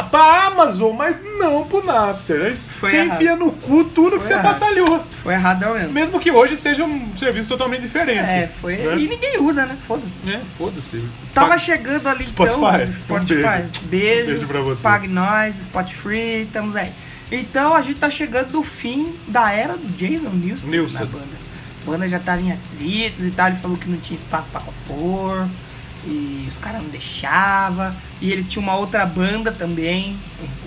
para a Amazon, mas não pro Napster. Aí Você
errado.
enfia no cu tudo que você
errado.
batalhou.
Foi errado mesmo.
Mesmo que hoje seja um serviço totalmente diferente.
É, foi...
Né?
E ninguém usa, né? Foda-se.
É, foda-se.
Tava
Pa-
chegando ali
Spotify.
então. Spotify.
Um
Beijo.
beijo pra você.
Pague nós, Spotify, estamos aí. Então a gente tá chegando do fim da era do Jason Newsted
Newsted.
na banda. A banda já tava em atritos e tal, ele falou que não tinha espaço pra compor. E os caras não deixavam. E ele tinha uma outra banda também,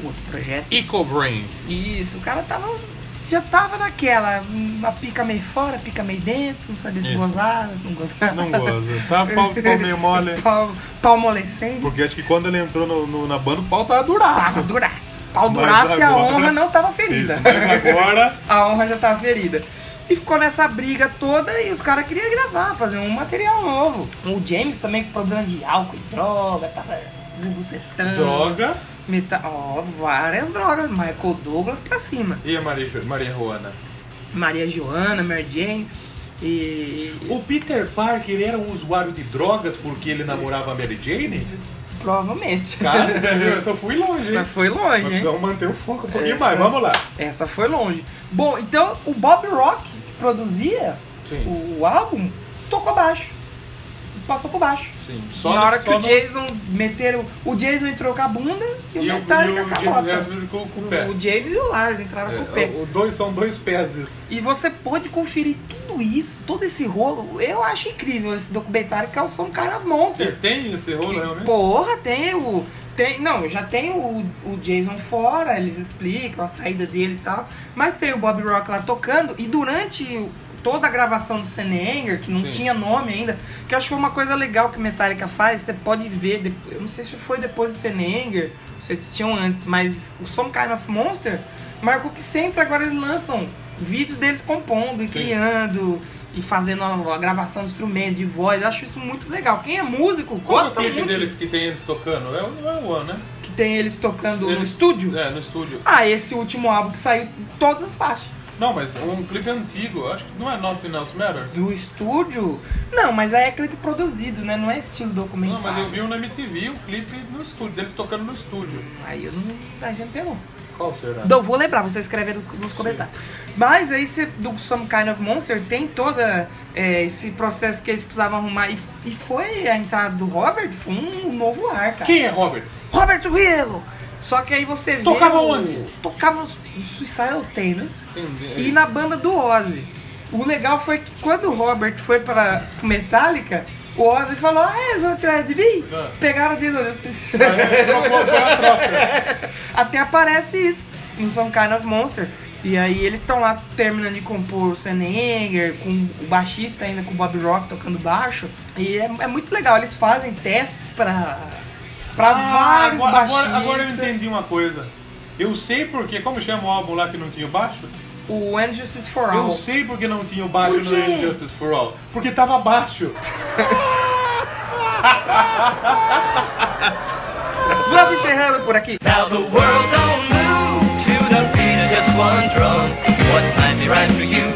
um outro projeto.
Eco Brain.
Isso, o cara tava. Já tava naquela, uma pica meio fora, pica meio dentro, não sabia se
Isso.
gozava, não gozava.
Não gosta. Tá pau, pau meio mole.
[laughs] Pau, palmolescente.
Porque acho que quando ele entrou no, no- na banda, o pau tava duraço.
Tava duraço. Pau
Mas
duraço e a
agora-
honra não tava
Isso, né?
ferida.
mas
[laughs]
agora.
[laughs] A honra já tava ferida. E ficou nessa briga toda e os caras queriam gravar, fazer um material novo. O James também com problema de álcool e droga, tava desembucetando.
Droga
Meta... Ó, várias drogas. Michael Douglas pra cima.
e a Maria, Jo- Maria Juana.
Maria Joana, Mary Jane e...
O Peter Parker era um usuário de drogas porque ele namorava a Mary Jane?
Provavelmente.
[laughs] Cara, você viu? Eu só fui longe, hein?
Mas foi longe,
Mas
hein?
precisamos manter o foco um pouquinho
Essa-
mais, vamos lá.
Essa foi longe. Bom, então o Bob Rock, que produzia
Sim.
o, o álbum, tocou baixo. Passou por baixo.
Sim. Só
Na
no-
hora que
só
o
no-
Jason meteram. O Jason entrou com a bunda e o
E o,
Metallica
e o,
com a
James
bota.
Hetfield com, com o pé.
O James e o Lars entraram com o pé.
É, o- o dois são dois pés.
E você pode conferir tudo isso, todo esse rolo. Eu acho incrível esse documentário que é o Som Cara
Você
Monster.
né?
tem esse rolo realmente?
Porra, tem o. Tem, não, já tem o, o Jason fora, eles explicam a saída dele e tal. Mas tem o Bob Rock lá tocando, e durante toda a gravação do Senenger, que não
Sim.
tinha nome ainda, que eu acho que é uma coisa legal que o Metallica faz, você pode ver, de- eu não sei se foi depois do Senenger, se eles tinham antes, mas o Some Kind of Monster marcou que sempre agora eles lançam vídeos deles compondo e criando. E fazendo a, a gravação de instrumento, de voz, eu acho isso muito legal. Quem é músico
Qual é o
gosta
clipe
muito
deles que tem eles tocando? É o não é o One, né?
que tem eles tocando no
Eles-
estúdio.
É, no estúdio.
Ah, esse último álbum que saiu, todas as faixas.
Não, mas é um clipe antigo. Acho que não é Nothing Else Matters.
Do estúdio? Não, mas aí é clipe produzido, né? Não é estilo documentário.
Não, mas eu vi um na MTV, o clipe no estúdio, deles tocando no estúdio.
Aí eu não. A gente pegou.
Qual será?
Não, vou lembrar, você escreve no- nos comentários. Mas aí você, do Some Kind of Monster tem todo esse processo que eles precisavam arrumar. E, e foi a entrada do Robert, foi um novo ar, cara.
Quem é Roberts?
Robert Willow! Só que aí você vê.
Tocava
o-
onde?
Tocava no Suicidal Tennis.
Entendi.
e na banda do Ozzy. O legal foi que quando o Robert foi pra Metallica, o Ozzy falou, ah, eles vão tirar de mim?
Ah.
Pegaram o Jason Newsted.
Trocou, foi a troca.
[laughs] Até aparece isso no Some Kind of Monster. E aí eles estão lá terminando de compor o Senenger, com o baixista ainda, com o Bob Rock tocando baixo. E é, é muito legal, eles fazem testes pra, pra
Ah,
vários
agora, agora,
baixistas.
agora eu entendi uma coisa. Eu sei porque, como chama o álbum lá que não tinha o baixo?
O And Justice for
Eu
All.
sei porque não tinha o baixo
Por
no
quê?
Injustice for All. Porque tava baixo.
Vamos encerrando por aqui.
Now the world don't move to the beat of just one drum. What might be right for you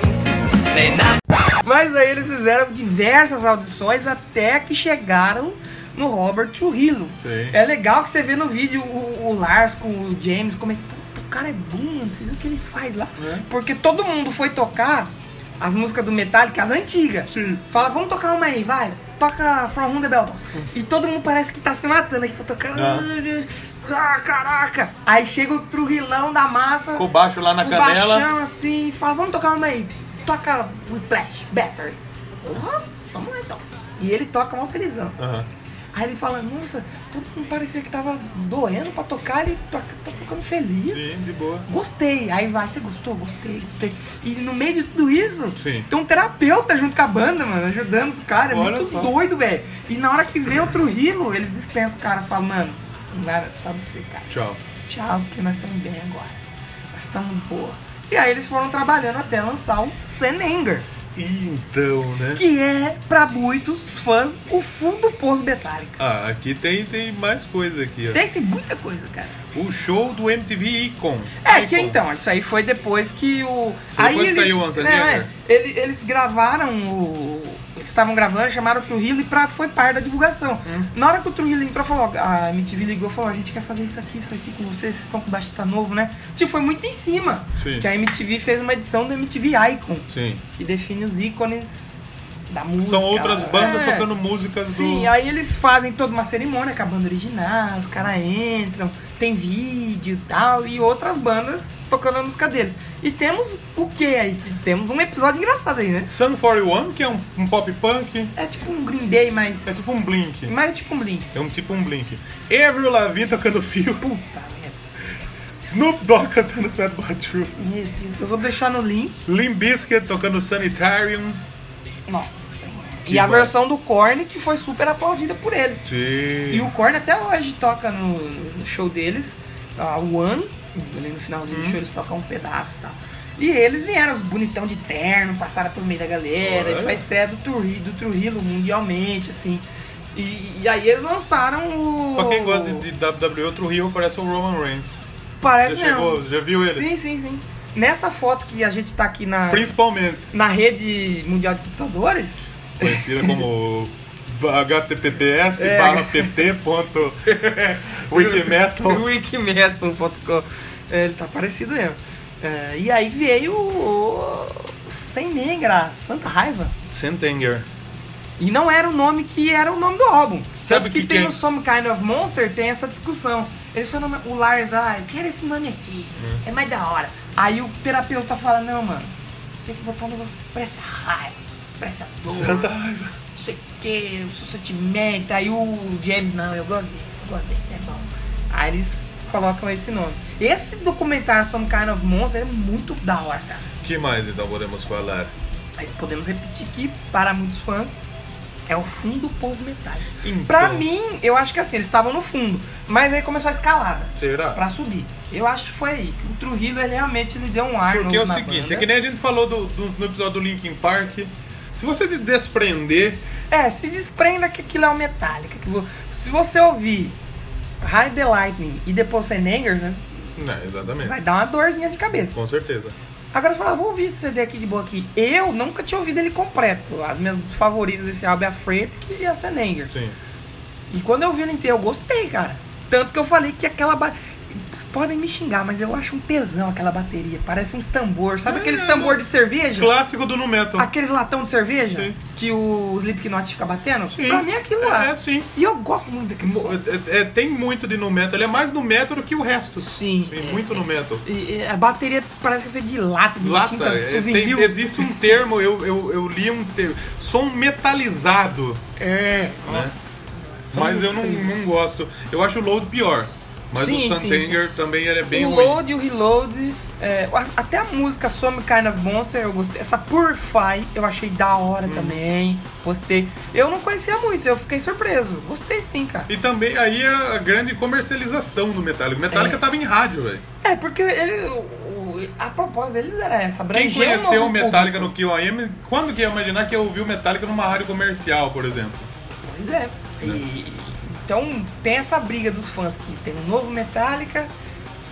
may not
Mas aí eles fizeram diversas audições até que chegaram no Robert Trujillo.
Sim.
É legal que você vê no vídeo o, o Lars com o James, como é que "Puta, o cara é bom, mano, você viu o que ele faz lá? Porque todo mundo foi tocar as músicas do Metallica, as antigas. Fala, vamos tocar uma aí, vai. Toca From Home the Bell Tolls." E todo mundo parece que tá se matando aqui, tocando. Ah, caraca! Aí chega o Trujillão da massa
Ficou baixo lá na
um
canela.
baixão assim, fala, vamos tocar uma aí. Toca Whiplash, Battery. Porra, vamos lá então. E ele toca uma felizão.
Aham.
Aí ele fala, nossa, todo mundo parecia que tava doendo pra tocar, ele toca, tá tocando feliz.
Sim, de boa.
Gostei. Aí vai, você gostou? Gostei, gostei. E no meio de tudo isso,
Sim.
tem um terapeuta junto com a banda, mano, ajudando os caras. É
Olha
muito
só.
doido, velho. E na hora que vem outro rilo, eles dispensam o cara, falam, mano, não dá precisa você, cara
Tchau.
tchau, porque nós estamos bem agora. Nós estamos boa. E aí eles foram trabalhando até lançar o Senanger,
Então, né?
que é, pra muitos fãs, o fundo do poço Metallica.
Ah, aqui tem, tem mais coisa aqui, ó.
Tem, tem muita coisa, cara.
O show do MTV Icon.
É,
Icon.
que então, isso aí foi depois que o.
Sim, depois saiu o Answer
é,
Letter.
é, ele- eles gravaram o. Eles estavam gravando, chamaram o Trujillo e pra, foi parte da divulgação.
Hum.
Na hora que o Trujillo entrou, falou, a MTV ligou e falou, a gente quer fazer isso aqui, isso aqui com vocês, vocês estão com baixista novo, né? Tipo, foi muito em cima.
Sim.
Que a MTV fez uma edição do MTV Icon,
Sim.
que define os ícones da música.
São outras bandas
É.
tocando músicas
Sim,
do.
aí eles fazem toda uma cerimônia com a banda original, os caras entram, tem vídeo e tal, e outras bandas tocando a música dele. E temos o que aí? Temos um episódio engraçado aí, né?
Sun 41, que é um, um pop punk.
É tipo um Green Day, mas.
É tipo um blink.
Mas é tipo um Blink.
É um tipo um blink. Avril Lavigne tocando fio. [laughs]
Tá, merda.
Snoop Dogg cantando Sad But True.
Meu Deus, Eu vou deixar no link.
Limp Bizkit tocando Sanitarium.
Nossa Senhora. E
Que
a
bom.
versão do Korn que foi super aplaudida por eles. E
Sim.
o Korn até hoje toca no, no show deles, a One, ali no finalzinho
Uhum.
do show eles tocam um pedaço e tal. E eles vieram, os bonitão de terno, passaram pelo meio da galera,
Olha.
e foi a estreia do Trujillo, do Trujillo mundialmente, assim. E, e aí eles lançaram o.
Pra quem gosta de WWE, outro Rio parece o Roman Reigns. Já
Parece
chegou,
É mesmo.
já viu ele?
Sim, sim, sim. Nessa foto que a gente tá aqui na,
Principalmente.
na rede mundial de computadores,
Conhecida como https
É.
barra pt
[laughs]
ponto wikimetal.
Wikimetal.com. É, Ele tá parecido mesmo. É, e aí veio o Sem Negra, Santa Raiva.
Sentenger.
E não era o nome que era o nome do álbum.
Sabe
Tanto que,
que é?
tem
quem-
no Some Kind of Monster, tem essa discussão. Ele só nome, o Lars, ah, eu quero esse nome aqui. É mais da hora. Aí o terapeuta fala, não, mano, você tem que botar um negócio que expressa raiva, expressa dor.
Santa Raiva.
não sei o que, o seu sentimento. Aí o James, não, eu gosto desse, eu gosto desse, é bom. Aí eles colocam esse nome. Esse documentário Some Kind of Monster é muito da hora, cara.
O que mais então podemos falar?
Aí podemos repetir que, para muitos fãs, é o fundo povo metade.
Então.
Pra mim, eu acho que assim, eles estavam no fundo, mas aí começou a escalada
Será?
pra subir. Eu acho que foi aí. que O Trujillo, ele realmente ele deu um ar
Porque
novo
é o
na
seguinte,
banda.
é que nem a gente falou do- do- no episódio do Linkin Park. Se você se desprender,
É, se desprenda que aquilo é o Metallica. que vo- se você ouvir High the Lightning e depois Senangers, né,
não, exatamente.
vai dar uma dorzinha de cabeça.
Com certeza.
Agora você fala, "Ah, vou ouvir esse CD aqui de boa aqui. Eu nunca tinha ouvido ele completo. As minhas favoritas desse álbum é a Fretic e a Senangers.
Sim.
E quando eu vi ele inteiro, eu gostei, cara. Tanto que eu falei que aquela ba... Vocês podem me xingar, mas eu acho um tesão aquela bateria. Parece uns tambor.
É,
Sabe aqueles tambor de cerveja?
Clássico do nu metal.
Aqueles latão de cerveja
né? Sim.
que o Slipknot fica batendo?
Sim.
Pra mim é aquilo lá.
É, sim.
E eu gosto muito daquele som.
É- é- tem muito de nu metal. Ele é mais nu metal do que o resto.
Sim.
muito nu metal.
E, e a bateria parece que é feita de lata, de
Lata,
tinta, de
é, tem-
souvenir.
existe um termo, eu, eu, eu li um termo, som metalizado,
É.
mas eu não, não gosto. Eu acho o load pior, mas
Sim,
o
sim,
Santanger também ele é bem
o
ruim.
load, o reload, é, a- até a música Some Kind of Monster eu gostei. Essa Purify eu achei da hora
Hum.
também. Gostei. Eu não conhecia muito, eu fiquei surpreso. Gostei sim, cara.
E também aí é a grande comercialização do Metallica. O Metallica
É.
tava em rádio, velho.
É, porque ele. o- o- a proposta deles era essa.
Quem
abranger um
conheceu
novo
o Metallica
público.
no QAM, quando que ia imaginar que ia ouvir o Metallica numa rádio comercial, por exemplo?
Pois é.
Né?
E- então tem essa briga dos fãs que tem o novo Metallica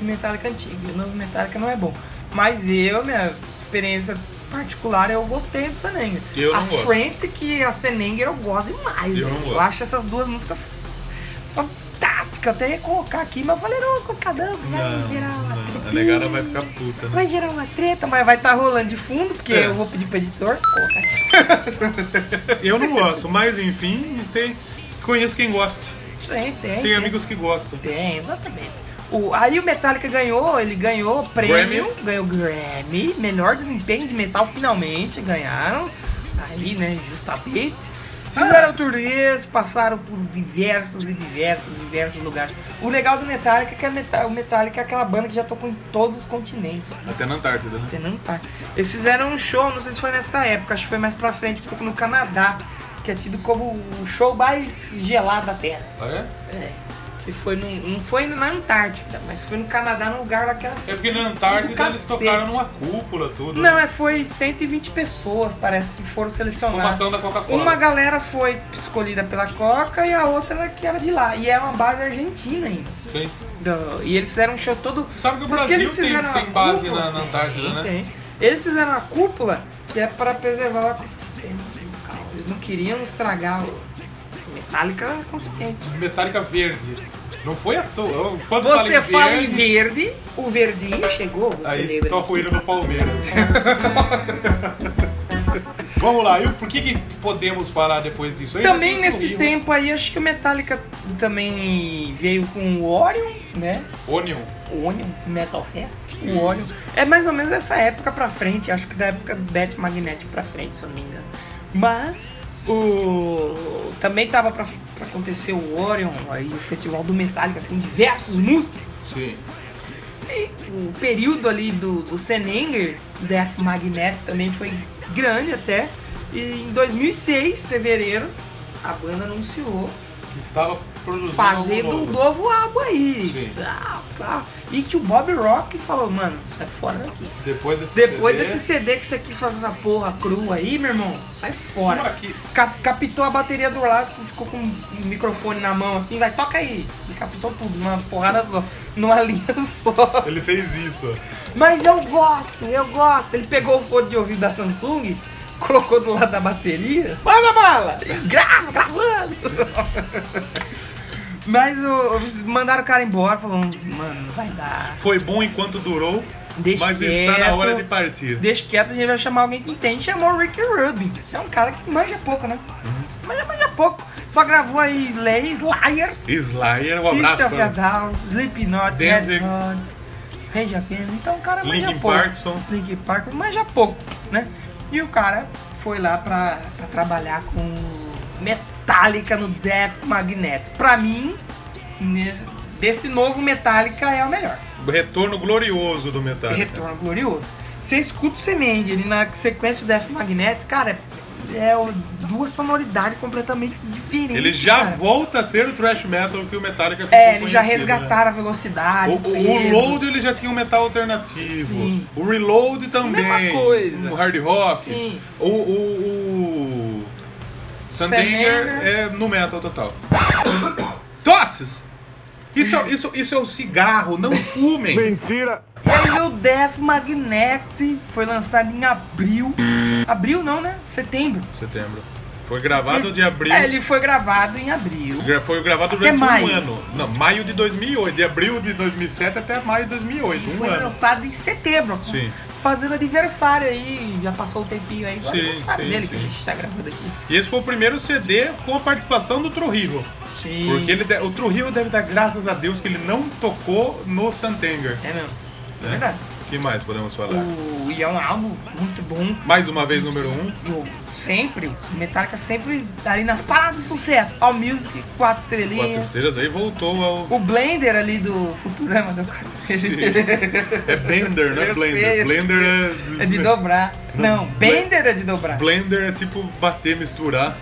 e o Metallica antigo. E o novo Metallica não é bom. Mas eu, minha experiência particular, eu gostei do Senenger.
Eu não
a
gosto.
Frente que a Senenger eu gosto demais.
Eu não
velho.
gosto.
eu acho essas duas músicas fantásticas. Até ia colocar aqui, mas eu falei, não, colocadão, vai gerar uma
não, a
treta.
negada vai ficar puta, né?
Vai gerar uma treta, mas vai estar rolando de fundo, porque
É.
eu vou pedir pro editor colocar aqui.
Eu não gosto, mas enfim, tem, conheço quem gosta.
Tem, tem.
Tem amigos que gostam.
Tem, exatamente. O, aí o Metallica ganhou, ele ganhou o prêmio,
Grammy.
ganhou o Grammy, melhor desempenho de metal finalmente, ganharam. Aí, né, justamente.
Ah.
Fizeram turnês, passaram por diversos e diversos, diversos lugares. O legal do Metallica é que a Meta- o Metallica é aquela banda que já tocou em todos os continentes.
Até na Antártida, né?
Até não tá. Eles fizeram um show, não sei se foi nessa época, acho que foi mais pra frente, um pouco no Canadá, que é tido como o show mais gelado da Terra.
Ah, é?
É, que foi no, não foi na Antártida, mas foi no Canadá, num lugar lá que era
É porque
frio
na
do
Antártida eles
cacete.
tocaram numa cúpula, tudo. né?
Não, é, foi 120 pessoas, parece que foram selecionadas.
Formação da Coca-Cola.
Uma galera foi escolhida pela Coca e a outra era que era de lá. E é uma base argentina ainda.
Sim.
Do- e eles fizeram um show todo.
Você sabe que o
Porque
Brasil
eles
tem,
fizeram
tem
a
base
cúpula.
na, na Antártida, né?
Tem. Eles fizeram a cúpula que é para preservar o ecossistema. local. Eles não queriam estragar o Metallica consciente.
Metallica verde. Não foi à toa. Quando
Você fala
verde,
em verde, o verdinho chegou, você
Aí
lembra?
só ruíram no Palmeiras. [laughs] Vamos lá, e por que, que podemos falar depois disso? Ainda
Também
tem
nesse
o
tempo aí, acho que o Metallica também veio com o Orion, né?
Onion.
O Orion, Metal Fest. O Orion. É mais ou menos essa época pra frente, acho que da época do Death Magnetic pra frente, se eu não me engano. Mas o... também tava pra, pra acontecer o Orion, aí o Festival do Metallica com diversos músicos.
Sim.
E o período ali do, do Senenger, Death Magnet, também foi grande até. E em 2006, fevereiro, a banda anunciou
Estava produzindo.
fazendo
algo
um
novo.
novo álbum aí.
Sim.
Ah, pá. E que o Bob Rock falou, mano, sai fora daqui.
Depois desse
Depois
CD,
desse CD que você quis fazer essa porra crua aí, meu irmão, sai
Fora.
fora.
Aqui.
Cap- captou a bateria do Lasco, ficou com o microfone na mão assim, vai, toca aí. E captou tudo, uma porrada só, numa [laughs] linha só.
Ele fez isso.
Mas eu gosto, eu gosto. Ele pegou o fone de ouvido da Samsung, colocou do lado da bateria. Manda bala! E grava, gravando! Mas o, eles mandaram o cara embora, falando, mano, não vai dar.
Foi bom enquanto durou,
Deixa
mas
quieto.
está na hora de partir.
Deixa quieto, a gente vai chamar alguém que entende. Chamou o Rick Rubin. Esse é um cara que manja pouco, né? Manja, manja pouco. Só gravou aí Slay, Slayer,
Slayer, um abraço
System of a
para
Down, Slipknot,
Danzig.
Red Hot, Rage Against. Então o cara manja
Linkin
pouco.
Parkinson.
Linkin Park, mas já pouco, né? E o cara foi lá pra, pra trabalhar com Metallica no Death Magnet. Pra mim, nesse- desse novo Metallica é o melhor.
Retorno glorioso do Metallica.
Retorno Glorioso. Você escuta o Semeng ele na sequência do Death Magnetic, cara, é o- duas sonoridades completamente diferentes.
Ele já
cara.
volta a ser o thrash metal que o Metallica ficou
É, eles já
conhecido, né?
resgataram a velocidade.
O,
peso.
o, o Load ele já tinha um metal alternativo.
Sim.
O Reload também.
Mesma coisa.
O hard rock.
Sim.
O. o, o... Sandinger
Sandinger.
é no metal total. Tosses! Isso, é- isso, isso é o cigarro,
[laughs]
não fumem!
E aí veio o Death Magnetic, foi lançado em abril. Abril não, né? Setembro.
Setembro. Foi gravado
Se-
de abril.
É, ele foi gravado em abril.
Gra- Foi gravado durante
Até maio.
um ano. Não, maio de 2008. De abril de 2007 até maio de 2008. Um
foi
ano.
lançado em setembro.
Sim.
Fazendo aniversário aí, já passou o tempinho aí. Agora
Sim,
é aniversário
sim,
dele,
sim.
que a gente tá gravando aqui.
E esse foi o primeiro CD com a participação do Trujillo.
Sim.
Porque ele de- o Trujillo deve dar graças a Deus que ele não tocou no Santenger.
É mesmo. Isso é
É.
verdade.
O que mais podemos falar?
O... E é um álbum muito bom.
Mais uma vez, número 1. Um.
Eu, sempre, Metallica sempre ali nas paradas de sucesso. All Music, quatro
Quatro
estrelinhas.
estrelas aí voltou ao.
O Blender ali do Futurama do quatro estrelinhas.
[laughs] É Blender, não é
Eu sei,
Blender.
eu
Blender é.
É de dobrar. Não, Bender é de dobrar.
Blender é tipo bater, misturar.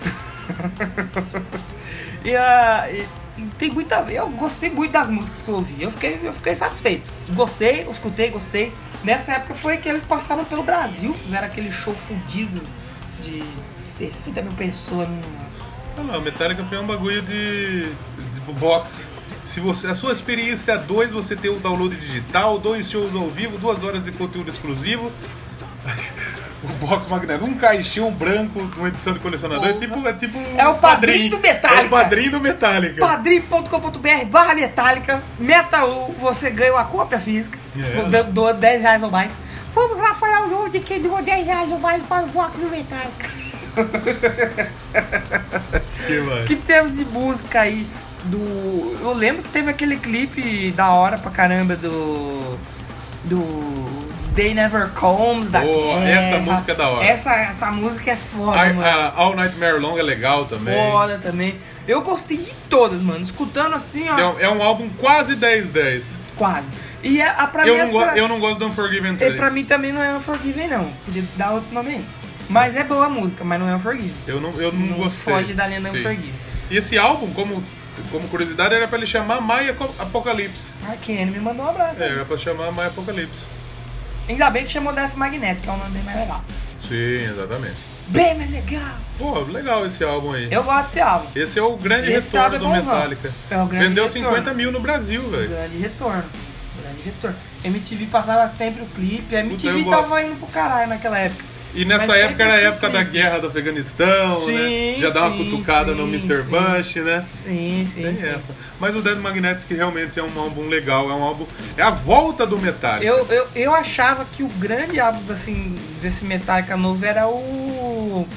E, a- e- e tem muita. Eu gostei muito das músicas que eu ouvi. Eu fiquei, eu fiquei satisfeito. Gostei, eu escutei, gostei. Nessa época foi que eles passaram pelo Brasil, fizeram aquele show fudido de 60 mil pessoas. num-
Olha lá, o Metallica foi um bagulho de. tipo box. Se você, a sua experiência 2, você tem o download digital, dois shows ao vivo, duas horas de conteúdo exclusivo. [laughs] O box magnético, um caixão branco, uma edição de colecionador. É tipo, é tipo.
É o padrinho do Metallica.
É o padrinho do Metallica.
Padrim.com.br barra metálica, meta U, você ganha uma cópia física,
É.
Vou dando- doa 10 reais ou mais. Vamos lá, foi ao longo de quem doou 10 reais ou mais para o bloco do Metallica.
Que mais?
Que temos de música aí do. Eu lembro que teve aquele clipe da hora pra caramba do. Do. They Never Comes da
Boa,
Guerra.
essa música é da hora.
Essa, essa música é foda,
A-
mano.
a All Nightmare Long é legal também.
Foda também. Eu gostei de todas, mano. Escutando assim, ó.
É um, é um álbum quase 10-10.
Quase. E é, a, a pra
Eu,
mim
não
essa.
go- eu não gosto do Unforgiven
e
3.
pra mim também não é Unforgiven, não. Podia dar outro nome aí. Mas é boa a música, mas não é Unforgiven.
Eu não, eu não,
Não
gostei.
foge da lenda
Sim.
Unforgiven.
E esse álbum, como, como curiosidade, era pra ele chamar My Aco- Apocalypse.
Ah, Kenny me mandou um abraço.
É, era pra chamar My Apocalypse.
Ainda bem que chamou Death Magnetic, que é um nome bem mais legal.
Sim, exatamente.
Bem mais legal.
Pô, legal esse álbum aí.
Eu gosto desse álbum.
Esse é o grande
Esse álbum
retorno
é
do
bonzão.
Metallica.
É o grande
Vendeu
retorno.
50 mil no Brasil, velho.
Grande retorno. Grande retorno. MTV passava sempre o clipe. A MTV
eu
tava indo pro caralho naquela época.
E nessa
Mas
época era a
sempre
época da
surpreende.
guerra do Afeganistão, né?
Sim,
Já dava uma
sim,
cutucada no
sim, sim.
Mr. Bush, né?
Sim, sim,
Tem
sim.
essa. Mas o Dead Magnetic realmente é um álbum legal, é um álbum. É a volta do Metallica.
Eu, eu, eu achava que o grande álbum assim, desse Metallica novo era o.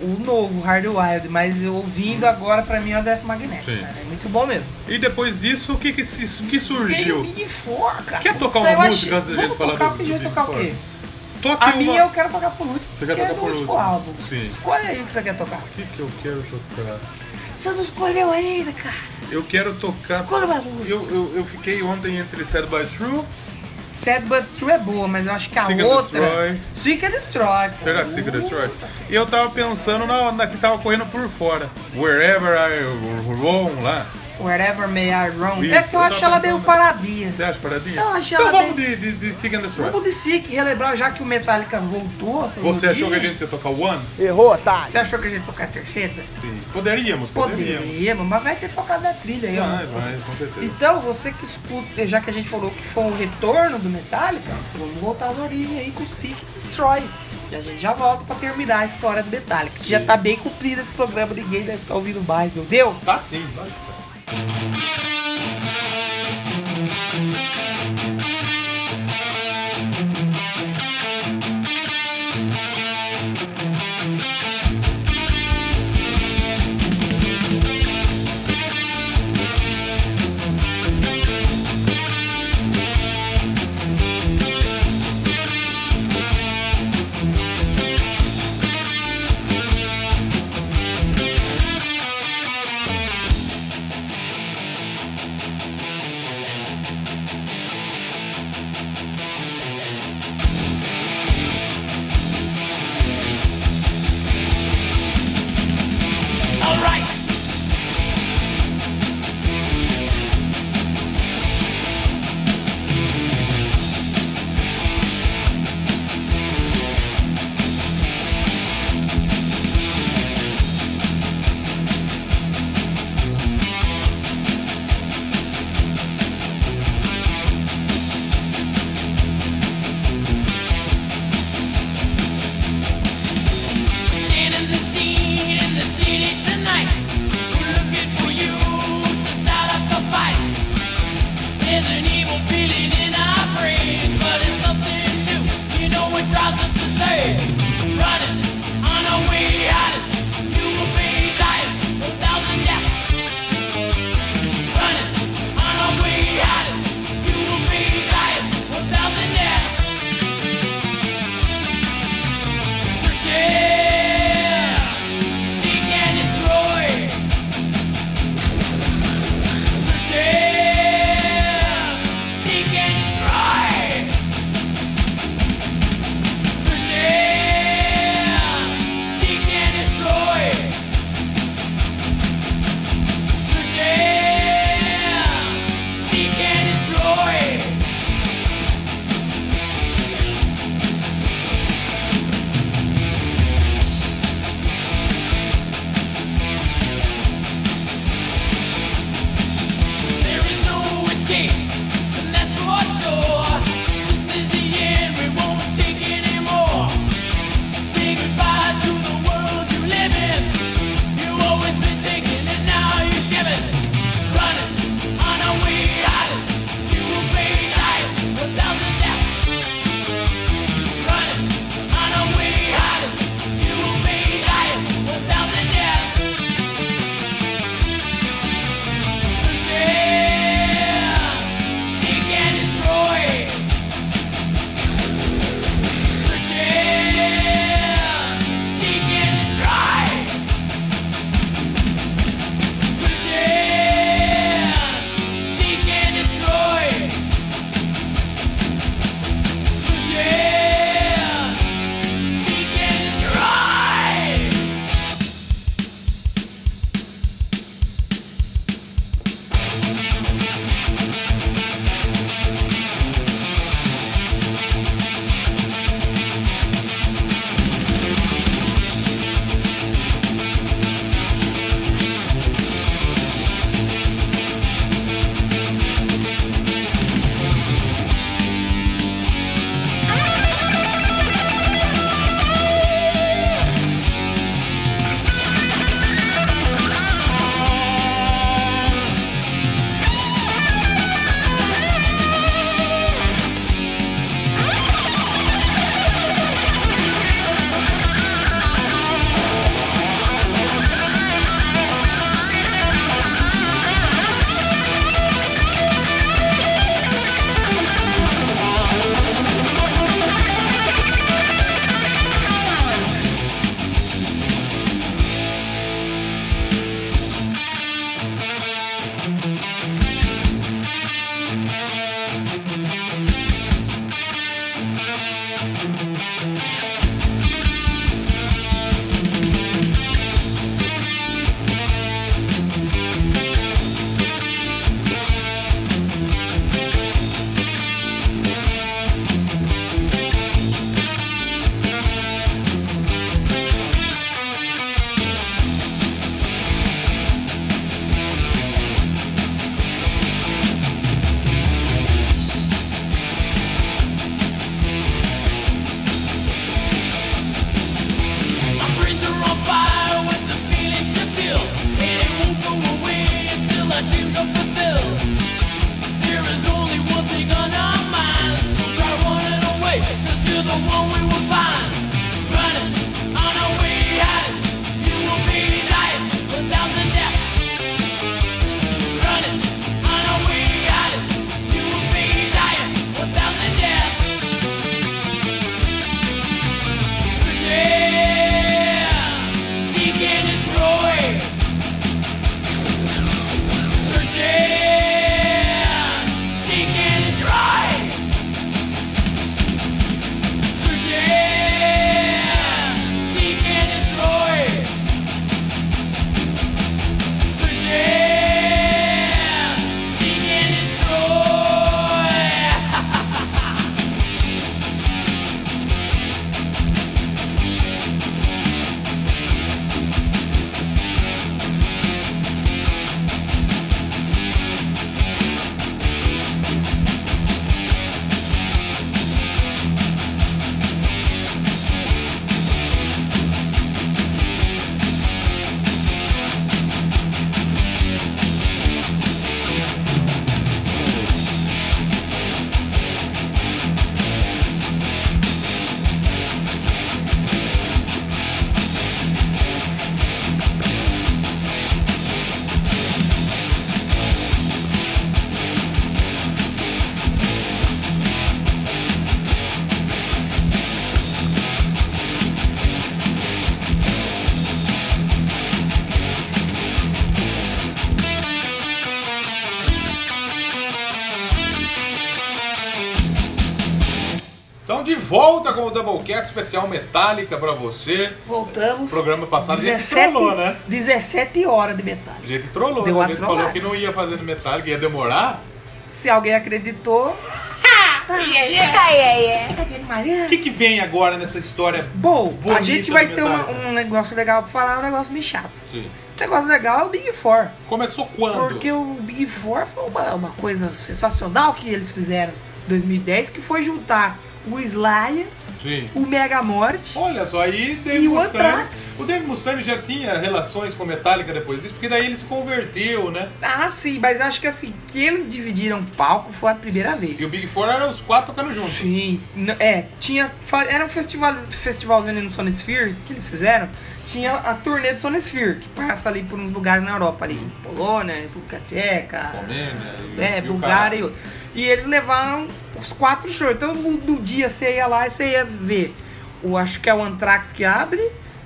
O novo, Hard Wild, mas eu ouvindo agora pra mim é o Death Magnetic,
Hum. Sim.
cara. É muito bom mesmo.
E depois disso, o que, que, se- que
Veio o
surgiu?
Big Four, cara.
Quer tocar
Isso
uma
eu
música antes da gente
Vamos
falar
tocar,
do-
porque
do
a gente
Big
vai tocar o quê?
Toque
A
uma-
minha eu quero tocar por último.
Você quer
porque é
tocar
do
por
último
último.
álbum.
Sim.
Escolhe aí o que você quer tocar.
O que, que eu quero tocar?
Você não escolheu ainda, cara.
Eu quero tocar.
Escolha uma música.
Eu, eu, eu fiquei ontem entre Sad by True.
Sad But True é boa, mas eu acho que a
Seek and
outra...
Destroy.
Seek and Destroy. pô. Uh,
Será que você Destroy? E eu tava pensando na, na que tava correndo por fora. Wherever I roam lá.
Wherever May I Roam.
Isso,
é que eu
eu
acho
tava
ela meio
pensando.
paradinha.
Você acha paradinha?
Eu acho
então
ela
vamos de, de, de Seek and Destroy.
Vamos de Seek, relembrar, já que o Metallica voltou... vocês
Você
não
achou que a
viram?
gente ia tocar One?
Você achou que a gente ia tocar a terceira?
Sim. Poderíamos, poderíamos.
Poderíamos, mas vai ter tocado na trilha aí, ó.
Vai, vai, com certeza.
Então, você que escuta, já que a gente falou que foi um retorno do Metallica, vamos voltar às origens aí com o Seek and Destroy. E a gente já volta pra terminar a história do Metallica, que já tá bem cumprido esse programa, ninguém deve estar ouvindo mais, meu Deus!
Tá sim, vai.
the one we will find. Running on a way high. You will be life a thousand deaths. Running on a way high. You will be life a thousand deaths. Searching, seek and destroy. Searching, seek and destroy.
Então, de volta com o Doublecast especial Metallica pra você.
Voltamos.
Programa passado a
17,
gente trollou, né?
17 horas de metade.
A gente trollou,
Deu
né?
uma
A gente
trollada.
falou que não ia fazer Metallica, ia demorar.
Se alguém acreditou. é
O que, que vem agora nessa história?
Bom, a
Bonito
gente vai
do
ter uma-
Metallica.
um negócio legal pra falar, um negócio meio chato.
Sim.
O negócio legal é o Big Four.
Começou quando?
Porque o Big Four foi uma, uma coisa sensacional que eles fizeram em 2010, que foi juntar o Sly,
Sim.
o Megamort.
Olha só, aí Dave
E o
Mustaine.
Anthrax.
O Dave Mustaine já tinha relações com Metallica depois disso, porque daí ele se converteu, né?
Ah, sim, mas eu acho que assim, que eles dividiram palco foi a primeira vez.
E o Big Four eram os quatro tocando juntos.
Sim, n- é, tinha. fa- Era um festival, festivalzinho ali no Sony Sphere que eles fizeram. Tinha a turnê do Sony Sphere, que passa ali por uns lugares na Europa ali. Polônia, República Tcheca.
né,
Romênia e-
É,
e o
Bulgária e outro. E eles levaram os quatro shows. Então no- do dia você ia lá e você ia ver. O, acho que é o Anthrax que abre,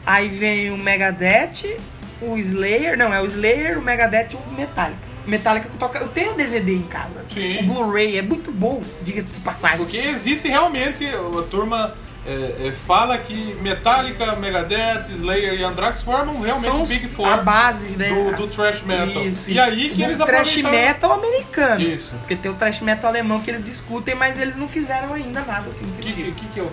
aí vem o Megadeth, o Slayer. Não, é o Slayer, o Megadeth e o Metallica. Metallica que toca. Eu tenho o DVD em casa.
Sim.
O Blu-ray é muito bom, diga-se de passagem.
Porque existe realmente, a turma é, é, fala que Metallica, Megadeth, Slayer e Anthrax formam realmente
São
o
os-
é um Big
a
Four.
base né?
do- do
as-
thrash metal.
Isso,
E
isso.
aí que
Do
eles
thrash
aproveitaram-
metal americano.
Isso.
Porque tem o thrash metal alemão que eles discutem, mas eles não fizeram ainda nada assim desse
O
tipo.
que, que, que é o-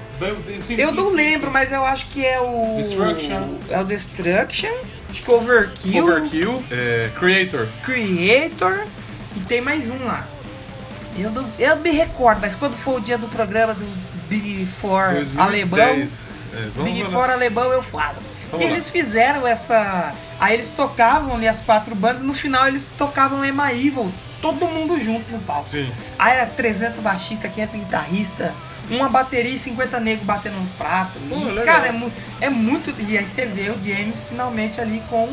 assim,
Eu não
que-
lembro, mas eu acho que é o.
Destruction.
É o Destruction. Acho que Overkill,
Overkill, é, Creator.
Creator. E tem mais um lá. Eu, não, eu me recordo, mas quando for o dia do programa do Big Four
2010.
alemão.
É, vamos
Big
lá.
Four alemão eu falo.
Vamos
eles fizeram essa. Aí eles tocavam ali as quatro bandas, no final eles tocavam Emma Evil, todo mundo junto no palco.
Sim.
Aí era 300 baixista, 500 guitarrista, uma bateria e 50 negros batendo um prato. E,
legal.
cara, é, mu- é muito. E aí você vê o James finalmente ali com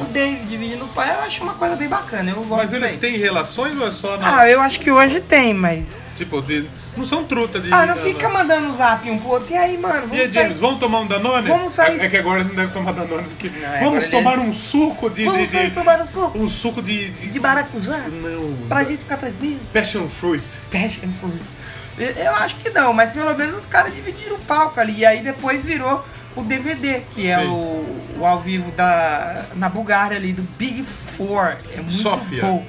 o David dividindo o pai. Eu acho uma coisa bem bacana. Eu gosto
Mas
disso
eles
aí.
têm relações ou é só na.
Ah, eu acho que hoje tem, mas.
Tipo, de- não são truta de. né?
Ah, não fica mandando um zap um pro outro. E aí, mano,
E aí,
vamos
James,
sair.
vamos tomar um Danone?
Vamos sair-
É, é que agora não deve tomar Danone, porque.
é, agora
vamos
ele-
tomar um suco de.
Vamos
de- de-
sair tomar um suco.
Um suco de. de-
De maracujá?
Não.
Pra gente ficar tranquilo? [laughs]
Passion Fruit.
Passion fruit. Eu- Eu acho que não, mas pelo menos os caras dividiram o palco ali. E aí depois virou o DVD, que é
Sim.
o, o ao vivo da, na Bulgária ali, do Big Four. É muito
Sofia.
bom.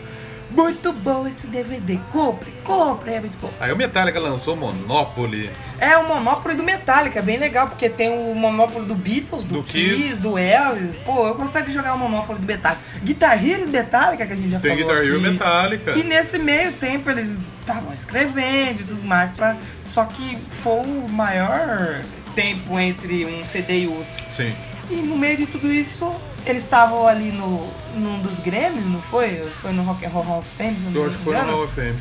Muito bom esse DVD. Compre, compre, é muito bom.
Aí o Metallica lançou Monopoly.
É o Monopoly do Metallica, é bem legal, porque tem o Monopoly do Beatles, do,
Do
Kiss,
Kiss.
do Elvis. Pô, eu gostaria de jogar o Monopoly do Metallica. Guitar Hero do Metallica, que a gente já
Tem
falou.
Guitar Hero
aqui.
Metallica.
E nesse meio tempo eles estavam escrevendo e tudo mais, pra... só que foi o maior tempo entre um CD e outro.
Sim.
E no meio de tudo isso, eles estavam ali no, num dos Grêmios, não foi? Foi no Rock and Roll Hall of Fame, se eu não
Eu
me
acho que foi no
engano.
Hall of Fame.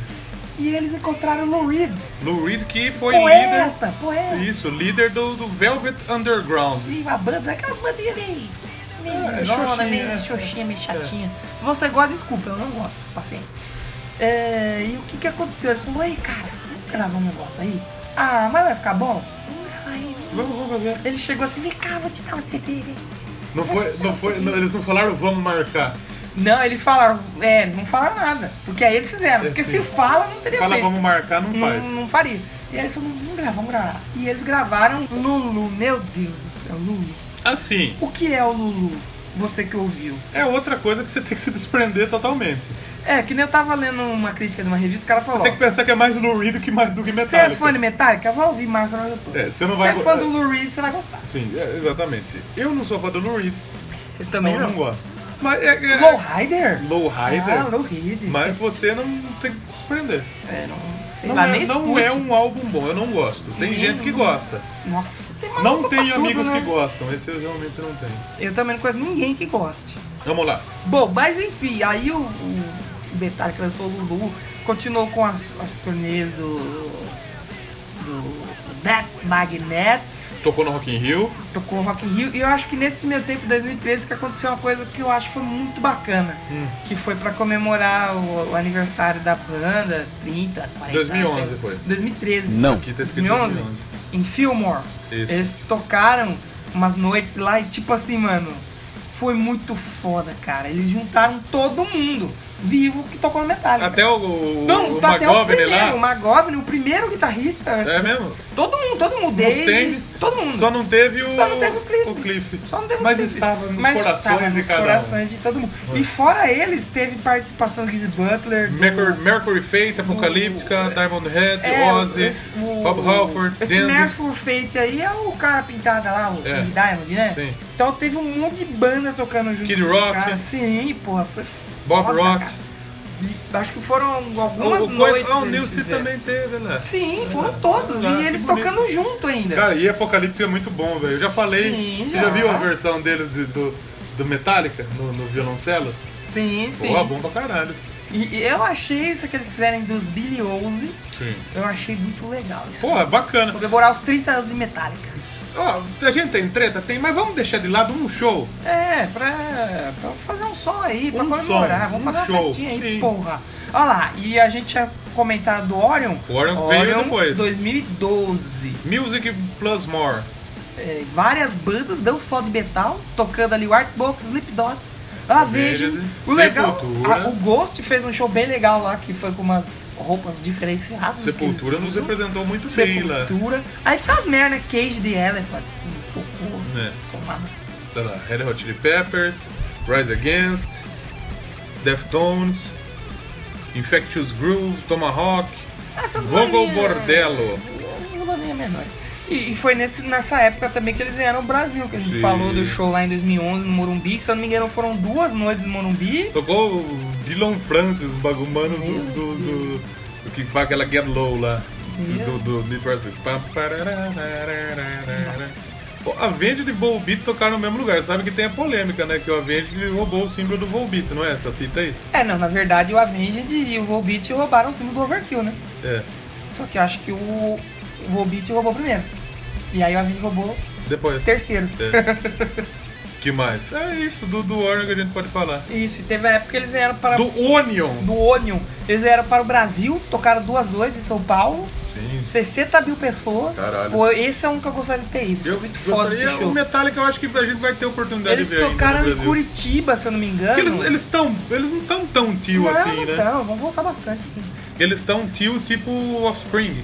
e eles encontraram Lou Reed,
Lou Reed que foi líder.
poeta, poeta.
Isso, líder do, do Velvet Underground.
E a banda, aquela bandinha meio... Meio
É,
xoxona,
xoxinha,
meio
né?
xoxinha, É. meio chatinha. Você gosta, desculpa, eu não gosto, paciência. É, e o que que aconteceu? Eles falaram, ei, cara, vamos gravar um negócio aí? Ah, mas vai ficar bom? Vamos gravar aí.
Vamos, vamos fazer.
Ele chegou assim, vem cá, vou te dar um CD. vem.
Não foi, não foi, não, eles não falaram vamos marcar.
Não, eles falaram, é, não falaram nada. Porque aí eles fizeram.
É,
Porque
sim.
se fala, não teria
Fala
feito.
vamos marcar, não faz.
não, não faria. E aí eles falaram, vamos gravar, vamos gravar. E eles gravaram Lulu, meu Deus do céu, Lulu.
Assim,
O que é o Lulu? Você que ouviu.
é outra coisa que você tem que se desprender totalmente.
É, que nem eu tava lendo uma crítica de uma revista, o cara falou.
Você tem que pensar que é mais Lou Reed do que, mais- do que
Você é
Metallica.
fã de Metallica? Vai ouvir mais uma depois.
É, você não vai
Se é
go-
fã do Lou Reed, você vai gostar.
Sim, é, exatamente. Eu não sou fã do Lou Reed,
Eu
não,
também
não gosto. Mas é, é,
Low Rider?
Low Rider?
Ah, Low Rider.
Mas você não tem que se desprender.
É, não sei
Não,
lá,
é,
nem
não
escute.
é um álbum bom, eu não gosto. Tem
Hum.
gente que gosta.
Nossa, tem maluco
Não
pra
tenho
tudo,
amigos
né?
que gostam, esse eu realmente não tenho.
Eu também não conheço ninguém que goste.
Vamos lá.
Bom, mas enfim, aí o, o Metallica lançou o Lulu, continuou com as, as turnês do. do Death Magnets,
Tocou no Rock in Rio.
tocou o Rock in Rio, e eu acho que nesse meu tempo, 2013, que aconteceu uma coisa que eu acho que foi muito bacana,
Hum.
que foi pra comemorar o, o aniversário da banda, 30, 40,
2011
sei-
foi.
2013.
Não.
Aqui tá escrito
2011.
2011.
em Fillmore.
Isso.
Eles tocaram umas noites lá e tipo assim, mano, foi muito foda, cara. Eles juntaram todo mundo vivo que tocou no Metallica.
Até o, o,
não,
o
tá até o
McGovern
primeiro, o
lá.
McGovern, o primeiro guitarrista. antes.
É mesmo?
Todo mundo, todo mundo, Dave,
Mustaine.
todo mundo.
Só não teve o,
Só não teve o Cliff.
Cliff.
Só não teve
Mas
tempo.
estava nos
Mas
corações
estava
de
nos
cada um.
corações de todo mundo. E fora eles, teve participação do Giz Butler, do-
Mercury, Mercury Fate, Apocalíptica, Diamond Head,
Uh, É,
Ozzy,
esse- o-
Bob Halford,
Esse
Danzig.
Merciful Fate aí é o cara pintado lá, o
É.
King Diamond, né?
Sim.
Então teve um monte de banda tocando junto.
Kid
com esse
Rock.
cara. Sim, porra, foi
Bob
foda,
Rock.
cara. E acho que foram algumas
O- o-
é, noites.
Ah, o
eles
Nilce
fizeram.
também teve, né?
Sim, foram todos.
Ah,
e
que
eles
bonito.
tocando junto ainda.
Cara, e Apocalipse é muito bom, velho. Eu já falei.
Sim,
você já.
já.
viu a versão deles de- do, do Metallica no, no violoncelo?
sim, sim.
Porra, bom pra caralho.
E, e eu achei isso que eles fizerem dos Billy Ozzy,
Sim.
eu achei muito legal. Isso.
Porra, bacana.
Comemorar os 30 anos de Metallica.
Ó, se a gente tem treta, tem, mas vamos deixar de lado um show.
É, pra, pra fazer um som aí, pra
Um
comemorar.
som,
Vamos
um
fazer uma
show,
festinha aí,
sim.
porra. Olha lá, e a gente tinha comentado do Orion.
O Orion veio depois.
2012.
Music Plus More.
É, várias bandas, não só de metal, tocando ali o Artbox, Slipknot, a Virgin.
Virgin,
O legal,
Sepultura.
a- o Ghost fez um show bem legal lá, que foi com umas roupas diferenciadas. que
Sepultura
eles
nos
usam.
representou muito bem lá.
Sepultura. Aí tinha as merda, Cage the Elephant. Um pouco...
Né?
tomada.
Tá lá, Red Hot Chili Peppers, Rise Against, Deftones, Infectious Groove, Tomahawk,
Essas
Vogel
bolinhas-
Bordello.
Vilaninha menor. E, e foi nesse, nessa época também que eles vieram o Brasil, que a gente
Sim.
falou do show lá em 2011 no Morumbi. Se eu não me engano, foram duas noites no Morumbi.
Tocou o Dylan Francis, o bagumano do, do, do, do que faz aquela Get Low lá. Do, do, do Need for Speed. Pá, pararararararara. Pô, A Vende e Volbeat tocaram no mesmo lugar. Sabe que tem a polêmica, né? Que o Avenged roubou o símbolo do Volbeat, não é essa fita aí?
É, não, na verdade o Avenged e o Volbeat roubaram o símbolo do Overkill, né?
É.
Só que eu acho que o, o Volbeat roubou primeiro. E aí o Avenged roubou
Depois.
terceiro.
Que mais? É isso, do, do Warner que a gente pode falar.
Isso, e teve a época que eles vieram para...
Do Onion.
do Onion. Eles vieram para o Brasil, tocaram duas noites em São Paulo.
Sim.
60 mil pessoas.
Caralho.
Pô, esse é um que eu gostaria de ter ido.
Eu
Muito foda esse
gostaria, um
show.
o Metallica eu acho que a gente vai ter oportunidade
Eles
de ver ainda no
tocaram em
Brasil.
Curitiba, se eu não me engano.
Porque Eles, eles, tão, eles não estão tão tio
não, é
assim,
não
né?
tão, vão voltar bastante. assim.
Eles estão tio tipo Offspring,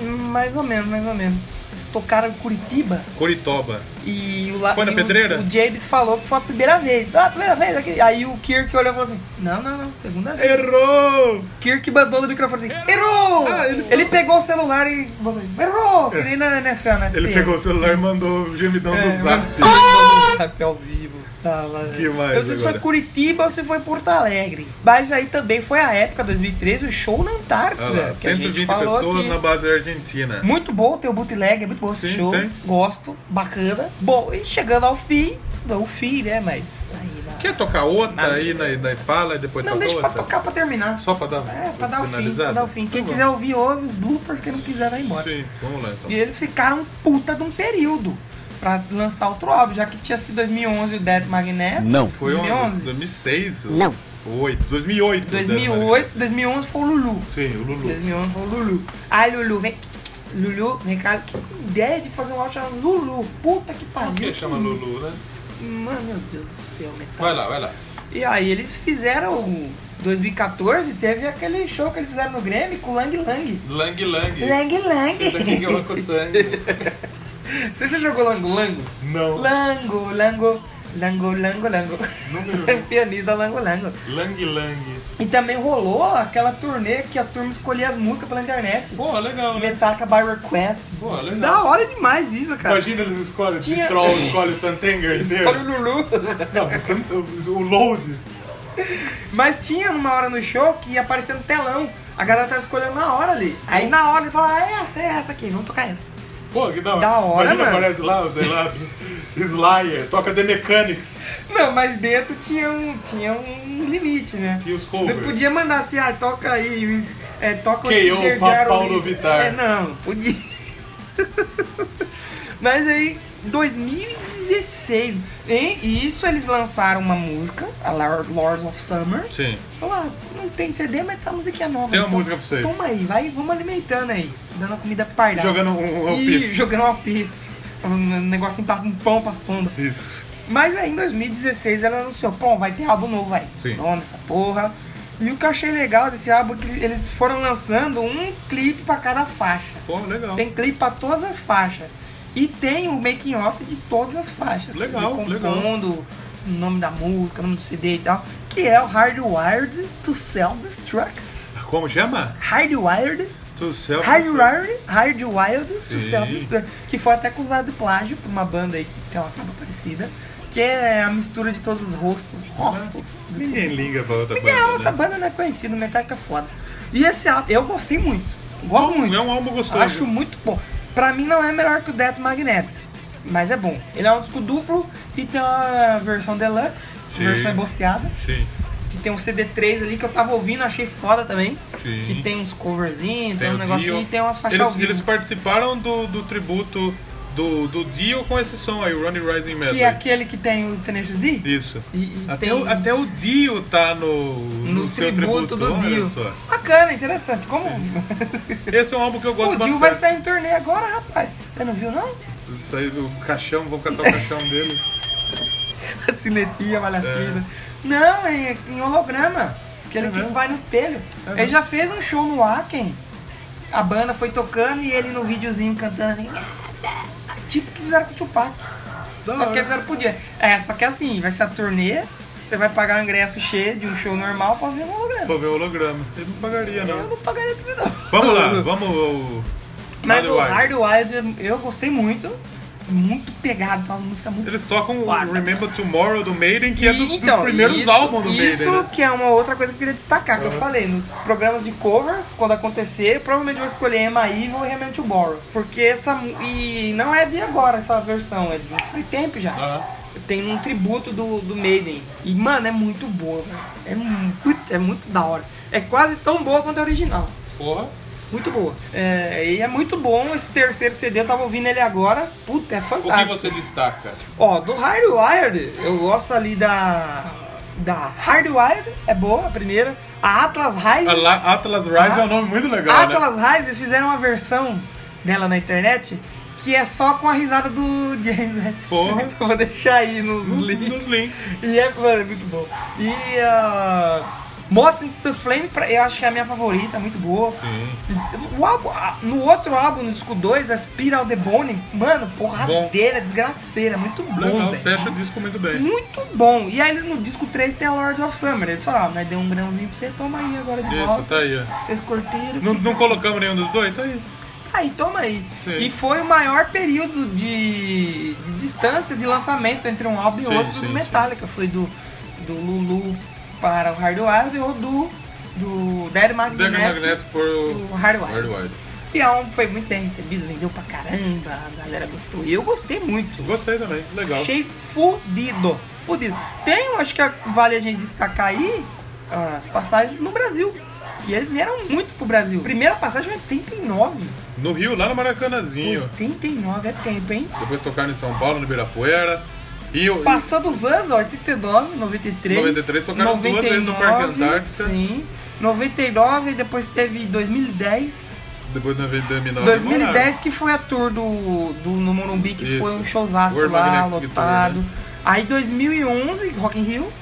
Hum, Mais ou menos, mais ou menos. Eles tocaram em Curitiba
Coritoba.
e o la-
Foi na
e o-
pedreira?
O, James falou que foi a primeira vez. Ah, a primeira vez aqui. Aí o Kirk olhou e falou assim: Não, não, não, segunda vez.
Errou!
Kirk mandou no microfone assim: Errou!
Ah, eles- É.
Ele pegou o celular e falou: Errou! Que nem na NFL, na
Ele
SPN.
pegou o celular e mandou o gemidão
É,
do zap.
mandou um zap ao vivo. Tá lá, né?
Que mais
Eu não sei se foi
agora?
Curitiba ou se foi Porto Alegre. Mas aí também foi a época, 2013, o show na Antártida.
Olha lá,
que a gente
120
falou
pessoas
que-
na base da Argentina.
Muito bom ter o bootleg, é muito bom esse
Sim,
show.
tem.
Gosto, bacana. Bom, e chegando ao fim, não o fim, né? Mas aí na,
Quer tocar outra aí, daí, daí fala e depois
Não,
toca
deixa pra
outra?
tocar pra terminar.
Só pra dar,
É, pra dar o fim,
finalizada?
pra dar o fim. Quem
Tá bom.
quiser ouvir, ouve os bloopers, quem não quiser vai embora.
Sim, vamos lá então.
E eles ficaram puta de um período pra lançar outro álbum, já que tinha sido 2011 o Death Magneto.
Não.
Foi onde?
2011?
2006?
Não.
8, 2008. o Zero né, Maria.
2008, 2011 foi o Lulu.
Sim, o Lulu.
2011 foi o Lulu. Ai, Lulu, vem. Lulu, vem cá. Que ideia de fazer um álbum chamado Lulu. Puta que pariu.
Por que chama Lulu, né?
Mano, meu Deus do céu, metal.
Vai lá, vai lá.
E aí eles fizeram. o 2014 teve aquele show que eles fizeram no Grêmio com o Lang Lang.
Lang Lang.
Lang
Você sabe quem
Lang.
que é o Lango Sangue?
Você já jogou Lango Lango?
Não.
Lango, Lango, Lango, Lango, Lango.
Nunca joguei.
[laughs] Pianista Lango Lango.
Lang Lang.
E também rolou aquela turnê que a turma escolhia as músicas pela internet.
Pô, legal, né?
Metallica by Request.
Pô, legal.
Da hora demais isso, cara.
Imagina eles escolhem esse
Tinha-
troll, escolhe o Santenger
Escolhe
inteiro.
o Lulu.
Não, o, Sant... o o Load.
Mas tinha numa hora no show que ia aparecendo telão. A galera tava escolhendo na hora ali. Aí na hora ele fala, ah, é essa, é essa aqui, vamos tocar essa.
Pô, que da hora.
Da hora,
Imagina
mano.
aparece lá, sei lá, Slayer, toca The Mechanics.
Não, mas dentro tinha um, tinha um limite, né?
Tinha um- os covers.
Não podia mandar assim, ah, toca aí, os- é, toca o
K.O.
Kinder
pra
Jarrell
Paulo
Lee.
Vittar.
É, não, podia. [laughs] Mas aí, 2016, hein? E isso eles lançaram uma música, a Lor- Lords of Summer.
Sim.
Falaram, "Ah, não tem CD, mas tá a musiquinha nova.
Tem uma música pra vocês."
Toma aí, vai, vamos alimentando aí. Dando a comida parda.
Jogando um, um, um
Ih,
piso.
Jogando uma pista. Um negocinho pra um pão pras pombas.
Isso.
Mas aí em 2016 ela anunciou, pô, vai ter álbum novo aí.
Sim.
Nome essa porra. E o que eu achei legal desse álbum é que eles foram lançando um clipe pra cada faixa.
Pô, legal.
Tem clipe pra todas as faixas. E tem o making off de todas as faixas.
Legal,
Ele
legal.
Compondo o nome da música, o nome do CD e tal. Que é o Hardwired to Self-Destruct.
Como chama?
Hardwired
To Self.
Hardwired, Hardwired to
Tá Sim.
Self-Destruct, que foi até acusado de plágio por uma banda aí que tem uma capa parecida, que é a mistura de todos os rostos, rostos.
Ninguém liga pra outra
É,
banda,
outra
né?
banda não é conhecida, Metallica é foda. E esse álbum, eu gostei muito, gosto muito,
É um álbum gostoso.
acho muito bom. Pra mim não é melhor que o Death Magnet, mas é bom. Ele é um disco duplo e tem uma versão deluxe,
Sim.
versão embosteada,
Sim.
que tem um CD3 ali que eu tava ouvindo, achei foda também.
Sim.
Que tem uns coverzinhos, tem,
Tem
um
o
negocinho,
Dio.
e tem umas faixas ao
Eles,
vivo.
eles participaram do, do tributo do, do Dio com esse som aí, o Ronnie Rising Metal.
Que é aquele que tem o Tenacious D?
Isso.
E, e
Até,
tem
o, até o Dio tá no,
no,
seu
tributo, do
olha
Dio.
só.
Bacana, interessante. Como? [laughs]
Esse é um álbum que eu
o
gosto
Dio
bastante.
vai sair em turnê agora, rapaz. Você não viu, não?
Isso aí, o caixão, vou catar o caixão dele.
[laughs] Sinetia, malhafina. Não, é em holograma. Aquele
É
que vai no espelho. ele já fez um show no Aken. A banda foi tocando e ele no videozinho cantando assim. Tipo que fizeram com o Tupac. Só que fizeram por dia. É, só que assim, vai ser a turnê. Você vai pagar o ingresso cheio de um show normal pra ver um holograma.
Pra ver o holograma. Ele não pagaria,
Eu
não.
não pagaria tudo, não.
Vamos lá, vamos ao...
Mas o
Hardwired.
Hard Wild eu gostei muito. Muito pegado, tem umas músicas muito.
Eles tocam o
Quatro.
Remember Tomorrow do Maiden, que é do-
né? E, então,
dos primeiros
isso-
álbuns do
Isso
Maiden. né?
que é uma outra coisa que eu queria destacar, que eu falei, nos programas de covers, quando acontecer, eu provavelmente vou escolher Emma Evil e Remember to Borrow. Porque essa. mu- E não é de agora essa versão, é de faz tempo já. Tem um tributo do, do Maiden. E, mano, é muito boa, velho. É muito, é muito da hora. É quase tão boa quanto a original.
Porra.
Muito boa. É, e é muito bom esse terceiro CD, eu tava ouvindo ele agora. Puta, é
O que
fantástico.
você destaca?
Ó, do Hardwired, eu gosto ali da. Da Hardwired, é boa a primeira. A Atlas
A
Rise.
La- Atlas Rise é um nome muito legal,
A
né?
Atlas Rise fizeram uma versão dela na internet que é só com a risada do James Hetfield. [laughs]
Porra.
Eu vou deixar aí nos links.
Nos links.
E é, mano, é muito bom. E a. Moths into the Flame, pra- eu acho que é a minha favorita, muito boa. O álbum, a- no outro álbum, no disco 2, a Spiral The Bone, mano, porradeira, desgraceira, muito bom,
Legal,
velho.
fecha o disco muito bem.
Muito bom. E aí no disco 3 tem a Lords of Summer. Eles falaram, nós deu um grãozinho pra você, toma aí agora de
Isso,
volta.
tá aí, ó.
Vocês curtiram.
Não,
fica
não colocamos nenhum dos dois? Tá aí.
Aí, toma aí.
Sim.
E foi o maior período de, de distância de lançamento entre um álbum e
Sim,
outro
sim,
do Metallica. Foi do, do Lulu para o Hardwired ou do, do Dead
Dega
Magnetic
Magneto por o
do Hardwired.
Hardwired.
E a álbum foi muito bem recebido, vendeu pra caramba, a galera gostou. E eu gostei muito.
Gostei também, legal.
Achei fudido. fodido. Tem, eu acho que vale a gente destacar aí ah, as passagens no Brasil. E eles vieram muito pro Brasil. Primeira passagem 89.
No Rio, lá no Maracanãzinho.
89 é tempo, hein?
Depois tocaram em São Paulo, no Ibirapuera. Rio,
Passando os anos, ó, 89, 93.
93, tocaram duas vezes no Parque
99,
Antártica.
Sim. 99, depois teve 2010.
depois na 2009.
2010 que foi a tour do, do no Morumbi, que
Isso.
foi um showzaço
World
lá,
Magnetic Tour,
lotado.
né?
Aí 2011, Rock in Rio,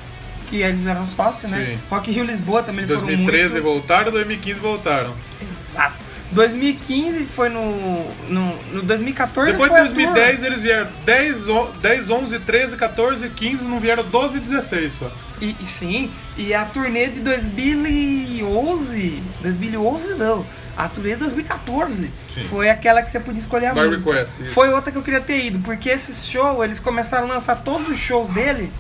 que eles eram sócios, né?
Sim.
Rock in Rio Lisboa também eles foram
2013
muito...
voltaram, 2015 voltaram.
Exato. 2015 foi no. No, no 2014
Depois de
foi a
2010 eles vieram 10, on- 10, 11, 13, 14, 15, não vieram 12 e 16 só.
tour. E, e sim, e a turnê de 2011. 2011 não. A turnê de 2014
Sim.
foi aquela que você podia escolher a
By
música.
request, isso.
Foi outra que eu queria ter ido, porque esse show, eles começaram a lançar todos os shows dele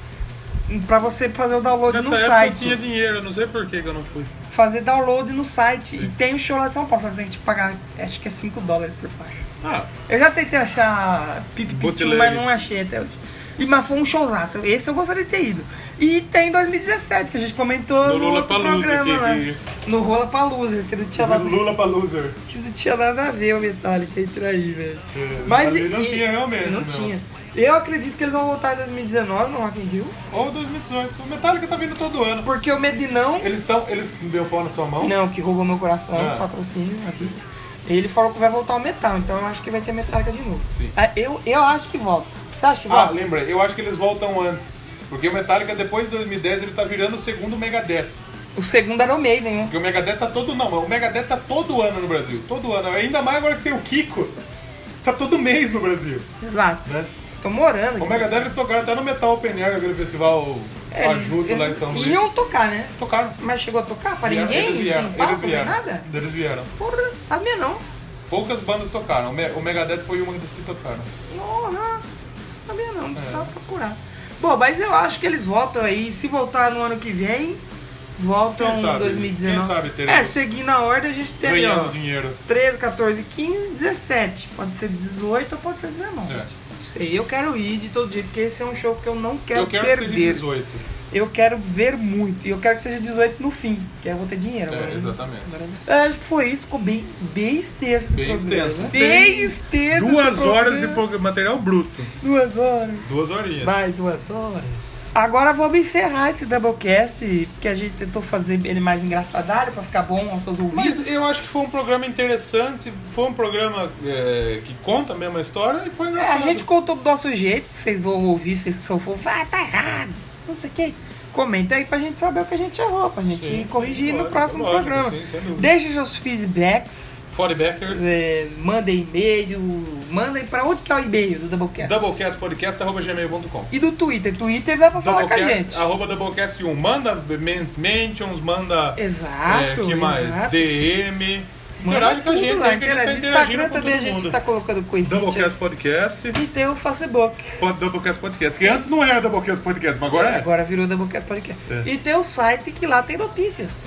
pra você fazer o download
Nessa
no
época
site.
eu tinha dinheiro, eu não sei por que que eu não fui.
Fazer download no site. E tem o show lá de São Paulo, só que você tem que te pagar, acho que é 5 dólares por faixa.
Ah,
Eu já tentei achar Pipi Pichu,
Bootleg.
mas não achei até hoje. E, mas foi um showzaço. Esse eu gostaria de ter ido. E tem 2017, que a gente comentou
No
no,
Lula
outro
Palusa,
programa,
que-
né? No Rola Palusa, porque não tinha nada,
pra loser.
que não tinha nada a ver o Metallica entre aí, velho. Mas
ali
e-
É, não
e-
tinha realmente,
Não
não.
tinha. Eu acredito que eles vão voltar em 2019 no Rock in Rio,
Ou 2018. O Metallica tá vindo todo ano.
porque o Medinão...
Eles estão. Eles deu pau na sua mão?
Não, que roubou meu coração,
Ah.
patrocínio, aqui. Ele falou que vai voltar o metal, então eu acho que vai ter Metallica de novo. Ah, Eu, eu acho que volta. Você acha que
Ah,
volta?
lembra, eu acho que eles voltam antes. Porque o Metallica, depois de 2010, ele tá virando o segundo Megadeth.
O segundo era o Maiden, né?
Porque o Megadeth tá todo. Não, o Megadeth tá todo ano no Brasil. Todo ano. Ainda mais agora que tem o Kiko. Tá todo mês no Brasil.
Exato.
Né?
Estão morando
O
aqui.
Megadeth é eles tocaram até no Metal Open Air, aquele festival
É,
ajudo lá em São Luís.
Iam tocar, né?
Tocaram.
Mas chegou a tocar para
Vieram,
ninguém?
eles vieram,
sem papo,
eles vieram.
nada?
Eles vieram.
Porra, sabia não.
Poucas bandas tocaram. O Me- O Megadeth foi uma das que tocaram.
Porra, sabia
É.
não, precisava procurar. Bom, mas eu acho que eles voltam aí. Se voltar no ano que vem, voltam
Quem sabe?
em 2019.
Quem sabe teremos-
é, seguindo a ordem, a gente teve,
Ganhando
ó,
dinheiro.
13, 14, 15, 17. Pode ser 18 ou pode ser 19.
É.
Não sei, eu quero ir de todo jeito, porque esse é um show que eu não quero,
Eu quero que seja
perder.
18.
Eu quero ver muito. E eu quero que seja 18 no fim, que aí eu vou ter dinheiro.
É,
agora. né?
exatamente.
Agora não. É, Acho que foi isso. Ficou bem, bem extenso esse
Bem
programa. né?
extenso.
Bem extenso. esse
Duas horas de
programa.
pro- material bruto.
Duas horas.
Duas horinhas.
Mais duas horas. Agora vamos encerrar esse Doublecast, porque a gente tentou fazer ele mais engraçadário pra ficar bom aos seus ouvidos.
Mas eu acho que foi um programa interessante, foi um programa é, que conta mesmo a história e foi
É, a
engraçado.
gente contou do nosso jeito, vocês vão ouvir, vocês que são fofos, ah, tá errado, não sei o que. Comenta aí pra gente saber o que a gente errou, pra gente
Sim,
corrigir
claro,
no próximo
lógico,
programa.
sim, sem dúvida.
Deixem seus feedbacks,
Forebackers,
é, mandem e-mail, mandem pra onde que é o e-mail do Doublecast?
doublecastpodcast.gmail.com
E do Twitter, Twitter dá pra falar com a gente.
Doublecast, arroba doublecast1. Manda men- mentions, manda. é,
Exato,
que mais?
exato.
DM.
Manda
Interage com a
tudo
gente,
lá,
aí que a gente tá
interage.
interagindo
Instagram
com
também a
todo
gente
mundo.
tá colocando coisinhas.
Doublecast Podcast.
E tem o Facebook.
pod- Doublecast Podcast. Que antes não era Doublecast Podcast, mas agora é.
Agora virou Doublecast Podcast.
É.
E tem o site que lá tem notícias.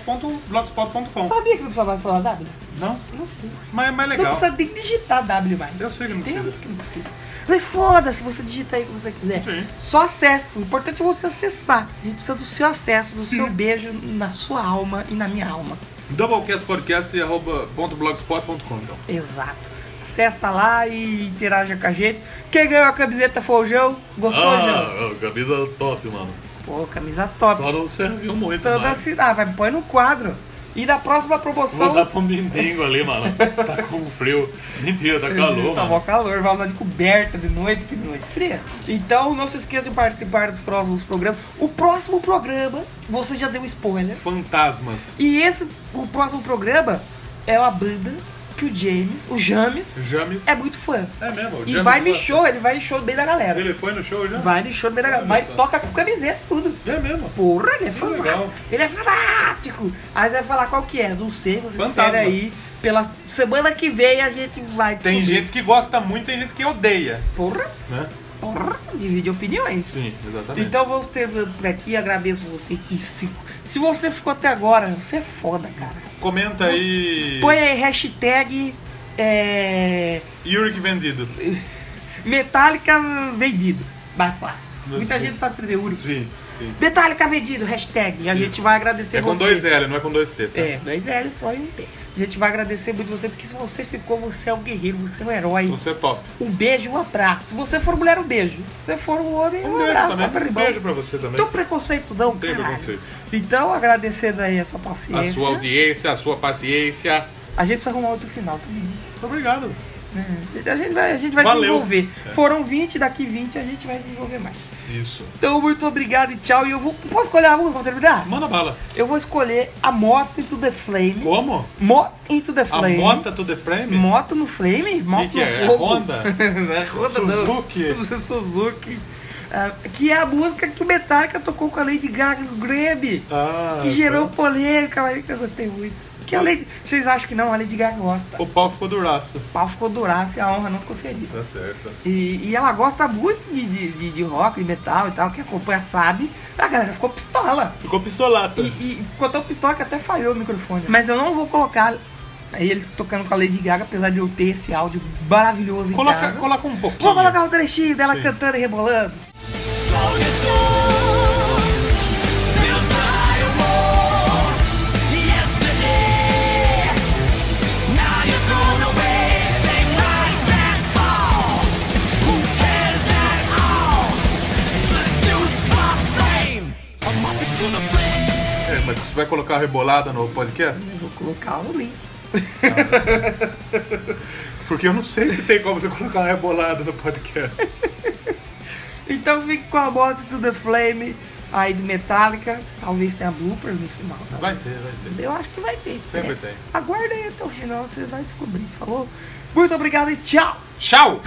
www.doublecastpodcast.blogspot.com
Sabia que não precisava mais falar W?
Não?
Não sei.
Mas é mais
Não
legal.
precisa nem digitar W mais.
Eu sei que não
Tem
precisa.
que não precisa. Mas foda-se, você digita aí o que você quiser.
Sim.
Só acesse. O importante é você acessar. A gente precisa do seu acesso, do seu beijo na sua alma e na minha alma.
doublecastpodcast.blogspot.com então.
Exato. Acessa lá e interaja com a gente. Quem ganhou a camiseta foi o João. Gostou, João?
Ah, camisa top, mano.
Pô, camisa top.
Só não serviu muito,
Toda a
mas
cidade. Ah, vai, põe no quadro. E na próxima promoção.
Vou
um-
dar pro mendigo ali, mano. Tá com frio. Mentira, tá calor,
Tá
mano.
mó calor, vai usar de coberta de noite, que de noite esfria. Então não se esqueça de participar dos próximos programas. O próximo programa, você já deu um spoiler.
Fantasmas.
E esse, o próximo programa é uma banda que o James, o James,
James.
é muito fã.
É mesmo.
E vai no show, ele vai no show no meio da galera.
Ele foi no show já?
Vai no show no meio da galera.
é
Vai, toca com camiseta e tudo.
É mesmo.
Porra, ele é
legal.
fanático. Ele é fanático. Aí você vai falar qual que é, não sei, você
Fantasmas.
espera aí. Pela semana que vem a gente vai
Tem
descobrir.
gente que gosta muito, tem gente que odeia.
Porra,
Né?
porra, divide opiniões.
Sim, exatamente.
Então vamos terminando por aqui. Agradeço você que ficou. Se você ficou até agora, você é foda, cara.
Comenta aí.
Põe aí hashtag é,
Yurik vendido.
Metallica vendido. By far. Muita gente sabe escrever Uri.
Sim, sim.
Metallica vendido, hashtag. E a gente vai agradecer
É com
você.
dois L, não é com dois T, tá?
É, dois L só e um T. A gente vai agradecer muito você, porque se você ficou, você é um guerreiro, você é um herói.
Você é top.
Um beijo, um abraço. Se você for mulher, um beijo. Se você for um homem, um,
Um beijo
abraço.
também.
Um
Um beijo pra você também.
Não tem preconceito, não,
tem
caralho.
preconceito.
Então, agradecendo aí a sua
A
paciência.
sua audiência, a sua paciência.
A gente precisa arrumar outro final também.
Muito obrigado.
né? A gente vai, a gente vai
Valeu. É.
desenvolver. Foram 20, daqui 20 a gente vai desenvolver mais.
Isso.
Então, muito obrigado e tchau. E eu vou. Posso escolher a música pra terminar?
Manda bala.
Eu vou escolher a Mots into the Flame.
Como?
Mots into the
A
Flame.
mota to the frame?
Moto no Flame? Moto
que que
no
é? É
fogo.
[laughs] Honda?
Não [laughs] é Honda,
[laughs] Suzuki?
não. Suzuki. Ah, que é a música que o Metallica tocou com a Lady Gaga no Grammy.
Ah,
que gerou polêmica, mas que eu gostei muito. Que a Lady... Vocês acham que não? A Lady Gaga gosta.
O pau ficou duraço.
O pau ficou duraço e a honra não ficou ferida.
Tá certo.
E, e ela gosta muito de, de, de, de rock, de metal e tal. Quem acompanha sabe. A galera ficou pistola.
Ficou pistolata.
E, e ficou tão pistola que até falhou o microfone. Mas eu não vou colocar eles tocando com a Lady Gaga, apesar de eu ter esse áudio maravilhoso em
Coloca,
casa.
coloca um pouquinho.
Vou colocar o trechinho dela cantando e rebolando.
É, mas tu vai colocar a rebolada no podcast?
Eu vou colocar o link.
Porque eu não sei se tem como você colocar uma rebolada no podcast.
Então fique com a Mods to the Flame aí do Metallica. Talvez tenha bloopers no final. tá?
Vai ter, vai ter.
Eu acho que vai ter. espero.
Sempre tem.
Aguarda aí até o final, você vai descobrir. Falou? Muito obrigado e tchau!
Tchau!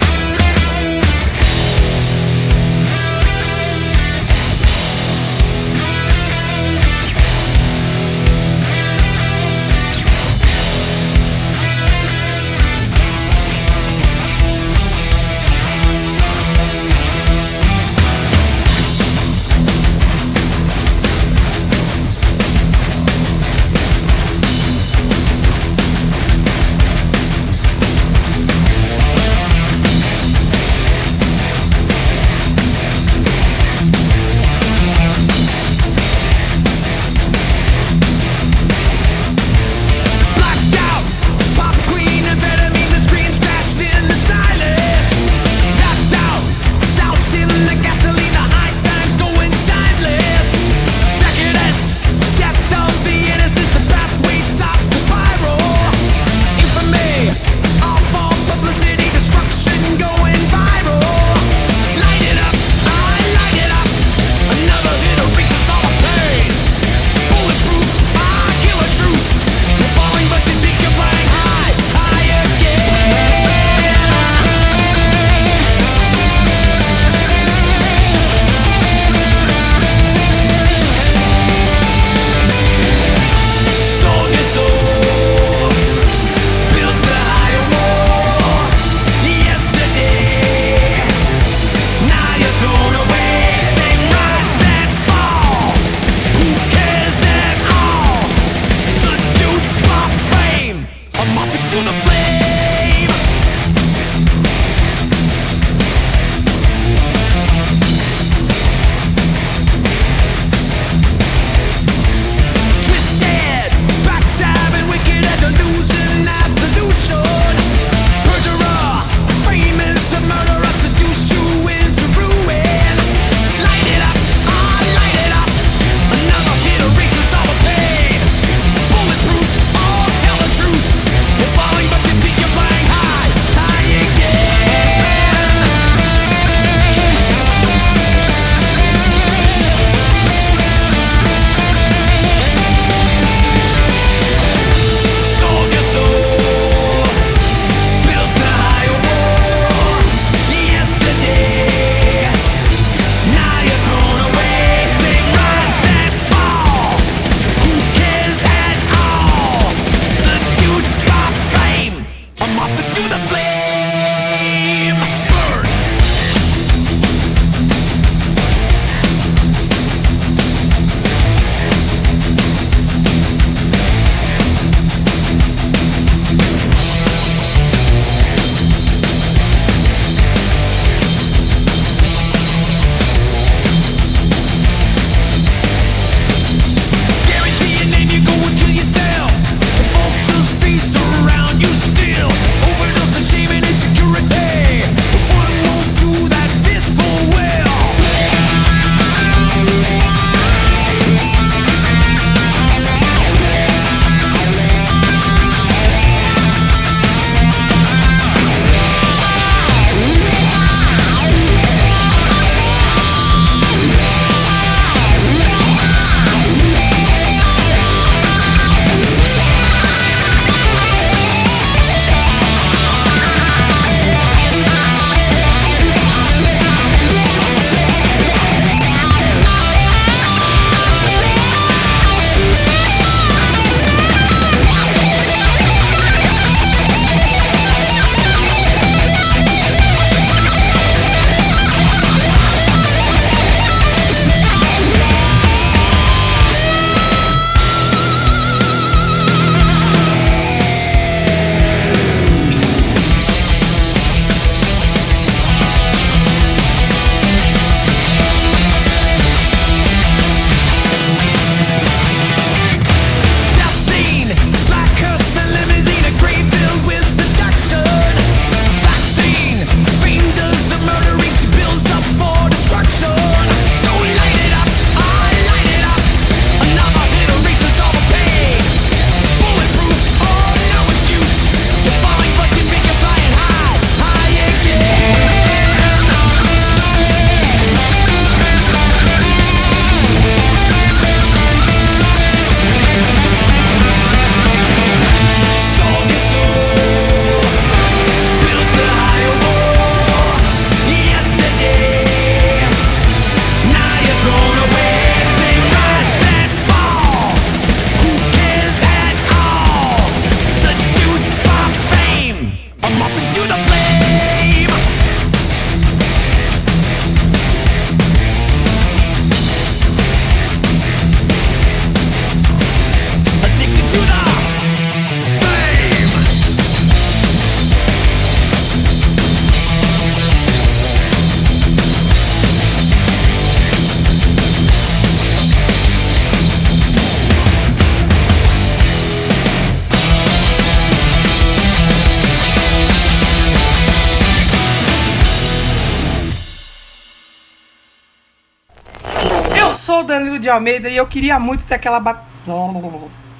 sou o Danilo de Almeida e eu queria muito ter aquela bat...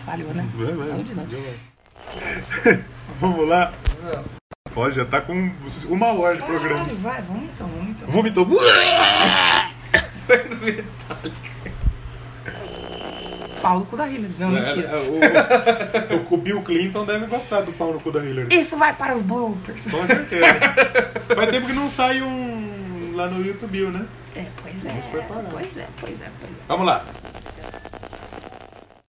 Falhou, né?
Vai, vai,
Falhou de novo.
[laughs]
Vamos lá. Ó, já tá com uma hora de programa.
Caralho, vai, vamos então, vamos então.
Vomitou.
Pau no cu da Hillary. Não, mentira.
É, O, o, o Bill Clinton deve gostar do pau no cu da Hillary.
Isso vai para os bloopers.
Com certeza. Faz tempo que não sai um lá no YouTube, né?
É, pois é.
preparar.
Pois é, pois é, pois é.
Vamos lá.